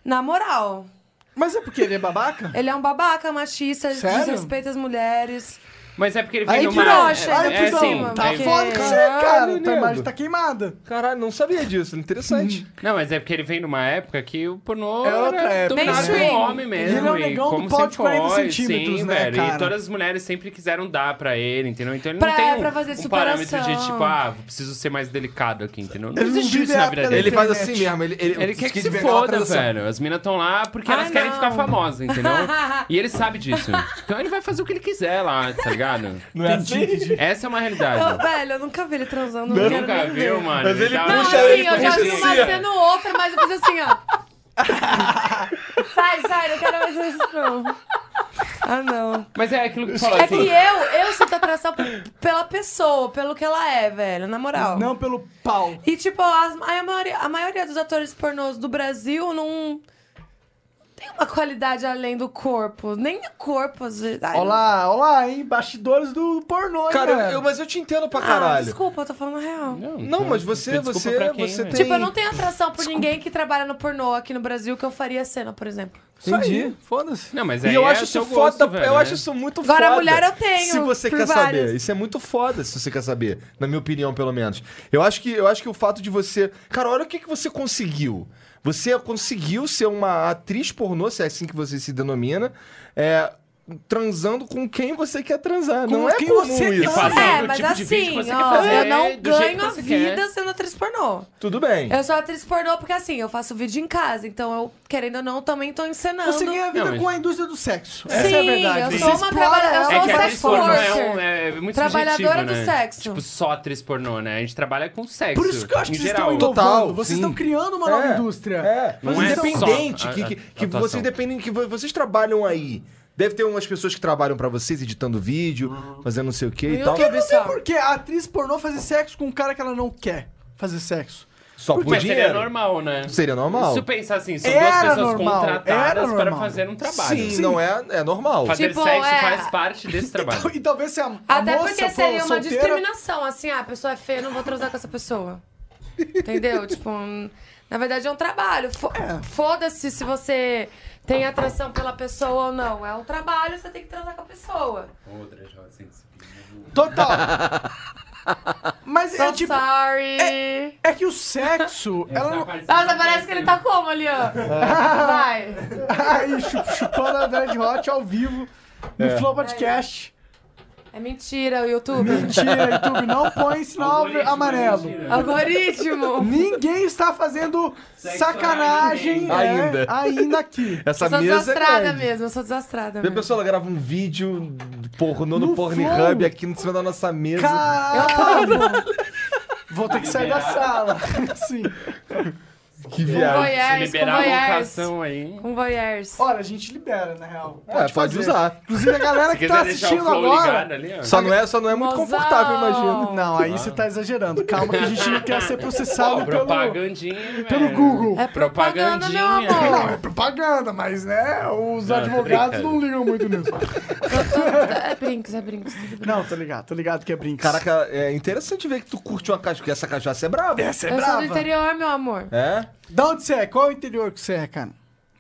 na moral, Mas é porque ele é babaca? ele é um babaca, machista, Sério? desrespeita as mulheres. Mas é porque ele Aí fez que uma... brocha, é, aí é, que dá assim, uma- Tá é- porque- foda com você, Caralho, cara. nego. Tua imagem tá queimada. Caralho, não sabia disso, interessante. Não, mas é porque ele vem numa época que o pornô É outra era época, dominado né? por homem mesmo. Ele é um e negão do como pau de sempre 40 foi, centímetros, sim, né, velho. cara? E todas as mulheres sempre quiseram dar pra ele, entendeu? Então ele Pra- não tem um, pra fazer um parâmetro de superação. tipo, ah, preciso ser mais delicado aqui, entendeu? Não Ele não existe vive isso na a vida pele dele. Ele Internet. faz assim mesmo, ele, ele, Ele quer que diz se vem aquela foda, transação. velho. As minas estão lá porque Ah, elas querem não. ficar (laughs) famosas, entendeu? e ele sabe disso. Então ele vai fazer o que ele quiser lá, tá ligado? Não é assim? Essa é uma Eu- realidade. velho, eu nunca vi ele transando, não, Eu quero nunca nem viu, ver. mano. tá Mas ele dá Não, uma- puxa assim, ele eu já vi puxa uma assim, ó. cena ou outra, mas eu fiz assim, ó. sai, sai, não quero mais isso, não. Ah, não. Mas é aquilo que tu falou É que assim. eu, eu sinto atração p- pela pessoa, pelo que ela é, velho, na moral. Não pelo pau. E, tipo, as- a, maioria, a maioria dos atores pornôs do Brasil não tem uma qualidade além do corpo. Nem o corpo, às vezes. Ai, Olá, olá, hein? Bastidores do pornô, hein, Cara, eu- galera? eu- mas eu te entendo pra Ah, caralho. desculpa, eu tô falando real. Não, mas você, desculpa você, pra quem, você né? tem... Tipo, eu não tenho atração por ninguém que trabalha no pornô aqui no Brasil que eu faria cena, por exemplo. Isso aí, Entendi. Foda-se. Não, mas E aí eu é acho o isso seu foda, gosto, velho, eu né? acho isso muito foda. Agora, mulher eu tenho, Se você por quer várias. saber, isso é muito foda, se você quer saber, na minha opinião, pelo menos. Eu acho que eu acho que o fato de você, cara, olha o que que você conseguiu. Você conseguiu ser uma atriz pornô, se é assim que você se denomina, é, transando com quem você quer transar. Com não é quem comum você quer isso. E fazendo é, o mas tipo de vídeo assim, que você quer ó, fazer eu não do jeito ganho que a você vida quer. sendo atriz pornô. Tudo bem. Eu sou atriz pornô porque, assim, eu faço vídeo em casa. Então, eu, querendo ou não, também tô encenando. Você ganha vida Não, mas- com a indústria do sexo. Sim, Essa é a verdade. eu sou Você uma explora trabalha- eu sou ela É uma que de várias atriz pornô formas. é, um, é muito Trabalhadora subjetivo, do né? sexo. Tipo, só atriz pornô, né? A gente trabalha com sexo. Por isso que eu acho em que vocês um geral. estão inovando. Total, vocês sim. estão criando uma nova indústria. É, Não Vocês é são- só independente, a- que, que, a- que atuação. vocês dependem, que vo- vocês trabalham aí. Deve ter umas pessoas que trabalham pra vocês, editando vídeo, fazendo não sei o que e Eu tal. que- Não tem Pessoal. por que a atriz pornô fazer sexo com um cara que ela não quer fazer sexo. Só por Mas seria dinheiro. normal, né? Seria normal. Se tu pensar assim, são Era duas pessoas normal, era contratadas para normal. fazer um trabalho. Sim, não é, é normal. Fazer Tipo, sexo é- faz parte (laughs) desse trabalho. Então, E talvez se a, a Até moça porque for seria uma solteira, discriminação, assim, ah, a pessoa é feia, eu não vou transar com essa pessoa. Entendeu? tipo, um, na verdade é um trabalho. Fo- É. Foda-se se você tem atração pela pessoa ou não. É um trabalho, você tem que transar com a pessoa. Outra, já, assim, (laughs) Total. Mas é So tipo... sorry. É que (laughs) o sexo... ela não... Nossa, parece que ele tá como ali, ó. Vai. (laughs) Ai, chu- chupando a Dread Hot ao vivo no É. Flow Podcast. É mentira o YouTube. Mentira, YouTube, não põe sinal Algoritmo, amarelo. mentira. Algoritmo. Ninguém está fazendo sacanagem ainda. é, Ainda. ainda aqui. Essa Eu sou mesa é desastrada grande. mesmo, eu sou desastrada E a mesmo. pessoa ela grava um vídeo pornô no, No Pornhub Flow. aqui em cima da nossa mesa. Caralho! Vou ter que sair da sala. (laughs) Sim. Que Com viagem. É, Se voyeurs, com liberar a voyeurs. vocação aí. Com voyeurs. Olha, a gente libera, na real. É, pode fazer. usar. Inclusive, a galera Se que quiser tá deixar o assistindo flow agora. ligado ali, ó. Só não é, só não é muito Mozão. confortável, imagino. Não, aí você tá exagerando. Calma que a gente não quer ser processado pelo, Propagandinha, velho. pelo Google. É propaganda, meu Propagandinha. amor. (laughs) Não, é propaganda, mas né, os Não, tô advogados brincando. não ligam muito nisso. É brincos, é brincos. tudo bem. Não, tô ligado, tô ligado que é brinco. Caraca, é interessante ver que tu curte uma cachaça, porque essa cachaça é braba. essa é Eu sou do brava. interior, meu amor. É? Da onde você é? Qual é o interior que você é, cara?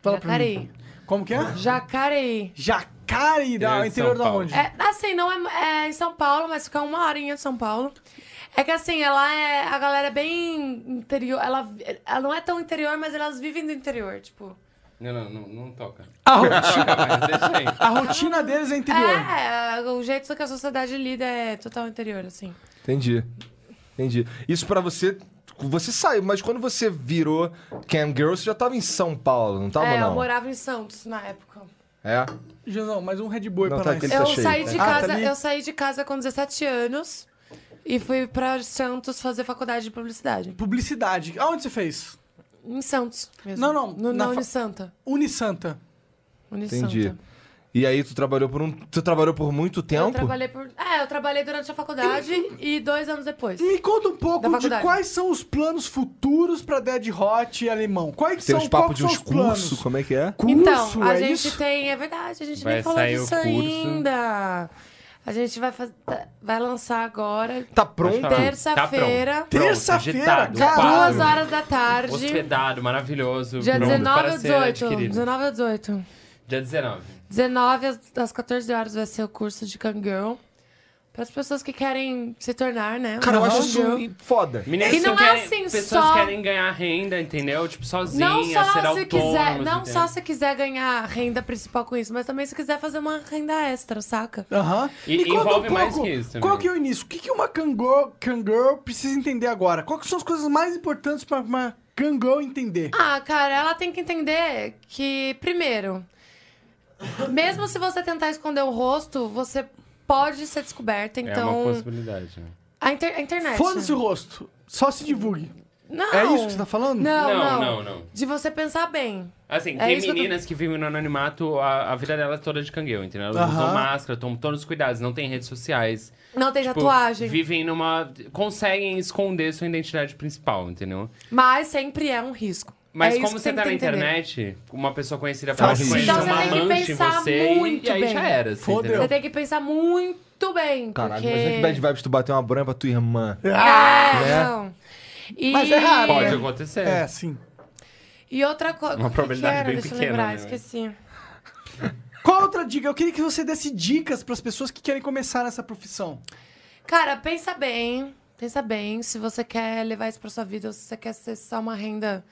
Fala pra mim. Jacareí. Como que é? Jacareí. Jacareí, Interior da, de interior São da Paulo. onde? É, assim, não é, é em São Paulo, mas fica uma horinha de São Paulo. É que assim, ela é. A galera é bem interior. Ela, ela não é tão interior, mas elas vivem do interior, tipo. Não, não, não, não toca. A, Não ro- toca mais, deixa aí. a rotina deles é interior. É, o jeito que a sociedade lida é total interior, assim. Entendi. Entendi. Isso pra você. Você saiu, mas quando você virou Cam Girl, você já tava em São Paulo, não tava, é, eu não? morava em Santos na época. É? Janzão, mais um Red Bull aí Não, pra tá nós. aquele- Ele eu tá cheio, saí tá? de Ah, tá casa, ali. eu saí de casa com 17 anos e fui pra Santos fazer faculdade de publicidade. Publicidade. Aonde você fez? Em Santos mesmo. Não, não, No, na na fa- Unisanta. Unisanta. Unisanta. Entendi. E aí tu trabalhou por um. Tu trabalhou por muito tempo? Eu trabalhei por. É, eu trabalhei durante a faculdade e dois anos depois. Me conta um Da pouco de faculdade. quais são os planos futuros pra Dead Hot e Alemão. Quais Tem são uns papos quais de são uns os planos? cursos, como é que é? Curso, Então, a é gente isso? tem. É verdade, a gente Vai nem falou sair o disso curso. ainda. A gente vai, faz... tá- vai lançar agora, Tá pronto? Tá pronto. Terça-feira. Tá pronto, Terça-feira, agitado, cara. pago, duas horas da tarde. Hospedado, maravilhoso. Dia pronto 19 para ou ser 18? adquirido. 19 ou 18? Dia 19. 19 às, às 14 horas vai ser o curso de Kangirl. Para as pessoas que querem se tornar, né? Cara, eu uma acho Kangirl. isso foda. Meninas E que não é querem, assim, pessoas só- querem ganhar renda, entendeu? Tipo, sozinha, Não ser assim, é. só se autônomas. quiser, não entendeu? só se quiser ganhar renda principal com isso, mas também se quiser fazer uma renda extra, saca? Aham. E- Me conta envolve um pouco, mais que isso também. Qual que é o início? O que que uma Kangirl, Kangirl precisa entender agora? Quais que são as coisas mais importantes pra uma Kangirl entender? Ah, cara, ela tem que entender que, primeiro, mesmo se você tentar esconder o rosto, você pode ser descoberta. É Então, uma possibilidade. né? a, inter- a internet. né? Foda-se o rosto. Só se divulgue. Não. É isso que você tá falando? Não, Não, não, não, não. De você pensar bem. Assim, É tem isso que eu tô- meninas que vivem no anonimato a, a vida dela é toda de cangueu, entendeu? Elas Aham. usam máscara, tomam todos os cuidados, não tem redes sociais. Não tem Tipo, tatuagem. Vivem numa. conseguem esconder sua identidade principal, entendeu? Mas sempre é um risco. Mas É isso como que você tem tá que na entender. internet, uma pessoa conhecida fala que Então conhece você uma tem que amante em pensar você muito e aí bem. já era. Assim, Fodeu. Você entendeu? tem que pensar muito bem. Caralho, porque... é imagina que bad vibes tu bater uma branca pra tua irmã. É, né? não. E... Mas é raro, né? Pode acontecer. É, sim. E outra coisa. Uma probabilidade bem Deixa eu pequena, lembrar, né? esqueci. Qual outra dica? Eu queria que você desse dicas pras pessoas que querem começar nessa profissão. Cara, pensa bem. Pensa bem se você quer levar isso pra sua vida ou se você quer ser só uma renda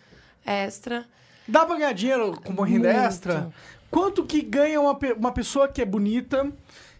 extra. Dá pra ganhar dinheiro com uma renda extra? Quanto que ganha uma, pe- uma pessoa que é bonita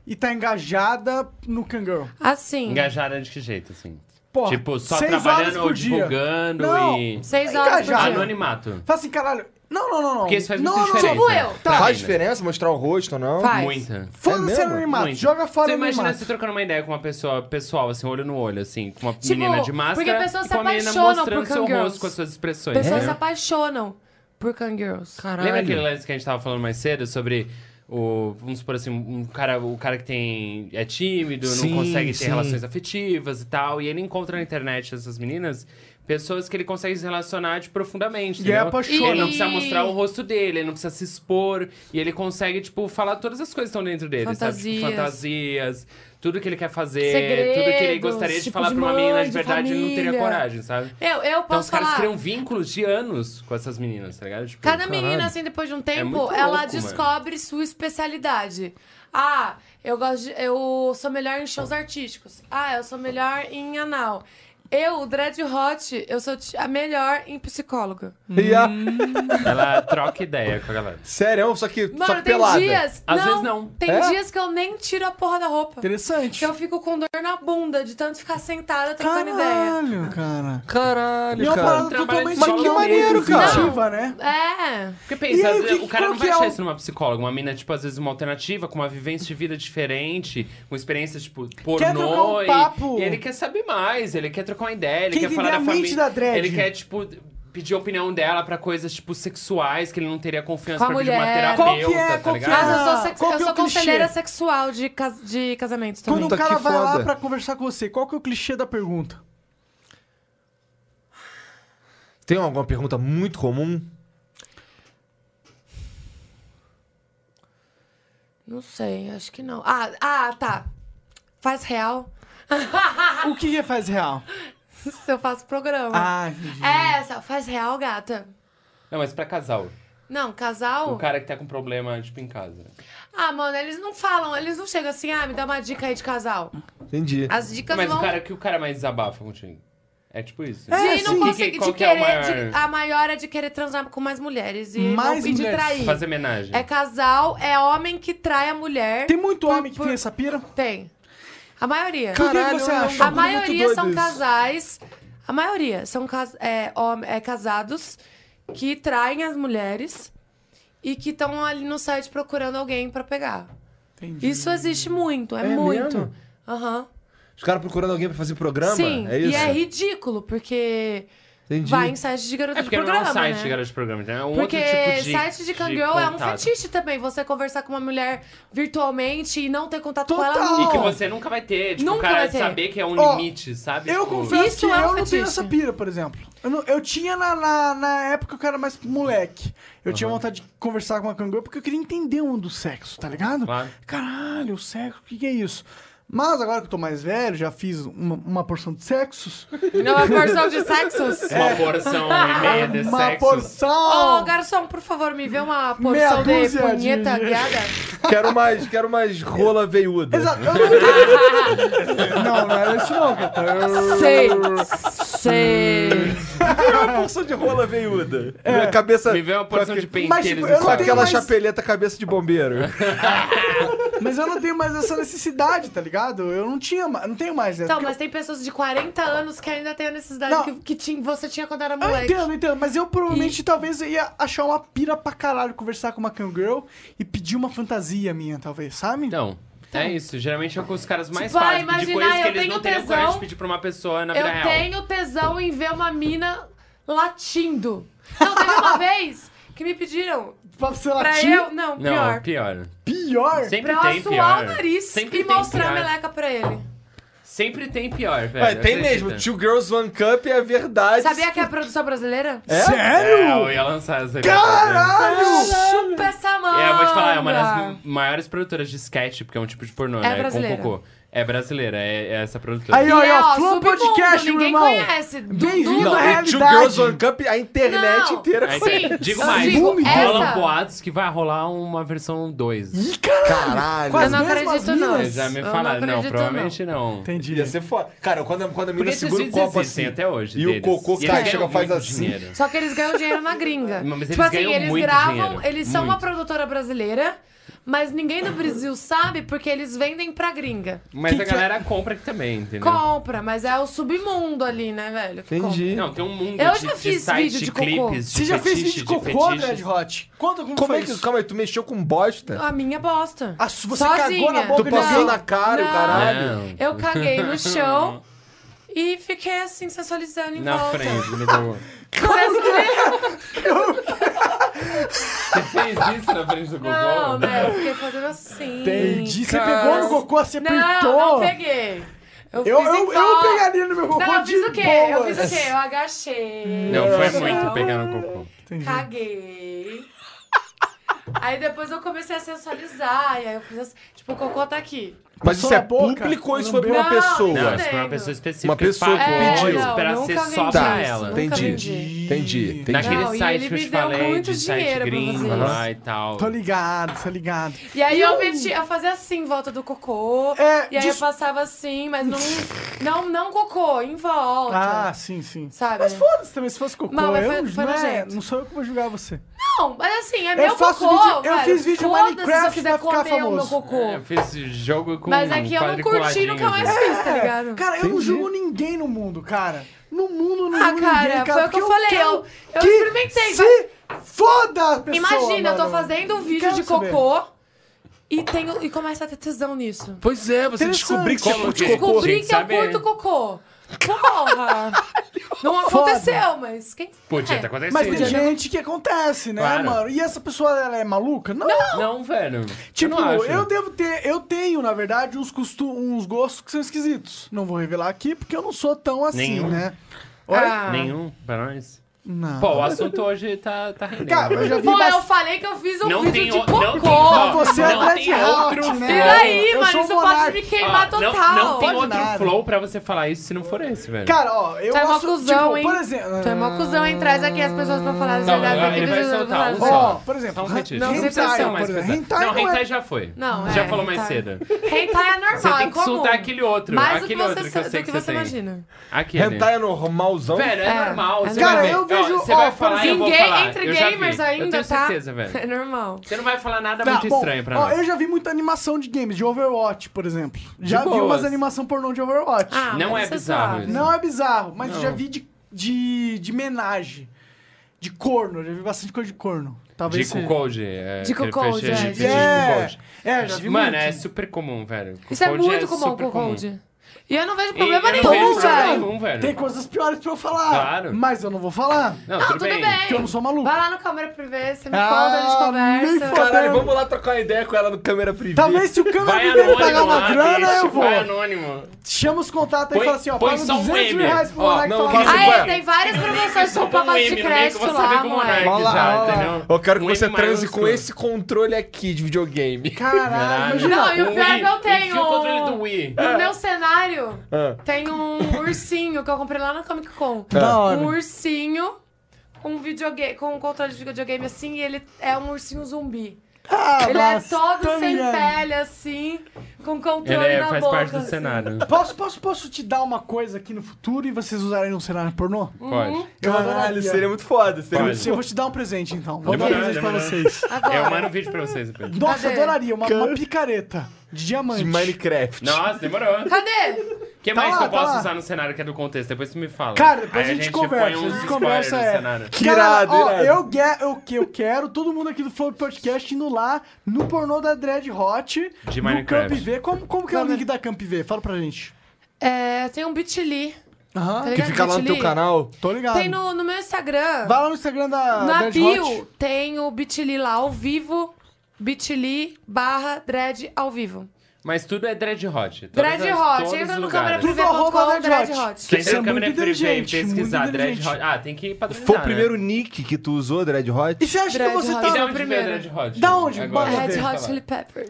e tá engajada no Kangirl? Assim. Engajada de que jeito, assim? Porra, tipo, só seis horas trabalhando por ou dia. divulgando Não. e. Seis horas por Engajado. dia. Anonimato. Fala assim, caralho. Não, não, não, não. Porque isso faz não, muita não, diferença. não. Tipo eu. Pra Faz mim, né? diferença mostrar o rosto ou não? Faz. Muita. Foda-se É mesmo? anonimato. Muito. Joga fora Você o imagina anonimato. você trocando uma ideia com uma pessoa pessoal, assim, olho no olho, assim, com uma Tipo, menina de máscara porque as pessoas e com a se menina apaixonam mostrando por seu cangirls. rosto com as suas expressões. Pessoas É. né? se apaixonam por Kangirls. Lembra aquele lance que a gente tava falando mais cedo sobre o, vamos supor assim, um cara, o cara que tem é tímido, Sim, não consegue ter sim. relações afetivas e tal, e ele encontra na internet essas meninas pessoas que ele consegue se relacionar de profundamente, E entendeu? é apaixonante. Ele não precisa mostrar o rosto dele, ele não precisa se expor, e ele consegue tipo falar todas as coisas que estão dentro dele, sabe? Tipo, Fantasias. fantasias, tudo que ele quer fazer, Segredos, tudo que ele gostaria de tipo, falar de pra uma mãe, menina de de verdade, ele não teria família. É, coragem, sabe? Eu, eu Então posso os caras falar. criam vínculos de anos com essas meninas, tá ligado? Tipo, Cada caralho. É menina, assim, depois de um tempo, muito ela louco, descobre sua especialidade. Ah, eu gosto de, eu sou melhor em shows artísticos. Ah, eu sou melhor em anal. Eu, Dread Hot, eu sou ti- a melhor em psicóloga. E a... Hum. Ela troca ideia com a galera. Sério, é um- só que, só Mano, que tem pelada. dias. Às vezes não. Tem É? dias que eu nem tiro a porra da roupa. Interessante. Que eu fico com dor na bunda de tanto ficar sentada tá trocando ideia. Caralho, cara. Caralho, E é uma cara. parada Trabalho totalmente de escola não maneiro, muito cara. intuitiva, né? É. Porque E pensa, aí, às vezes, que- o cara qual não que vai é achar o- isso numa psicóloga. Uma mina, tipo, às vezes uma alternativa, com uma vivência de vida diferente, com experiências, tipo, pornô. trocar um e- papo. E ele quer saber mais, ele quer trocar uma ideia, ele Quer quer, falar entender da a mente família. da dread. Ele quer, tipo, pedir a opinião dela pra coisas, tipo, sexuais, que ele não teria confiança Com a pra pedir uma mulher. terapeuta, Qual que é? tá Qual que é? ligado? Mas eu Ah, sou, sex- qual eu que é sou o clichê? conselheira sexual de, cas- de casamentos também. Quando o Puta, cara que vai lá foda. pra conversar com você, qual que é o clichê da pergunta? Tem alguma pergunta muito comum? Não sei, acho que não. Ah, ah, tá. Faz real? O que que faz real? Se eu faço programa. Ah, entendi. É, essa, faz real, gata. Não, mas pra casal. Não, casal? O cara que tá com problema, tipo, em casa. Ah, mano, eles não falam, eles não chegam assim, ah, me dá uma dica aí de casal. Entendi. As dicas Mas vão. o cara que o cara mais desabafa contigo. É tipo isso. De É, não sim. conseguir, Qual de que é o querer. maior- de- a maior é de querer transar com mais mulheres. E não Mais pedir mulheres. trair. Fazer homenagem. É casal, é homem que trai a mulher. Tem muito Por- homem que por- tem essa pira. Tem. A maioria. Por que que você eu não- A acha? muito doido maioria são isso. casais. A maioria são cas- é, hom- é, casados que traem as mulheres e que estão ali no site procurando alguém pra pegar. Entendi. Isso existe muito, é, É muito. mesmo? Aham. Os caras procurando alguém pra fazer programa? Sim, é isso? e é ridículo, porque Entendi. vai em site de garoto É de porque programa. não é um site né? de garoto de programa, então é um Porque outro tipo de. site de cangirl é um contato. fetiche também. Você conversar com uma mulher virtualmente e não ter contato com Total. ela E nunca. que você nunca vai ter. Tipo, o Nunca cara vai ter. saber que é um Ó, limite, sabe? Eu Tipo, confesso Isso que é um eu não tenho fetiche. essa pira, por exemplo. Eu, não- eu tinha na, na, na época que eu era mais moleque. Eu tinha vontade de conversar com uma canguru porque eu queria entender um do sexo, tá ligado? Claro. Caralho, o sexo, o que, que é isso? Mas agora que eu tô mais velho, já fiz uma, uma porção de sexos. Não é porção de sexos? Uma (laughs) porção e meia É, de uma sexo. porção! Ô, garçom, por favor, me vê uma Oh. Meia porção de dúzia de- punheta guiada. Quero mais, quero mais rola veiuda. Exato. Eu não... não, não era isso não, Cata. Eu- Sei, sei. Uma porção de rola veiuda. Minha É. Cabeça. Me vê uma porção de Mas, penteiros tipo, e eu não Com saco. aquela mais- chapeleta cabeça de bombeiro. Mas eu não tenho mais essa necessidade, tá ligado? Eu não tinha, ma- não tenho mais né? essa. Então, mas tem pessoas de 40 anos que ainda têm a necessidade Não. que, que tinha- você tinha quando era Eu moleque. entendo, eu entendo, Ah, então, mas eu provavelmente talvez eu ia achar uma pira pra caralho conversar com uma Girl e pedir uma fantasia minha, talvez, sabe? Então, é isso. Geralmente é com os caras mais Tipo, ah, fáceis. de imagina, coisas que eu eles não tenho teriam coragem de tesão. pedir pra uma pessoa na vida Eu real. tenho tesão em ver uma mina latindo. Não, teve (laughs) uma vez que me pediram Pra você pra latir, eu... Não, pior. Não, pior. pior. Sempre Pra tem eu pior. suar o nariz Sempre e tem mostrar a pior. meleca pra ele. É Sempre tem pior, (laughs) velho. Mas tem acredita? mesmo. Two Girls One Cup é a verdade. Sabia que é produção brasileira? É, Sério? eu ia lançar essa. Caralho! Chupa essa manga! É, eu vou te falar, é uma das maiores produtoras de sketch, porque é um tipo de pornô, né? brasileira. Com cocô. É brasileira, é, é essa produtora. Aí, ó, E aí, é, ó, ó, Flow submundo, Podcast, meu ninguém irmão. conhece. Dudu Bem-vindo não. à Não, e Two realidade. Girls One Cup, a internet Não. inteira. Aí, Sim. tem- digo sim, mais, digo, rolam essa. boatos que vai rolar uma versão 2. Ih, caralho! Caralho. Com as Eu não mesmas acredito, não. minas. Já me Eu não falaram, não, acredito, provavelmente não. Entendi. Ia ser foda. Cara, quando a, quando a Porque mina esses segura o vídeos copo existem assim. até hoje. E o deles. cocô E eles cai, ganham chega, faz muito assim. dinheiro. Só que eles ganham dinheiro na gringa. (laughs) Mas eles tipo assim, ganham eles muito gravam, dinheiro, eles são muito. uma produtora brasileira, mas ninguém no Brasil sabe porque eles vendem pra gringa. Mas Que a que galera compra aqui também, entendeu? Compra, mas é o submundo ali, né, velho? que compra. Entendi. Não, tem um mundo Eu de, já de fiz site, vídeo de cocô. clipes, de Você já fez fetiche, vídeo de de cocô, fetiches. Dread Hot? Conta como, Como foi é que. isso. Calma aí, tu mexeu com bosta? A minha bosta. Ah, se você Sozinha. cagou na Tu boca de passou alguém. na cara, o Não. caralho. Não. Eu caguei (laughs) no chão e fiquei assim, sensualizando em Na volta. frente, um no cocô. Parece que nem- Você fez isso na frente do cocô? Não, né? Eu fiquei fazendo assim. Entendi. Você pegou no cocô, você apertou. Não, não peguei. Eu, Eu, fiz em eu, eu volta. pegaria no meu cocô Não, eu de fiz o quê? Eu boas. fiz assim, o quê? Eu agachei. Não, foi Não. muito pegar no cocô. Entendi. Caguei. Aí depois eu comecei a sensualizar. E aí eu fiz assim. Tipo, o cocô tá aqui. Mas Passou isso é na boca? público ou isso foi pra Lambeu? uma Não, Não, pessoa? isso foi uma Entendo. é pessoa específica. Uma pessoa que pagou pediu. isso pra Tá nunca alguém ser só disse pra isso, ela. nunca Tá, Entendi. Entendi, vendi. entendi. Naquele Não, e site ele que eu me te deu falei, muito de site dinheiro pra gringo fazer lá e tal. Tô ligado, tô ligado. E aí eu meti a fazer assim em volta do cocô. É, e aí disso- eu passava assim, mas não, não, não cocô, em volta. Ah, sim, sim. Sabe? Mas foda-se também, se fosse cocô. Não, mas eu foi- não- foi não, é, nojento. não sou eu que vou julgar você. Não, mas assim, é Eu meu faço cocô. vídeo- eu velho. fiz vídeo Foda-se Minecraft se eu quiser pra ficar comer o meu famoso. cocô. É, Eu fiz jogo com Mas aqui eu não curti, nunca mais fiz, tá ligado? É, Cara, eu não Entendi. julgo ninguém no mundo, cara. No mundo, não Ah, julgo cara, ninguém, cara. foi o que porque eu falei, quero eu- eu que experimentei, Se foda a pessoa, Imagina, eu tô mano. fazendo um vídeo Quero de saber. cocô e, tenho, e começo a ter tesão nisso. Pois é, você Interessante. descobriu que você Como curte que- cocô. Descobri Tinha que eu saber. curto cocô. (laughs) Porra! não aconteceu, mas quem. Podia ter é. acontecido. Mas tem Podia ter- gente que acontece, né, Claro. mano? E essa pessoa, ela é maluca? Não. Não, velho. Tipo, eu não acho. eu, devo ter. Eu tenho, na verdade, uns, costu, uns gostos que são esquisitos. Não vou revelar aqui porque eu não sou tão assim, Nenhum. né? Ah. Nenhum pra nós. Não. Pô, o assunto hoje tá, tá rendendo. Cara, eu já vi Pô, eu bastante. falei que eu fiz um Não vídeo de tem o- não cocô. tem- Ó, Você é não Dread tem Hot, outro né? flow. Peraí, eu mas sou um Isso pode me queimar Ó, Ah, não- total. Não, tem Pode outro nada. flow pra você falar isso se não for esse, velho. Cara, ó, eu Tu é mó gosto, cuzão, tipo, hein? por exemplo... Tu é mó cuzão, hein? Traz aqui as pessoas pra falar as Não, verdades agora aqui. ele vai soltar um Ó, só. Ó, por exemplo, Só um minutinho. não, Hentai, sem pressão, mais por exemplo. pesado. Hentai Não, não é- hentai já foi. Não, é, Já falou mais hentai. cedo. Hentai é normal, Você tem é que comum. soltar aquele outro, Mais aquele do que outro você, que eu sei do que que você você, tem. imagina. Aquele. Hentai é normalzão. Velho, é, É, normal. é Você normal. vai ver. Cara, eu vejo- Ó, Você vai ó, por falar e eu vou Ninguém- falar. entre Eu já vi. gamers Eu ainda, tenho tá? certeza, É velho. normal. Você não vai falar nada Tá, é muito bom, estranho pra ó, nós. eu já vi muita animação de games, de Overwatch, por exemplo. Já vi boas. umas animação pornô de Overwatch. Ah, Não mas é isso bizarro suave. isso. Não é bizarro, mas Não. já vi de, de, de menage. De corno, já vi bastante coisa de corno. Talvez Dico seja. Code. É, Dico aquele Code, fetiche é, de é. Dico Code. É, já vi Mano, muito. é super comum, velho. Isso é Code muito comum super com o Cold. E eu não vejo E problema eu não nenhum, vejo problema velho. nenhum, é velho. Tem coisas piores pra eu falar. Claro. Mas eu não vou falar. Não, Não, tudo, tudo bem. bem. Porque eu não sou maluco. Vai lá no câmera privê, você me Ah, conta, a gente nem conversa. fodendo. então- Caralho, vamos lá trocar uma ideia com ela no câmera privê. Talvez se o câmera Vai primeiro anônimo pagar uma lá, grana, bicho, eu vou. Vai anônimo. Chama os contatos aí e Põe- fala assim, ó, põe paga só um 200 M. reais pro Ó, Monark não, falar. que- Ah, Aí, Vai. tem várias promoções com Toma um pacote de M no meio que crédito você vê lá, como é moleque. que já, olha lá. entendeu? Eu quero que Um você M transe com maiúsculo. esse controle aqui de videogame. Caralho, Caralho. imagina. Não, e o Um pior é Wii. que eu tenho. Enfia o controle do Wii. No meu cenário, Ah. tem um ursinho que eu comprei lá no Comic Con. Da hora. Um ursinho com um videogame, com um controle de videogame assim, e ele é um ursinho zumbi. Ah, ele é mas todo tá sem ligado. pele, assim, com controle Ele é- na faz boca. parte do assim. cenário. Posso, posso, posso te dar uma coisa aqui no futuro e vocês usarem um cenário pornô? Pode. Eu adoraria. Caralho, seria muito foda. Seria Pode. muito... Eu vou te dar um presente, então. Vou dar um Demorou, presente pra demorou. vocês. Eu Agora. mando um vídeo pra vocês depois. Nossa, Cadê? adoraria. Uma, uma picareta de diamante. De Minecraft. Nossa, demorou. Cadê? O que Tá mais lá, que eu tá posso lá. usar no cenário que é do contexto? Depois você me fala. Cara, depois Aí a gente, conversa. põe uns a gente spoilers conversa no é. cenário. Que Cara, irado, ó, irado. Eu, que- eu, que- eu quero todo mundo aqui do Flow Podcast indo lá no pornô da Dread Hot De no Minecraft. Camp V. Como, como que é o link da Camp V? Fala pra gente. É, tem um Bitly. Aham. Que fica lá no teu canal. Tô ligado. Tem no, no meu Instagram. Vai lá no Instagram da Na Dread bio Hot. tem o Bitly lá ao vivo. Bitly barra dread ao vivo. Mas tudo é dread hot. Todas Dread as- hot. todos Entra os no lugares. Tudo arroba câmera.com, dread Dread Hot. hot. Quem Isso tem é o câmera muito privê e inteligente, pesquisar muito dread inteligente. hot. Ah, tem que padronizar, Foi o né? primeiro nick que tu usou, Dread E Hot? você acha Dread que você Hot. E tá... de Então, onde veio primeiro. dread hot? Da onde? Agora, Tá deixa Bora Red Hot eu falar. Chili Peppers.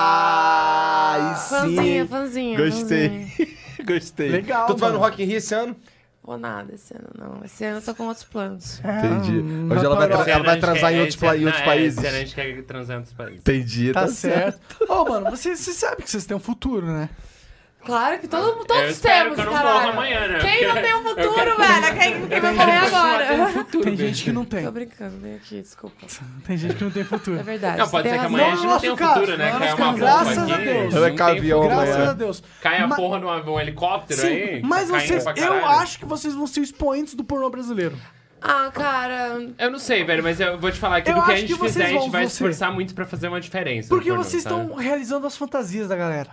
Ah, aí sim. Fãzinha, hein? fãzinha. Gostei. fãzinha. Gostei. Legal, Então tu vai no mano. Rock in Rio esse ano? Vou nada esse ano, não. Esse ano eu tô com outros planos. Entendi. Hoje ela vai, parou. tra- ela vai Esse ano a gente transar quer- em outros, esse ano- pla- em outros não, é, esse países. ano A gente quer transar em outros países. Entendi, (laughs) Tá certo. Ô, mano, você, você sabe que vocês têm um futuro, né? Claro que todo, Eu todos espero temos, que eu não caralho. morra amanhã, né? Quem não tem um futuro, velho? Quem que vai morrer agora? Tem gente que não tem. um Tô brincando, vem aqui, desculpa. Tem gente que não tem (laughs) futuro. É verdade. Não, pode você ser tem que razão. amanhã a gente não Nosso tenha um caso, futuro, né? nosso Cai uma caso. bomba Graças aqui. a Deus. não Ela é tem cavião, futuro. né? Graças Amanhã. a Deus. Cai a Ma- porra de um helicóptero Sim, aí. tá mas caindo vocês, pra caralho. eu acho que vocês vão ser os expoentes do pornô brasileiro. Ah, cara, Eu não sei, velho, mas eu vou te falar que Eu do que a acho gente que vocês fizer, a gente vão- vai vão se ser. esforçar muito pra fazer uma diferença. no Porque pornô, tá. vocês sabe? estão realizando as fantasias da galera.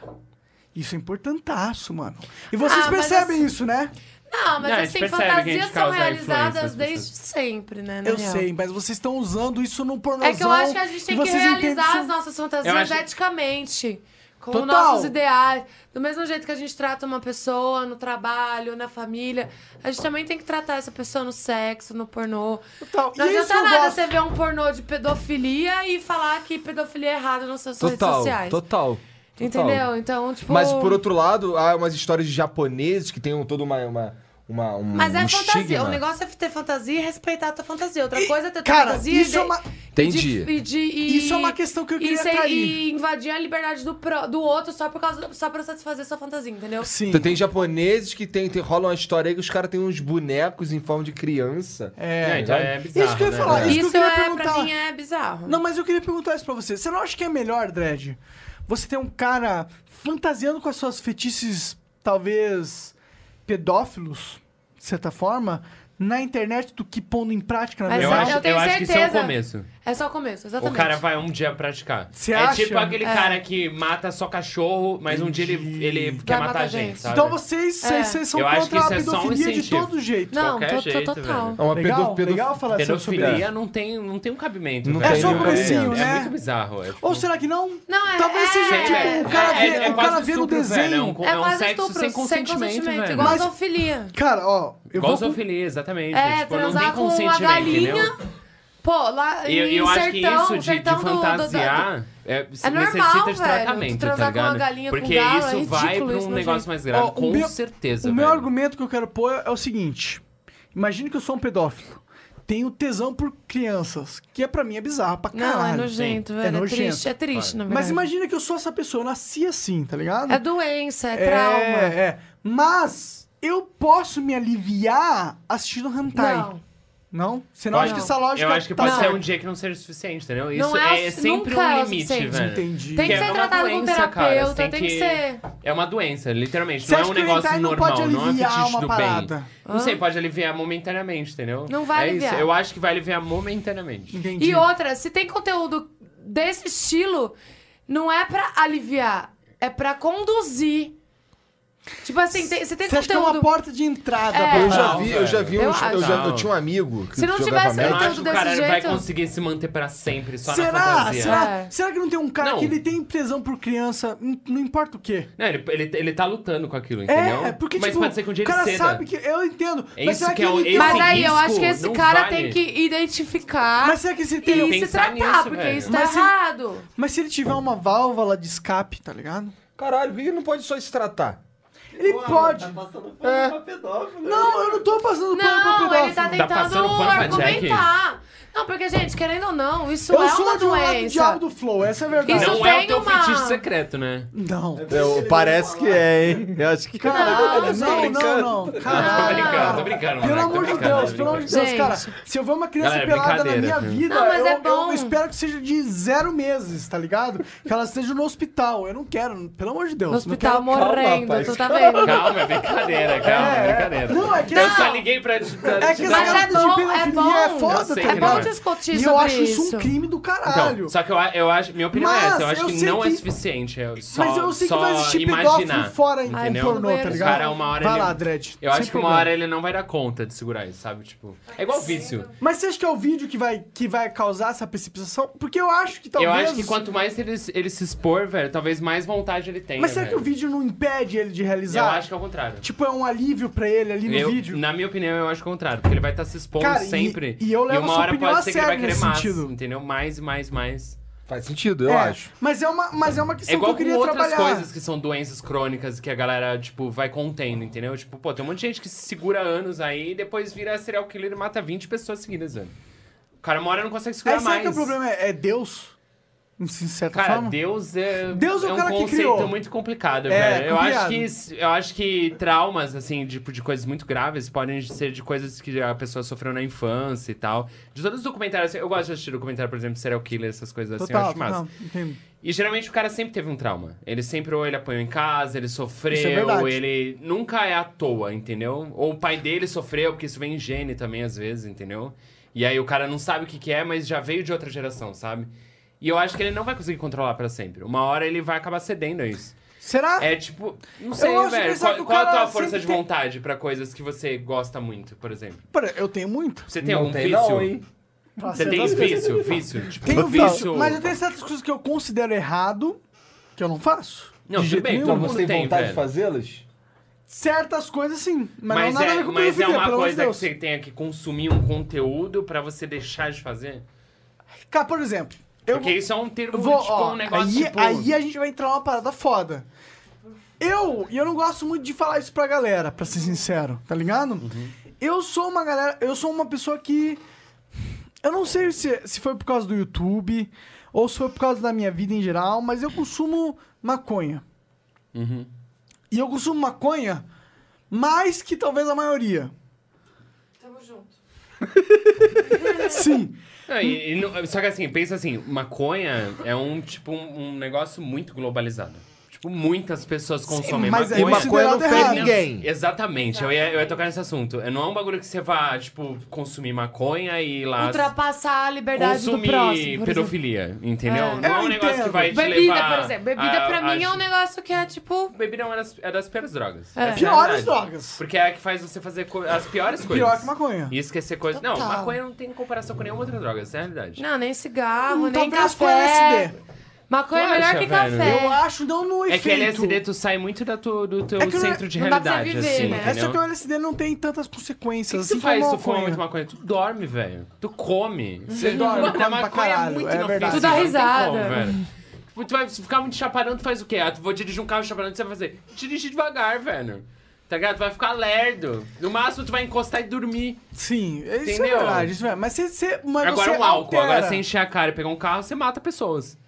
Isso é importantaço, mano. E vocês Ah, mas percebem assim- isso, né? Não, mas Não, a gente assim, percebe que a fantasias gente são causa influência realizadas nas desde pessoas. sempre, né? na Eu real. sei, mas vocês estão usando isso num pornôzão. É que eu acho que a gente tem e que vocês entendem realizar isso- as nossas fantasias Eu acho- eticamente. Com Total. os nossos ideais. Do mesmo jeito que a gente trata uma pessoa no trabalho, na família, a gente também tem que tratar essa pessoa no sexo, no pornô. Total. Não Então, E isso adianta eu nada gosto. você ver um pornô de pedofilia e falar que pedofilia é errada nas suas redes Total, sociais. total. Entendeu? Então, tipo. Mas por outro lado, há umas histórias de japoneses que tem um- toda uma... uma, uma um, Mas é um fantasia. estigma. O negócio é ter fantasia e respeitar a tua fantasia. Outra E- coisa é ter tua cara, fantasia isso e, é de- uma- e de- Entendi. e de- e- Isso é uma questão que eu queria e, ser- trair. e invadir a liberdade do, pro- do outro só, por causa, só pra satisfazer sua fantasia, entendeu? Sim. Então, tem japoneses que tem, tem, rola uma história aí que os caras têm uns bonecos em forma de criança. É, então é bizarro, Isso que eu ia né? falar, isso, Isso, que eu queria é, perguntar. pra mim é bizarro. Não, mas eu queria perguntar isso pra você. Você não acha que é melhor, Dredd, você ter um cara fantasiando com as suas fetiches, talvez, pedófilos, de certa forma, na internet do que pondo em prática na Mas Eu é- verdade? acho, eu tenho eu acho que isso é o certeza. começo. É só o começo, O exatamente. cara vai um dia praticar. Você é acha? tipo aquele É. cara que mata só cachorro, mas um dia ele, ele quer matar matar a gente, gente. sabe? Então vocês, vocês- vocês são é. Eu acho que contra a isso é só um pedofilia de incentivo. todo jeito. É. Não, qualquer tô, tô jeito, total. velho. É uma Legal, pedo- pedo- legal falar assim sobre- sobre isso. Pedofilia não tem, não tem um cabimento. Não velho. tem É só nenhum comecinho, É né? muito bizarro. É, tipo, Ou será que não? Não, é- Talvez é- seja, é, tipo, velho. o cara É- vê, é o quase cara vê no estupro, desenho... velho. É um, co- É é um quase sexo estupro, sem consentimento, velho. igual Mas- zoofilia. Cara, ó, eu Igual vou... zoofilia, exatamente. É, tipo, não tem transar com uma consentimento, galinha entendeu? Pô, lá E eu, em eu acho que sertão, isso de, de sertão do- do- do- fantasiar é, se- É normal, necessita de velho, tratamento, transar tá com uma ligado? galinha com Porque galo, é isso ridículo vai pra isso, um né, negócio gente? mais grave, Ó, o com meu- certeza. O meu velho. argumento que eu quero pôr é o seguinte: imagine que eu sou um pedófilo. Tenho tesão por crianças, que é pra mim é bizarro pra caralho. Não, é nojento, É velho. É, nojento. triste, é triste, na Mas verdade. imagina que eu sou essa pessoa, eu nasci assim, tá ligado? É doença, é, É, trauma. é. Mas eu posso me aliviar assistindo Hentai. Não. Não? Você não acha que essa lógica Eu acho que tá pode ser certa? um dia que não seja o suficiente, entendeu? Não Isso é é, o- sempre nunca é um o limite, suficiente. velho. Entendi. Tem que é ser uma tratado com doença, cara, terapeuta, você tem tem que que- ser. É uma doença, literalmente. Você não é acha um que o negócio hentai não normal, pode não é um aliviar fetiche uma do parada? bem. Não sei, pode aliviar momentaneamente, entendeu? Não vai é aliviar. Isso. Eu acho que vai aliviar momentaneamente. Entendi. E outra, se tem conteúdo desse estilo, não é pra aliviar, é pra conduzir. Tipo assim, tem- você tem Você acha que é conteúdo. uma porta de entrada É. pra Eu já Não, vi, eu velho. já vi Eu uns- eu, acho. já, eu tinha um amigo que Se não jogava tivesse Eu não Conteúdo acho que o Então, desse cara vai jeito? conseguir se manter pra sempre só na Será? fantasia. Será? É. Será que não tem um cara Não. que ele tem tesão por criança, n- não importa o quê? Não, ele, ele, ele tá lutando com aquilo, entendeu? É, porque Mas tipo, pode ser que um dia o cara ele ceda. sabe que eu entendo, É mas isso será que, que é o- ele tem... esse- Mas aí eu risco acho que esse não cara vale. tem que identificar Mas será que esse tem... e Tem se que tratar, pensar nisso, porque velho. isso tá Mas se- errado. Mas se ele tiver uma válvula de escape, tá ligado? Caralho, por que ele não pode só se tratar? Ele pode. passando pano é. pra pedófilo. Não, eu não tô passando pano pra Não, ele pedófilo. tá tentando passando pano pra Jack? argumentar. Não, porque, gente, querendo ou não, isso Eu é sou uma do lado do doença. diabo do flow, essa é a verdade. Isso Não é tem o teu uma- fetiche secreto, né? Não. Eu- parece que é, hein? Eu acho que. Cara, Não, não, gente. não, não. Tô Caralho. brincando, tô brincando. Pelo moleque, tô amor de brincando, Deus, tô pelo amor de brincando. Deus, Gente. cara. Se eu ver uma criança Galera, pelada na minha é brincadeira, viu? vida, Não, mas eu, é eu bom. espero que seja de zero meses, tá ligado? Que ela esteja no hospital. Eu não quero, pelo amor de Deus. No hospital não quero... morrendo, rapaz, tu tá vendo? Calma, é brincadeira, calma, é brincadeira. Não, é que Eu essa- só liguei pra te pra É te que essa dar- Mas é galera de bom, é pedofilia é, bom. Eu foda, sei tá que É bom não é. ligado? discutir E eu sobre acho isso, um crime do caralho. Então, só que eu, a- eu acho. Minha opinião Mas é essa. Eu acho eu que sei não é que- suficiente. é só- Mas eu sei que só vai existir imaginar, pedófilo fora em em entendeu? pornô, tá O ligado? cara, uma hora Vai ele- lá, Dredd. Eu acho sem que uma problema. hora ele não vai dar conta de segurar isso, sabe? Tipo, é igual vício. Mas você acha que é o vídeo que vai, que vai causar essa precipitação? Porque eu acho que talvez... Eu acho que quanto mais ele, se- ele se expor, velho, talvez mais vontade ele tenha. Mas será que velho. o vídeo não impede ele de realizar? Eu acho que é o contrário. Tipo, é um alívio pra ele ali no Eu- vídeo? Na minha opinião, eu acho é o contrário, porque ele vai estar se expondo Cara, e- sempre. e eu levo uma sua hora opinião a pode ser que ele vai sério querer nesse mais, sentido. entendeu? Mais, mais, mais. Faz sentido, eu é, acho. Mas é uma, mas é uma É questão igual que eu com queria outras trabalhar. coisas que são doenças crônicas que a galera, tipo, vai contendo, entendeu? Tipo, pô, tem um monte de gente que se segura anos aí e depois vira serial killer e mata 20 pessoas seguidas, velho. O cara mora e não consegue segurar Aí sabe mais. que o problema é, é Deus? Em certa Cara, forma. Deus é, Deus é o um cara que conceito criou. muito complicado, É, velho. Eu complicado. acho, que, eu acho que traumas, assim, tipo, de coisas muito graves podem ser de coisas que a pessoa sofreu na infância e tal. De todos os documentários, assim, eu gosto de assistir documentário, por exemplo, serial killer, essas coisas assim, eu Total, acho massa. total, entendo. E geralmente o cara sempre teve um trauma. Ele sempre, ou ele apanhou em casa, ele Isso é sofreu, verdade. ele nunca é à toa, entendeu? Ou o pai dele sofreu, porque isso vem em gene também, às vezes, entendeu? E aí o cara não sabe o que, que é, mas já veio de outra geração, sabe? E eu acho que ele não vai conseguir controlar pra sempre. Uma hora ele vai acabar cedendo a isso. Será? É tipo, não sei, acho velho. engraçado Qual, que o qual é a cara tua força sempre de tem- vontade pra coisas que você gosta muito, por exemplo? Pera, eu tenho muito. Você tem Não algum tem vício? não, hein? Você tem vício, vício? Tipo, Tenho vício. vício, mas eu tenho certas coisas que eu considero errado, que eu não faço. Não, de tudo jeito bem, nenhum. todo Então mundo você tem, tem, vontade velho. de fazê-las? Certas coisas sim, mas, Mas, não é nada a é, ver com mas é pedofilia, uma pelo amor de coisa que Deus. você tenha que consumir um conteúdo pra você deixar de fazer? Cara, por exemplo, eu Porque isso é um termo, vou, tipo, ó, um negócio, aí, é- tipo... aí a gente vai entrar numa parada foda. Eu, e eu não gosto muito de falar isso pra galera, pra ser sincero, tá ligado? Uhum. Eu sou uma galera, eu sou uma pessoa que eu não sei se, se foi por causa do YouTube ou se foi por causa da minha vida em geral, mas eu consumo maconha. Uhum. E eu consumo maconha mais que talvez a (laughs) maioria. Tamo junto. Sim. Não, e- e não- só que assim, pensa assim, maconha é um, tipo, um, um negócio muito globalizado. Tipo, muitas pessoas consomem mas é maconha. isso Maconha não fez errado. ninguém. Exatamente, eu ia, eu ia tocar nesse assunto. É, Não é um bagulho que você vá, tipo, consumir maconha e ir lá... Ultrapassar a liberdade do Consumir próximo. por exemplo. pedofilia, entendeu? É. Não é Eu um negócio entendo. que vai te Bebida, levar por exemplo. Bebida a- pra a- mim é um negócio que é tipo. Bebida é uma das, é das piores drogas. É. Essa a Piores verdade. drogas. Porque é a que faz você fazer co- as piores coisas. Pior que maconha. E esquecer coisas. Não, Total. maconha não tem comparação com nenhuma outra droga, essa é a realidade. Não, nem cigarro, nem Hum, Talvez com café. LSD. Maconha é Tu acha, melhor que velho? café. Eu acho, não no É efeito. que LSD tu sai muito da tu- do teu É que não é- centro de não dá pra realidade, você viver, assim, né? né? É só que o eu... LSD não tem tantas consequências. Tu assim faz como tu a fuma muito maconha, maconha. Uhum. tu dorme, velho. Tu come. Você dorme, Mano, come a pra maconha é caralho, muito é inofensiva, verdade. não Tu dá tem risada. como, velho. Tipo, tu vai ficar muito chaparão, tu faz o quê? Ah, tu vou dirigir um carro chaparão, o que você vai fazer? Dirige devagar, velho. Tá ligado? Tu vai ficar lerdo. No máximo, tu vai encostar e dormir. Sim, isso é Entendeu? verdade. Isso é verdade. Mas você. você mas agora você um álcool, altera. agora você encher a cara e pegar um carro, você mata pessoas.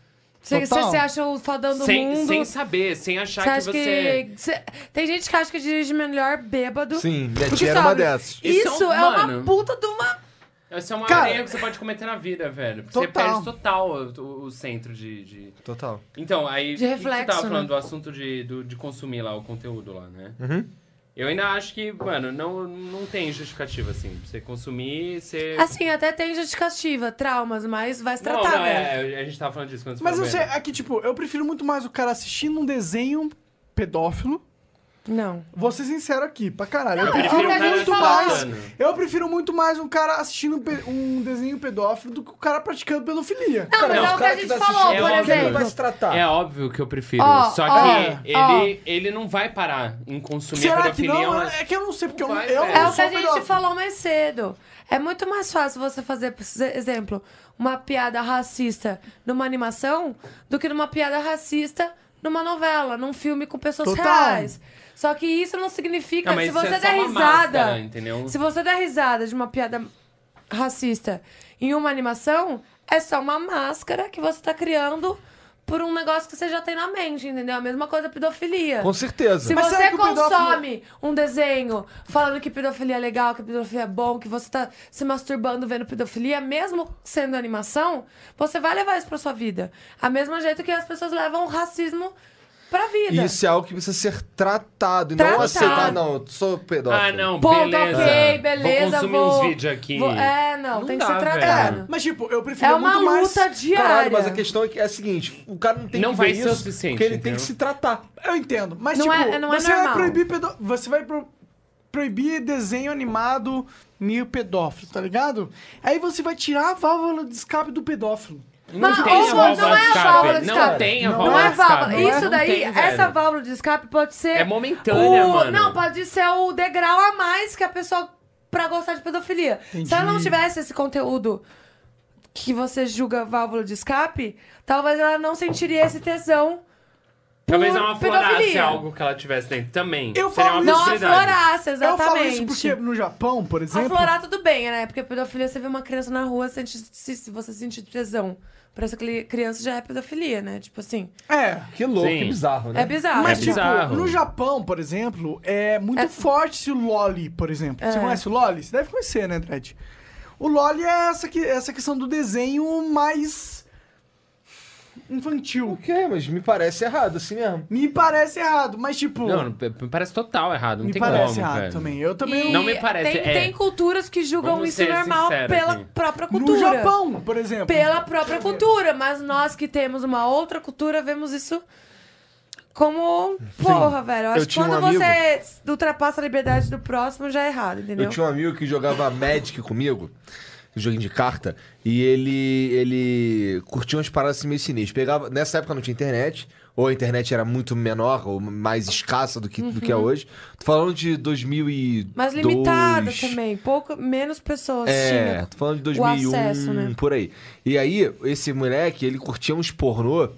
Você Total. você acha o fodão do Sem, mundo. sem saber, sem achar Você que acha você... é. que. cê- Tem gente que acha que dirige melhor bêbado. Sim, minha do que tia era uma sóbrio. dessas. Isso, Isso é um- é uma mano. puta de uma. Essa é uma Cara- areia que você pode cometer na vida, velho. Porque Total. Você perde total o, o- o centro de, de- Total. Então, aí... De o que que reflexo, tu tava né? falando do assunto de, do- de consumir lá o conteúdo lá, né? Uhum. Eu ainda acho que, mano, não, não tem justificativa, assim. Você consumir, você... Assim, até tem justificativa, traumas, mas vai se não, tratar, né? não, velho. é, a gente tava falando disso quando você Mas eu falou sei, bem, né? aqui, tipo, eu prefiro muito mais o cara assistindo um desenho pedófilo. Não. Vou ser sincero aqui, pra caralho. eu Eu prefiro prefiro um cara muito falando. mais. Eu prefiro muito mais um cara assistindo um pe- um desenho pedófilo do que o cara praticando pedofilia. Não, mas não, é o o que a que gente tá falou, por assistindo é óbvio. Quem exemplo. vai se tratar? É óbvio que eu prefiro. Ó, só ó, que ó. ele, ele não vai parar em consumir Será a que pedofilia. não? mas- É que eu não sei, porque eu, Vai, eu velho. É não o que sou a gente pedófilo. falou mais cedo. É muito mais fácil você fazer, por exemplo, uma piada racista numa animação do que numa piada racista numa novela, num filme com pessoas Total. reais. Só que isso não significa. Não, mas se isso você é só der uma risada. máscara, entendeu? Se você der risada de uma piada racista em uma animação, é só uma máscara que você tá criando por um negócio que você já tem na mente, entendeu? A mesma coisa a pedofilia. Com certeza. Se Mas você será que o pedófilo- consome um desenho falando que pedofilia é legal, que pedofilia é bom, que você tá se masturbando vendo pedofilia, mesmo sendo animação, você vai levar isso pra sua vida. A mesma jeito que as pessoas levam o racismo pra E vida. isso é algo que precisa ser tratado. E não Tratado. aceitar, não, eu sou pedófilo. Ah, não, Ponto, beleza. ok, beleza. Vou consumir uns vídeos aqui. vou- É, não, Não tem dá, que ser velho. tratado. Mas, tipo, eu prefiro É uma muito mais... luta diária. Caralho, mas a questão é, que é a seguinte: o cara não tem Não que vai ver ser o isso, suficiente, Porque ele tem entendeu? que se tratar. Eu entendo, mas Não tipo, é- não é você vai normal. proibir pedo... você vai pro- proibir desenho animado meio pedófilo, tá ligado? Aí você vai tirar a válvula de escape do pedófilo. Não Mas, tem ô, a válvula não é de a escape. válvula de Não escape. tem a Não, válvula é de escape. válvula. Não Isso tem, daí, é velho. essa válvula de escape pode ser. É momentânea, o- mano. Não, pode ser o degrau a mais que a pessoa. pra gostar de pedofilia. Se ela não tivesse esse conteúdo que você julga válvula de escape, talvez ela não sentiria esse tesão. Talvez é por ela aflorasse pedofilia. algo que ela tivesse dentro também. Eu Seria falo uma isso- Não possibilidade. aflorasse, Eu exatamente. falo isso porque no Japão, por exemplo, Aflorar tudo bem, né? Porque pedofilia, você vê uma criança na rua, sente, se, se você sentir tesão pra essa cli- criança, já é pedofilia, né? Tipo assim, é, Que louco, Sim. que bizarro, né? é bizarro. mas é tipo, bizarro. no Japão, por exemplo, é muito É- forte esse loli, por exemplo. Você É. conhece o loli? Você deve conhecer, né, Dredd? O loli é essa que essa questão do desenho mais infantil. Ok, mas me parece errado, assim mesmo. Me parece errado, mas tipo, Não, p- p- parece total errado. Não me tem parece como, errado velho. também. Eu também E Não me parece, Tem, é. tem culturas que julgam Vamos isso ser normal sinceros pela aqui. própria No cultura. Japão, por exemplo. Pela própria cultura. Mas nós que temos uma outra cultura, vemos isso como. Porra, velho. Eu acho que tinha um quando amigo- você ultrapassa a liberdade do próximo, já é errado, entendeu? Eu tinha um amigo que jogava Magic comigo, um joguinho de carta, e ele ele curtia umas paradas assim meio sinistras. Pegava, nessa época não tinha internet, ou a internet era muito menor, ou mais escassa do que, do que é hoje. Tô falando de 2002. Mas Uhum. limitada também. Pouco, menos pessoas um É, tinham. tô falando de o 2001, acesso, né? por aí. E aí, esse moleque, ele curtia uns pornô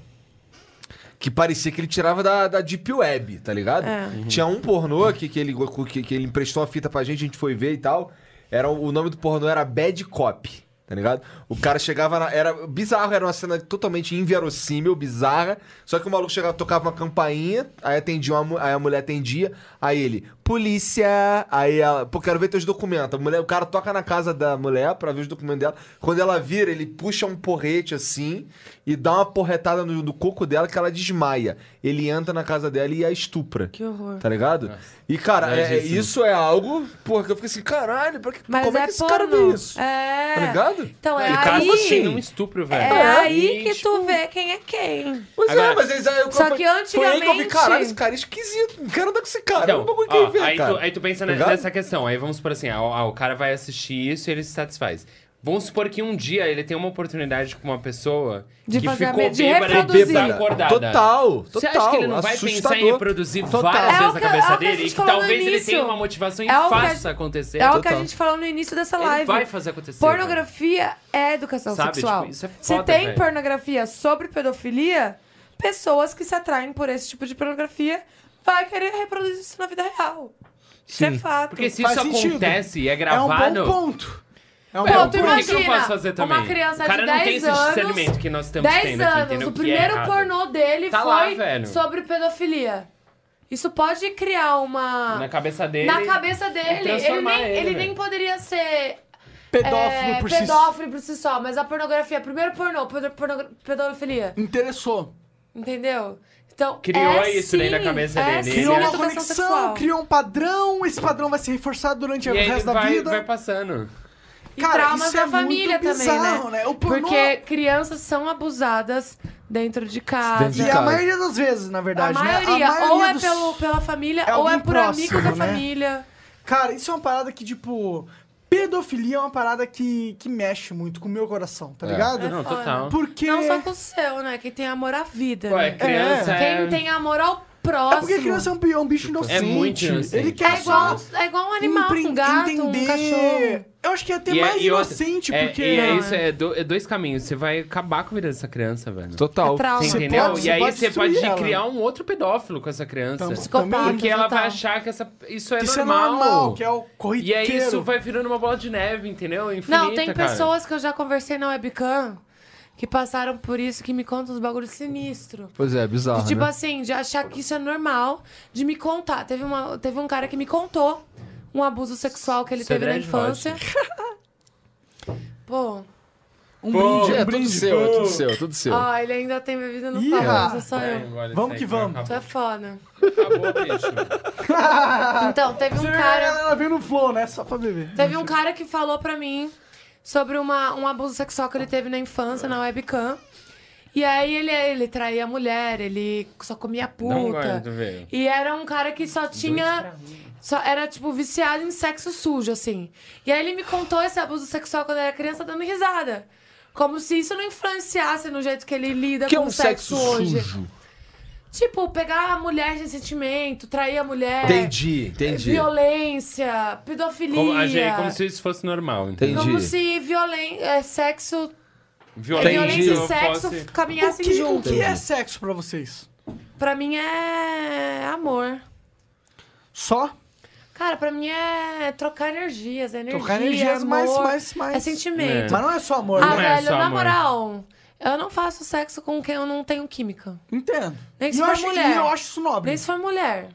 que parecia que ele tirava da, da Deep Web, tá ligado? É. Tinha um pornô que, que, ele, que, que ele emprestou uma fita pra gente, a gente foi ver e tal. Era, o nome do pornô era Bad Cop, tá ligado? O cara chegava na. Era bizarro, era uma cena totalmente inverossímil, bizarra. Só que o maluco chegava, tocava uma campainha, aí atendia uma, mu- aí a mulher atendia, aí ele, polícia! Aí ela, pô, quero ver teus documentos. A mulher, o cara toca na casa da mulher pra ver os documentos dela. Quando ela vira, ele puxa um porrete assim e dá uma porretada no, no coco dela que ela desmaia. Ele entra na casa dela e a estupra. Que horror. Tá ligado? E, cara, é- é- Nojíssimo. isso é algo, porra, que eu fico assim, caralho, pra que, Mas como é, é que esse porno. cara vê isso? É. Tá ligado? Então é E o cara aí. tá assistindo um estupro, É, velho. aí E, que tipo, tu vê quem é quem. Pois é, Agora- mas eles, aí eu, Só foi- que Foi aí que eu vi, antigamente- caralho, esse cara é esquisito. Não quero dar com esse cara. Então, é um bagulho ó, que vê, aí, cara. Tu, aí tu pensa Tá ne- ligado? nessa questão. Aí vamos por assim, ah, o- ah, o cara vai assistir isso e ele se satisfaz. Vamos supor que um dia ele tem uma oportunidade com uma pessoa De que fazer a ficou me- de bêbada e reproduzir. tá acordada. Total, Você acha total, que ele não vai pensar em assustador. reproduzir Total. É várias o vezes que- na é o que cabeça a dele gente e que falou no talvez ele início. tenha uma motivação e É o que a faça gente- acontecer? Então, É o que a Total. gente falou no início dessa Ele live. vai fazer acontecer, Pornografia é educação Sabe, sexual. tipo, isso é Se foda, tem velho. pornografia sobre pedofilia, pessoas que se atraem por esse tipo de pornografia vai querer reproduzir isso na vida real. Isso é fato. Porque se Faz isso sentido. acontece e é É gravado... um bom ponto. É um É, Pô, Ponto, tu por que que eu imagina, não posso fazer também? uma criança O cara de não 10 tem esse anos, discernimento que nós estamos 10 tendo aqui, anos, entendeu? o Que é primeiro errado. pornô dele Tá lá, foi velho. sobre pedofilia. Isso pode criar uma... Na cabeça dele... é Na cabeça dele, ele transformar nem, ele, ele velho. nem poderia ser Pedófilo é, por si só. pedófilo por si só, mas a pornografia, é primeiro pornô, pedo- porno- pedofilia, Interessou. entendeu? Então, Criou é isso daí sim, na cabeça é dele. sim Criou Criou uma Ele- educação conexão, sexual. criou um padrão, esse padrão vai ser reforçado durante E o aí ele resto da vai, vida. vai passando. E Cara, traumas isso da é muito família bizarro, também, né? né? O pornô- Porque crianças são abusadas dentro de casa. Dentro de E Cara. a maioria das vezes, na A verdade, né? maioria, A maioria ou é dos- pelo, pela família, É ou é alguém por amigos da próximo, né? família. Cara, isso é uma parada que, tipo... Pedofilia é uma parada que, que mexe muito com o meu coração, tá ligado? É. é Não, total. Porque... Não só com o seu, né? Quem tem amor à vida. Ué, né? criança é... Quem tem amor ao É próximo. porque criança é um, bi- é um bicho inocente. é muito inocente. Ele quer É igual, só é igual um animal, empre- um gato, entender. um cachorro. Eu acho que é até é- mais outra- inocente, é, porque... e é Não, isso, é. é, do- é dois caminhos. Você vai acabar com a vida dessa criança, velho. Total. É trauma. Você Você entendeu? pode- e você aí pode você pode destruir ela. criar um outro pedófilo com essa criança. Então, Psicopata, Porque ela vai total. achar que essa, isso é Isso é normal. normal, que é o E aí isso corriqueiro. vai virando uma bola de neve, entendeu? Infinita, Não, tem cara. pessoas que eu já conversei na webcam que passaram por isso, que me contam uns bagulhos sinistros. Pois é, De, bizarro. tipo né? assim, de achar que isso é normal, de me contar. Teve, uma, teve um cara que me contou um abuso sexual que ele Isso é teve na dread (laughs) infância. Pô, Um Pô, brinde, É, um tudo brinde. seu, é pô. tudo seu, é tudo seu. ó, ah, ele ainda tem bebida no Ih, pau, ah. mas só É, eu. engole Vamos isso que aí, vamos. Tu é foda. Acabou, (laughs) bicho. Então, teve um Você vê, cara. Ela veio no flow, né? Só pra beber. Teve um cara que falou pra mim sobre uma, um abuso sexual que ele teve na infância, na webcam. E aí ele, ele traía a mulher, ele só comia Não puta. aguento, velho. E era um cara que só tinha. Só, era, tipo, viciado em sexo sujo, assim. E aí ele me contou esse abuso sexual quando era criança, dando risada. Como se isso não influenciasse no jeito que ele lida que é com um o sexo, sexo hoje. sujo. Tipo, pegar a mulher sem sentimento, trair a mulher. Entendi, É entendi. Violência, pedofilia. Como, a gente- como se isso fosse normal, entendeu? Entendi. Como se violen é, sexo, Violência violência e fosse- sexo O caminhassem que, o juntos. que é sexo pra vocês? Pra mim é amor. Só? Cara, pra mim é trocar energias, é energia, Trocar energias, amor, mais, mais, mais. é sentimento. Mas não é só amor, Ah, é né? velho, só na amor. moral, eu não faço sexo com quem eu não tenho química. Entendo. Nem se e eu for acho, mulher. e eu acho isso nobre. Nem se for mulher.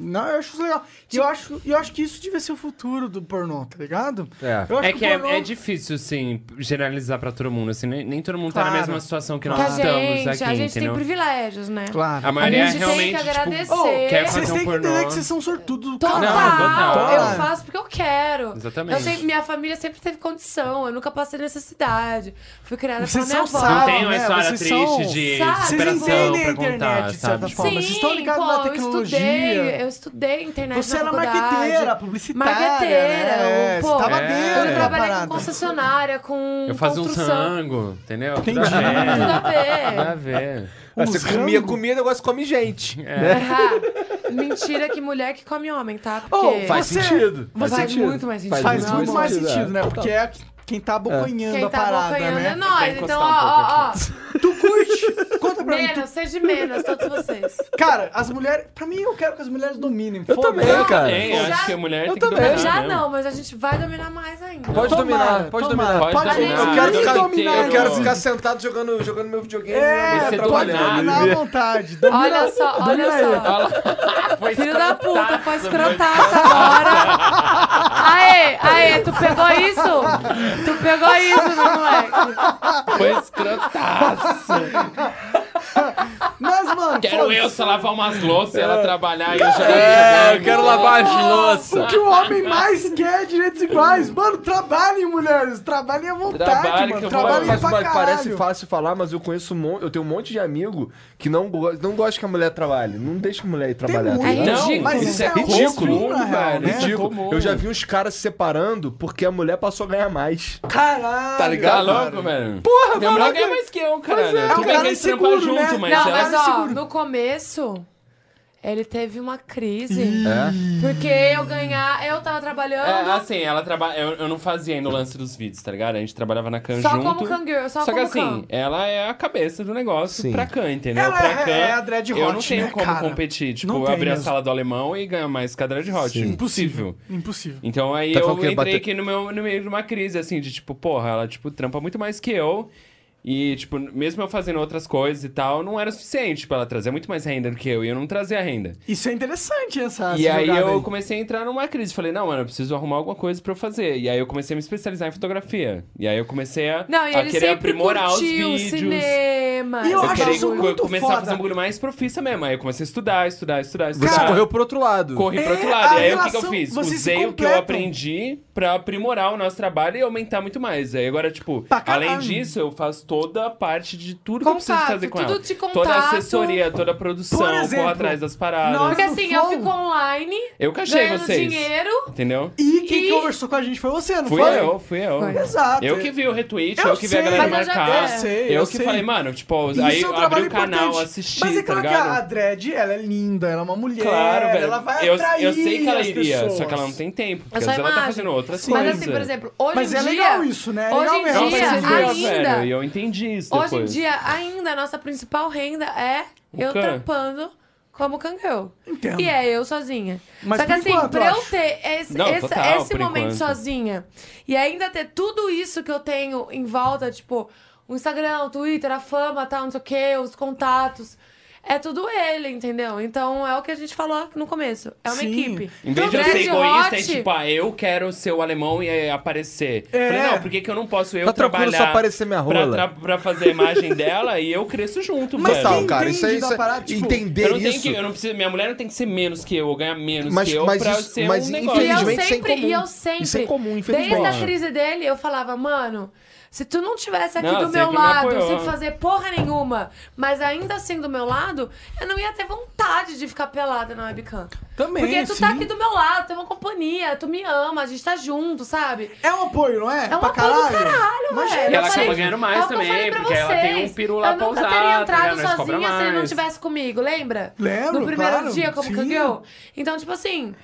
Não, eu acho isso legal. E eu acho, eu acho que isso devia ser o futuro do pornô, tá ligado? É. Eu acho É que é, o pornô- é difícil, assim, generalizar pra todo mundo. Assim, nem, nem todo mundo tá na Claro. mesma situação que nós Que a estamos gente, aqui, a gente tem entendeu? privilégios, né? Claro. A maioria A gente tem realmente, que agradecer. tipo, quer fazer Vocês um têm que pornô. entender que vocês são sortudos do Total, caralho. total. Eu né, faço porque eu quero. Exatamente. Eu sempre- minha família sempre teve condição, eu nunca passei necessidade. Fui criada Vocês pela minha são avó. Não Ah, tem uma né, história vocês triste são- de Sabe? Vocês superação entendem pra a internet, contar, de certa sabe? Tipo, forma. Vocês estão ligados pô, na tecnologia. Eu estudei, eu estudei internet Você na era faculdade. marqueteira, publicitária, Marqueteira. né? eu, Você pô, tava dentro eu da trabalhei parada. com concessionária, com Eu fazia um construção. sango, entendeu? Tudo Entendi. a ver. Tudo a ver. Nada a ver. Aí Uns Ah, você comia rango. comida, agora você come gente. Ah, (laughs) mentira que mulher que come homem, tá? Porque Oh, Faz Você- sentido. faz muito mais sentido. Faz Não, muito amor. mais sentido, né? Porque é quem tá abocanhando quem a tá parada, abocanhando é né? nós. Vou Então, encostar um pouco ó, ó, Tu (laughs) curte? Conta ó. pra mim. tu- Menos, seja de menos, todos vocês. Cara, as mulheres... Pra mim, eu quero que as mulheres dominem. Eu foda-se. também, cara. Tem, eu Já- acho que a mulher eu tem que né? também. dominar Já mesmo. não, mas a gente vai dominar mais ainda. Pode Tomara, dominar, pode tomara. dominar. Pode Pode dominar. dominar. Eu quero Pode ficar- dominar. Eu quero Não. ficar sentado jogando, jogando meu videogame. É, né, Você pode dominar. trabalhando. dominar à vontade. Domina, Olha só, olha domina ele. só. (laughs) Foi Filho da puta, escrotaço, foi mano. escrotaço agora. Aê, aê, tu pegou isso? Tu pegou isso, meu moleque. Foi escrotaço. Mas, mano, Quero eu só lavar umas louças e ela trabalhar e eu jogar É, eu videogame. quero lavar as O louças. que o homem mais quer é direitos iguais. Mano, trabalhem, mulheres. Trabalhem à vontade, Trabalhe, que mano. eu vou- Trabalhem Mas, pra mas caralho. parece fácil falar, mas eu conheço um mon- eu tenho um monte de amigo que não, go- não gosta que a mulher trabalhe. Não deixa a mulher ir trabalhar. tá muito. ligado? É Não, Mas mas isso isso é é um ridículo. comum, na real, né? Ridículo. Eu já vi uns caras se separando porque a mulher passou a ganhar mais. Caralho. Tá Tá ligado? louco, velho? Porra, Minha mulher ganha mais que eu, cara. é, o Tudo bem cara que é eles trampam inseguro, né? junto, mas Não, ela... mas ó, seguro. no começo, ele teve uma crise. Porque eu ganhar, eu tava trabalhando. É, assim, ela trabalha. Eu, eu não fazia ainda o lance dos vídeos, tá ligado? A gente trabalhava na Khan Só junto. como Kangirl, só que como assim, Khan. ela é a cabeça do negócio Sim. pra Khan, entendeu? Ela pra é- Khan, é a Dread Eu Hot, não tenho né, como cara? competir. Tipo, Não eu tem abrir a mesmo. sala do alemão e ganhar mais que a Dread Hot. Impossível. Impossível. Então aí Tá eu falando que entrei ia bater- aqui no, meu, no meio de uma crise, assim, de tipo, porra, ela, tipo, trampa muito mais que eu. E, tipo, mesmo eu fazendo outras coisas e tal, não era suficiente pra ela trazer muito mais renda do que eu. E eu não trazia renda. Isso é interessante, Ah, essa E essa aí jogada eu comecei a entrar numa crise. Falei, não, mano, eu preciso arrumar alguma coisa pra eu fazer. E aí eu comecei a me especializar em fotografia. E aí eu comecei a, Não, e a ele querer sempre aprimorar os curtiu vídeos. cinema. E eu eu acho queria isso co- muito começar a foda. fazer um bagulho mais profissa mesmo. Aí eu comecei a estudar, estudar, estudar, Você estudar. correu pro outro lado. Corri pro É, outro lado. a E aí o que que, eu relação- fiz? vocês se Usei o que eu completam. aprendi pra aprimorar o nosso trabalho e aumentar muito mais. Aí agora, tipo, Pra caralho. além disso, eu faço toda a parte de tudo que eu preciso Contato, fazer com tudo ela. de Toda a contato. assessoria, toda a produção, Por corro exemplo, atrás das paradas. na hora Porque do assim, eu flow. fico online, Eu cachei ganhando vocês. dinheiro. Entendeu? E quem E- conversou com a gente foi você, não Fui foi? eu, fui eu. Exato. Eu que vi o retweet, eu, Eu que vi a sei. galera Mas eu já- marcar. eu sei, eu eu que sei. falei, mano, tipo, Isso aí é um eu abri trabalho o canal, importante. assisti, Mas é tá claro que a ligado? Dredd, ela é linda, ela é uma mulher. Claro, velho. Ela vai eu, atrair eu sei que ela as iria, pessoas. só que ela não tem tempo, porque É às só vezes ela tá imagem. fazendo outras Mas coisas. assim, por exemplo, hoje Mas em é dia... legal isso, né? É holeira. legal Hoje em mesmo. Não, dia, mas é isso, ainda- velho, e eu entendi isso Hoje em depois. dia, ainda, a nossa principal renda é O eu can. trampando como cangirl. Entendo. E é eu sozinha. Mas Só que por assim, enquanto, pra eu eu acho. ter esse, Não, esse, total, esse por momento enquanto. sozinha e ainda ter tudo isso que eu tenho em volta, tipo, o Instagram, o Twitter, a fama, tal, não sei o quê, os contatos. É tudo ele, entendeu? Então é o que a gente falou no começo. É uma Sim. equipe. Em vez de eu Então, ser Red egoísta, é Hot- tipo, ah, eu quero ser o alemão e eh, aparecer. É. Falei, não, por que, que eu não posso eu Tá tranquilo trabalhar só aparecer minha pra rola? tra- Pra, fazer a imagem dela e eu cresço junto, Mas velho. Total, quem cara. Isso é, entende isso da é- parada, tipo, entender Eu não tenho isso. que, eu não preciso, minha mulher não tem que ser menos que eu, ou ganhar menos Mas- que eu mas pra isso- ser mas um E eu negócio. infelizmente- isso é sempre, incomum. e eu sempre. Isso é incomum, Desde infelizmente. a crise dele, eu falava, mano, se tu não tivesse aqui Não, do meu sempre me lado, apoiou. sem fazer porra nenhuma, mas ainda assim do meu lado, eu não ia ter vontade de ficar pelada na webcam. Também, Porque tu tá sim. aqui do meu lado, tem uma companhia, tu me ama, a gente tá junto, sabe? É um apoio, não é? É um pra apoio do caralho. caralho, Imagina. velho. E ela Eu falei- acaba ganhando mais é o que eu também, falei pra porque ela tem vocês. um peru lá Eu nunca pra teria usar, tá entrado ligado? Nós cobra sozinha se ele não mais. tivesse comigo, lembra? Lembro, No primeiro claro, dia, como sim. cangão. Então, tipo assim...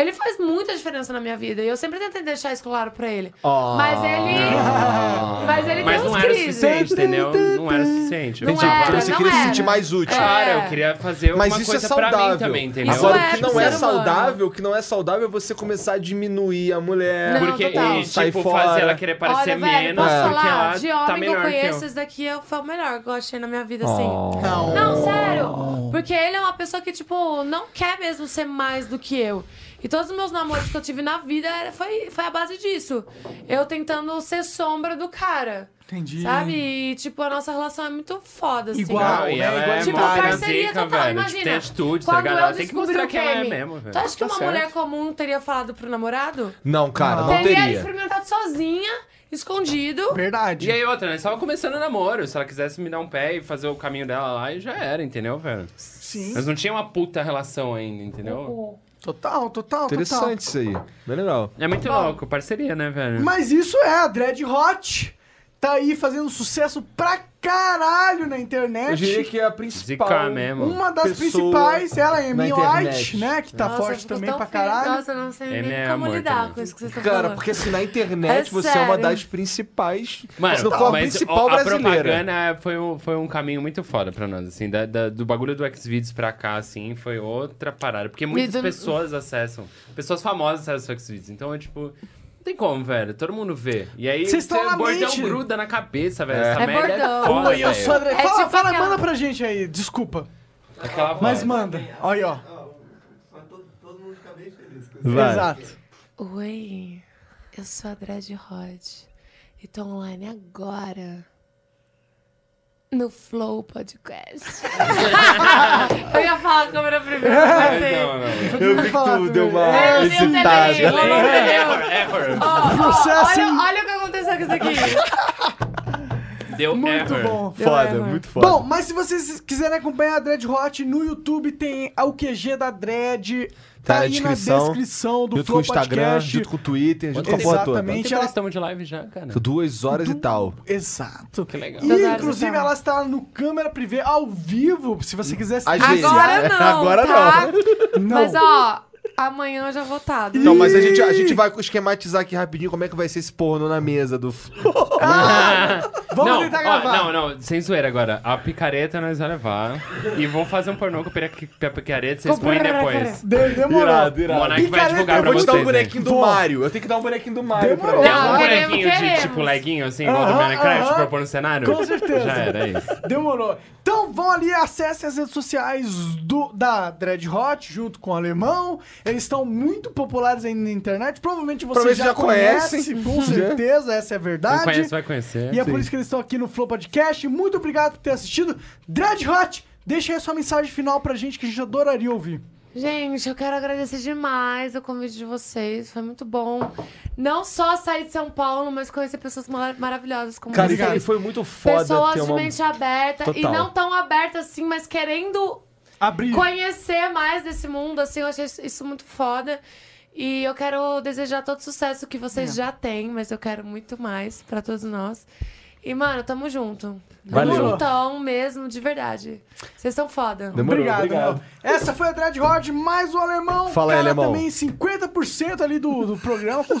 Ele faz muita diferença na minha vida. E eu sempre tentei deixar isso claro pra ele. mas ele... (laughs) Mas ele Oh. Mas tem não uns era o crises. suficiente, entendeu? Não era o suficiente. Não Eu- era, Então você É, não queria se era. sentir mais útil. Claro, É. eu queria fazer alguma Mas isso é coisa pra mim saudável. também, entendeu? Isso Agora, é o que pro não é ser humano. saudável, o que não é saudável é você começar a diminuir a mulher. Não, Porque, total. e, Sai tipo, fora. fazer ela querer parecer Olha, velho, menos, posso porque falar? ela De tá homem que eu melhor que conheço, eu. Oh. esse daqui é- foi o melhor que eu achei na minha vida, assim. Não. Não, sério. Ah. Porque ele é uma pessoa que, tipo, não quer mesmo ser mais do que eu. E todos os meus namoros que eu tive na vida era- foi, foi a base disso. Eu tentando ser sombra do cara. Entendi. Sabe? E, tipo, a nossa relação é muito foda, assim. Igual, Não, né? e ela Igual é de Tipo, mó mó parceria zica, total, velho. imagina. Tem atitude, tá Quando ligado? eu Ela tem que descobri mostrar o que ela é Kemi, mesmo, velho. Tu acha que Tá uma certo. mulher comum teria falado pro namorado? Não, cara, não, teria teria. experimentado sozinha, escondido. Verdade. E aí, outra, né? Só começando o namoro. Se ela quisesse me dar um pé e fazer o caminho dela lá, e já era, entendeu, velho? Sim. Mas não tinha uma puta relação ainda, entendeu? Total, total, total. Interessante isso aí. Bem legal. É muito louco, parceria, né, velho? Mas isso é, a Dread Hot tá aí fazendo sucesso pra caralho na internet. Eu diria que é a principal. Zicar mesmo. Uma das Pessoa principais, ela é na Amy internet. White, né? Que tá Nossa, eu forte fico também tão pra feliz. caralho. Nossa, eu não sei Ele nem é como amor lidar também. com isso que vocês estão Cara, falando. porque assim, na internet É você é uma sério. das principais. se Mano, tá, não for a mas principal a brasileira. propaganda foi um, foi um caminho muito foda pra nós, assim. da- da- do bagulho do Xvideos pra cá, assim, foi outra parada. Porque muitas Vídeo- pessoas acessam. Pessoas famosas acessam o Xvideos. Então, é tipo... Não tem como, velho. Todo mundo vê. E aí, Vocês estão o na bordão mente. gruda na cabeça, velho. Essa É merda bordão. é foda, Oi, eu velho. sou a André. É fala, tipo fala, aquela- manda pra gente aí, desculpa. Aquela Mas voz. manda. Olha aí, ó. Mas todo, todo mundo fica bem feliz com isso. Vai. Exato. Oi, eu sou a Dread Rod e tô online agora. No Flow Podcast. (laughs) eu ia falar a câmera primeiro, mas É, Não, aí. não. Eu vi que tu deu É, uma eu dei um delay, eu excitada. não- (laughs) Error, error. Ó, ó, Assim- Processo olha, em- olha o que aconteceu com isso aqui. Deu Muito error. bom. Foda, Eu- é muito foda. Bom, mas se vocês quiserem acompanhar a Dread Hot no YouTube, tem a QG da Dread. Tá Tá, na aí descrição, na descrição junto do com o Flow Instagram, Podcast. junto com o Twitter, junto Exatamente. com a porra toda. Exatamente. Gente, elas estamos de live já, cara. Duas horas e tal. Exato. Que legal. E, Duas horas inclusive, e tal. ela está no câmera privê ao vivo, se você quiser Hum. Às vezes. Agora não. É, Agora tá? Não. Mas ó, amanhã eu já vou tá, né? estar. Então, mas a gente, a gente vai esquematizar aqui rapidinho como é que vai ser esse porno na mesa do Flow. (laughs) Vamos não, tentar ó, gravar. Não, não, sem zoeira agora. A picareta nós vamos levar. e vou fazer um pornô com a pica- com a picareta, vocês Com põem picareta. depois. De- demorou. Irado, irado. Monark vai Picareta, divulgar Eu pra vou te vocês. dar um né? bonequinho do Vou. Mario. Eu tenho que dar um bonequinho do Mario pra Demorou. Tem ela. algum Não, queremos, bonequinho de queremos. tipo leguinho, assim, igual do Aham, Minecraft, aham. pra eu pôr no cenário? Com certeza. Já era (laughs) isso. Demorou. Então vão ali, acessem as redes sociais do, da Dread Hot junto com o Alemão. Eles estão muito populares aí na internet. Provavelmente vocês Provavelmente já, já Uhum. conhecem. conhecem, com certeza, essa é a Quem verdade. conhece vai conhecer. E é por isso que eles estão aqui no Flow Podcast. Muito obrigado por ter assistido. Dread Hot, deixa aí a sua mensagem final pra gente que a gente adoraria ouvir. Gente, eu quero agradecer demais o convite de vocês. Foi muito bom. Não só sair de São Paulo, mas conhecer pessoas mara- maravilhosas como Cara, isso vocês. aí foi muito foda. Pessoas ter de uma... mente aberta e Total. não tão aberta assim, mas querendo Abrir. conhecer mais desse mundo, assim, eu achei isso- isso muito foda. E eu quero desejar todo o sucesso que vocês já têm, mas eu quero muito mais pra todos nós. E, mano, tamo junto. Valeu. Tamo juntão mesmo, de verdade. Vocês são foda. Demorou, Obrigado, obrigado. Léo. Essa foi a Dread Hot, mais o Alemão. Fala aí, Cara, Alemão. também 50% ali do, do programa, com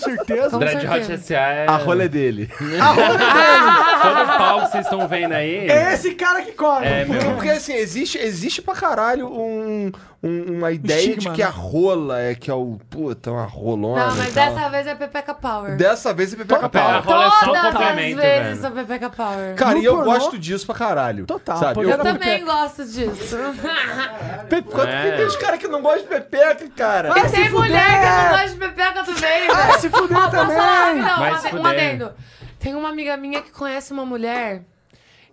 (laughs) certeza. Com Dread Hot certeza. SA é... A rola é dele. Todo pau que vocês estão vendo aí... É esse cara que corre. É, meu. Porque, porque, assim, existe, existe pra caralho um, um- uma ideia de Estigma, que a né? rola é que é o. Puta, uma rolona. Não, mas e tal. dessa vez é Pepeca Power. Dessa vez é Pepeca Total. Pau. Rola é só um Todas as vezes complemento, velho. sou Pepeca Power. Cara, No e eu pornô- gosto disso pra caralho. Total, Sabe? porque Eu, Eu também gosto disso. Pe- Quanto que É. tem os caras que não gostam de pepeca, cara? E tem se mulher fuder! que não gosta de pepeca também, velho. Ah, se fuder Posso também! falar rapidão? Vai Uma se ve- um fuder. adendo. Tem uma amiga minha que conhece uma mulher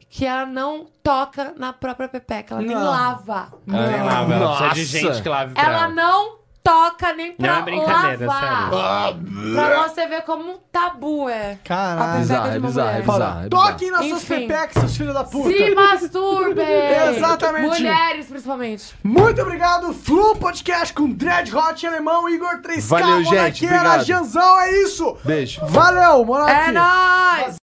que ela não toca na própria pepeca, ela nem Não. lava. Ela nem lava, ela precisa de Nossa. gente que lave pra Ela não toca nem pra Não é brincadeira, lavar. Pra você ver como um tabu é. Caralho. A pepeca Bizarro, de é uma bizarro, é mulher. bizarro. é bizarro. Toquem nas suas Enfim. pepecas, seus filhos da puta. Se masturbem! Exatamente. Mulheres, principalmente. Muito obrigado, Flu Podcast com Dread Hot Alemão, Igor 3K, Valeu, gente, Monarqueira, obrigado. Janzão, é isso. Beijo. Valeu, Monarque. É nóis!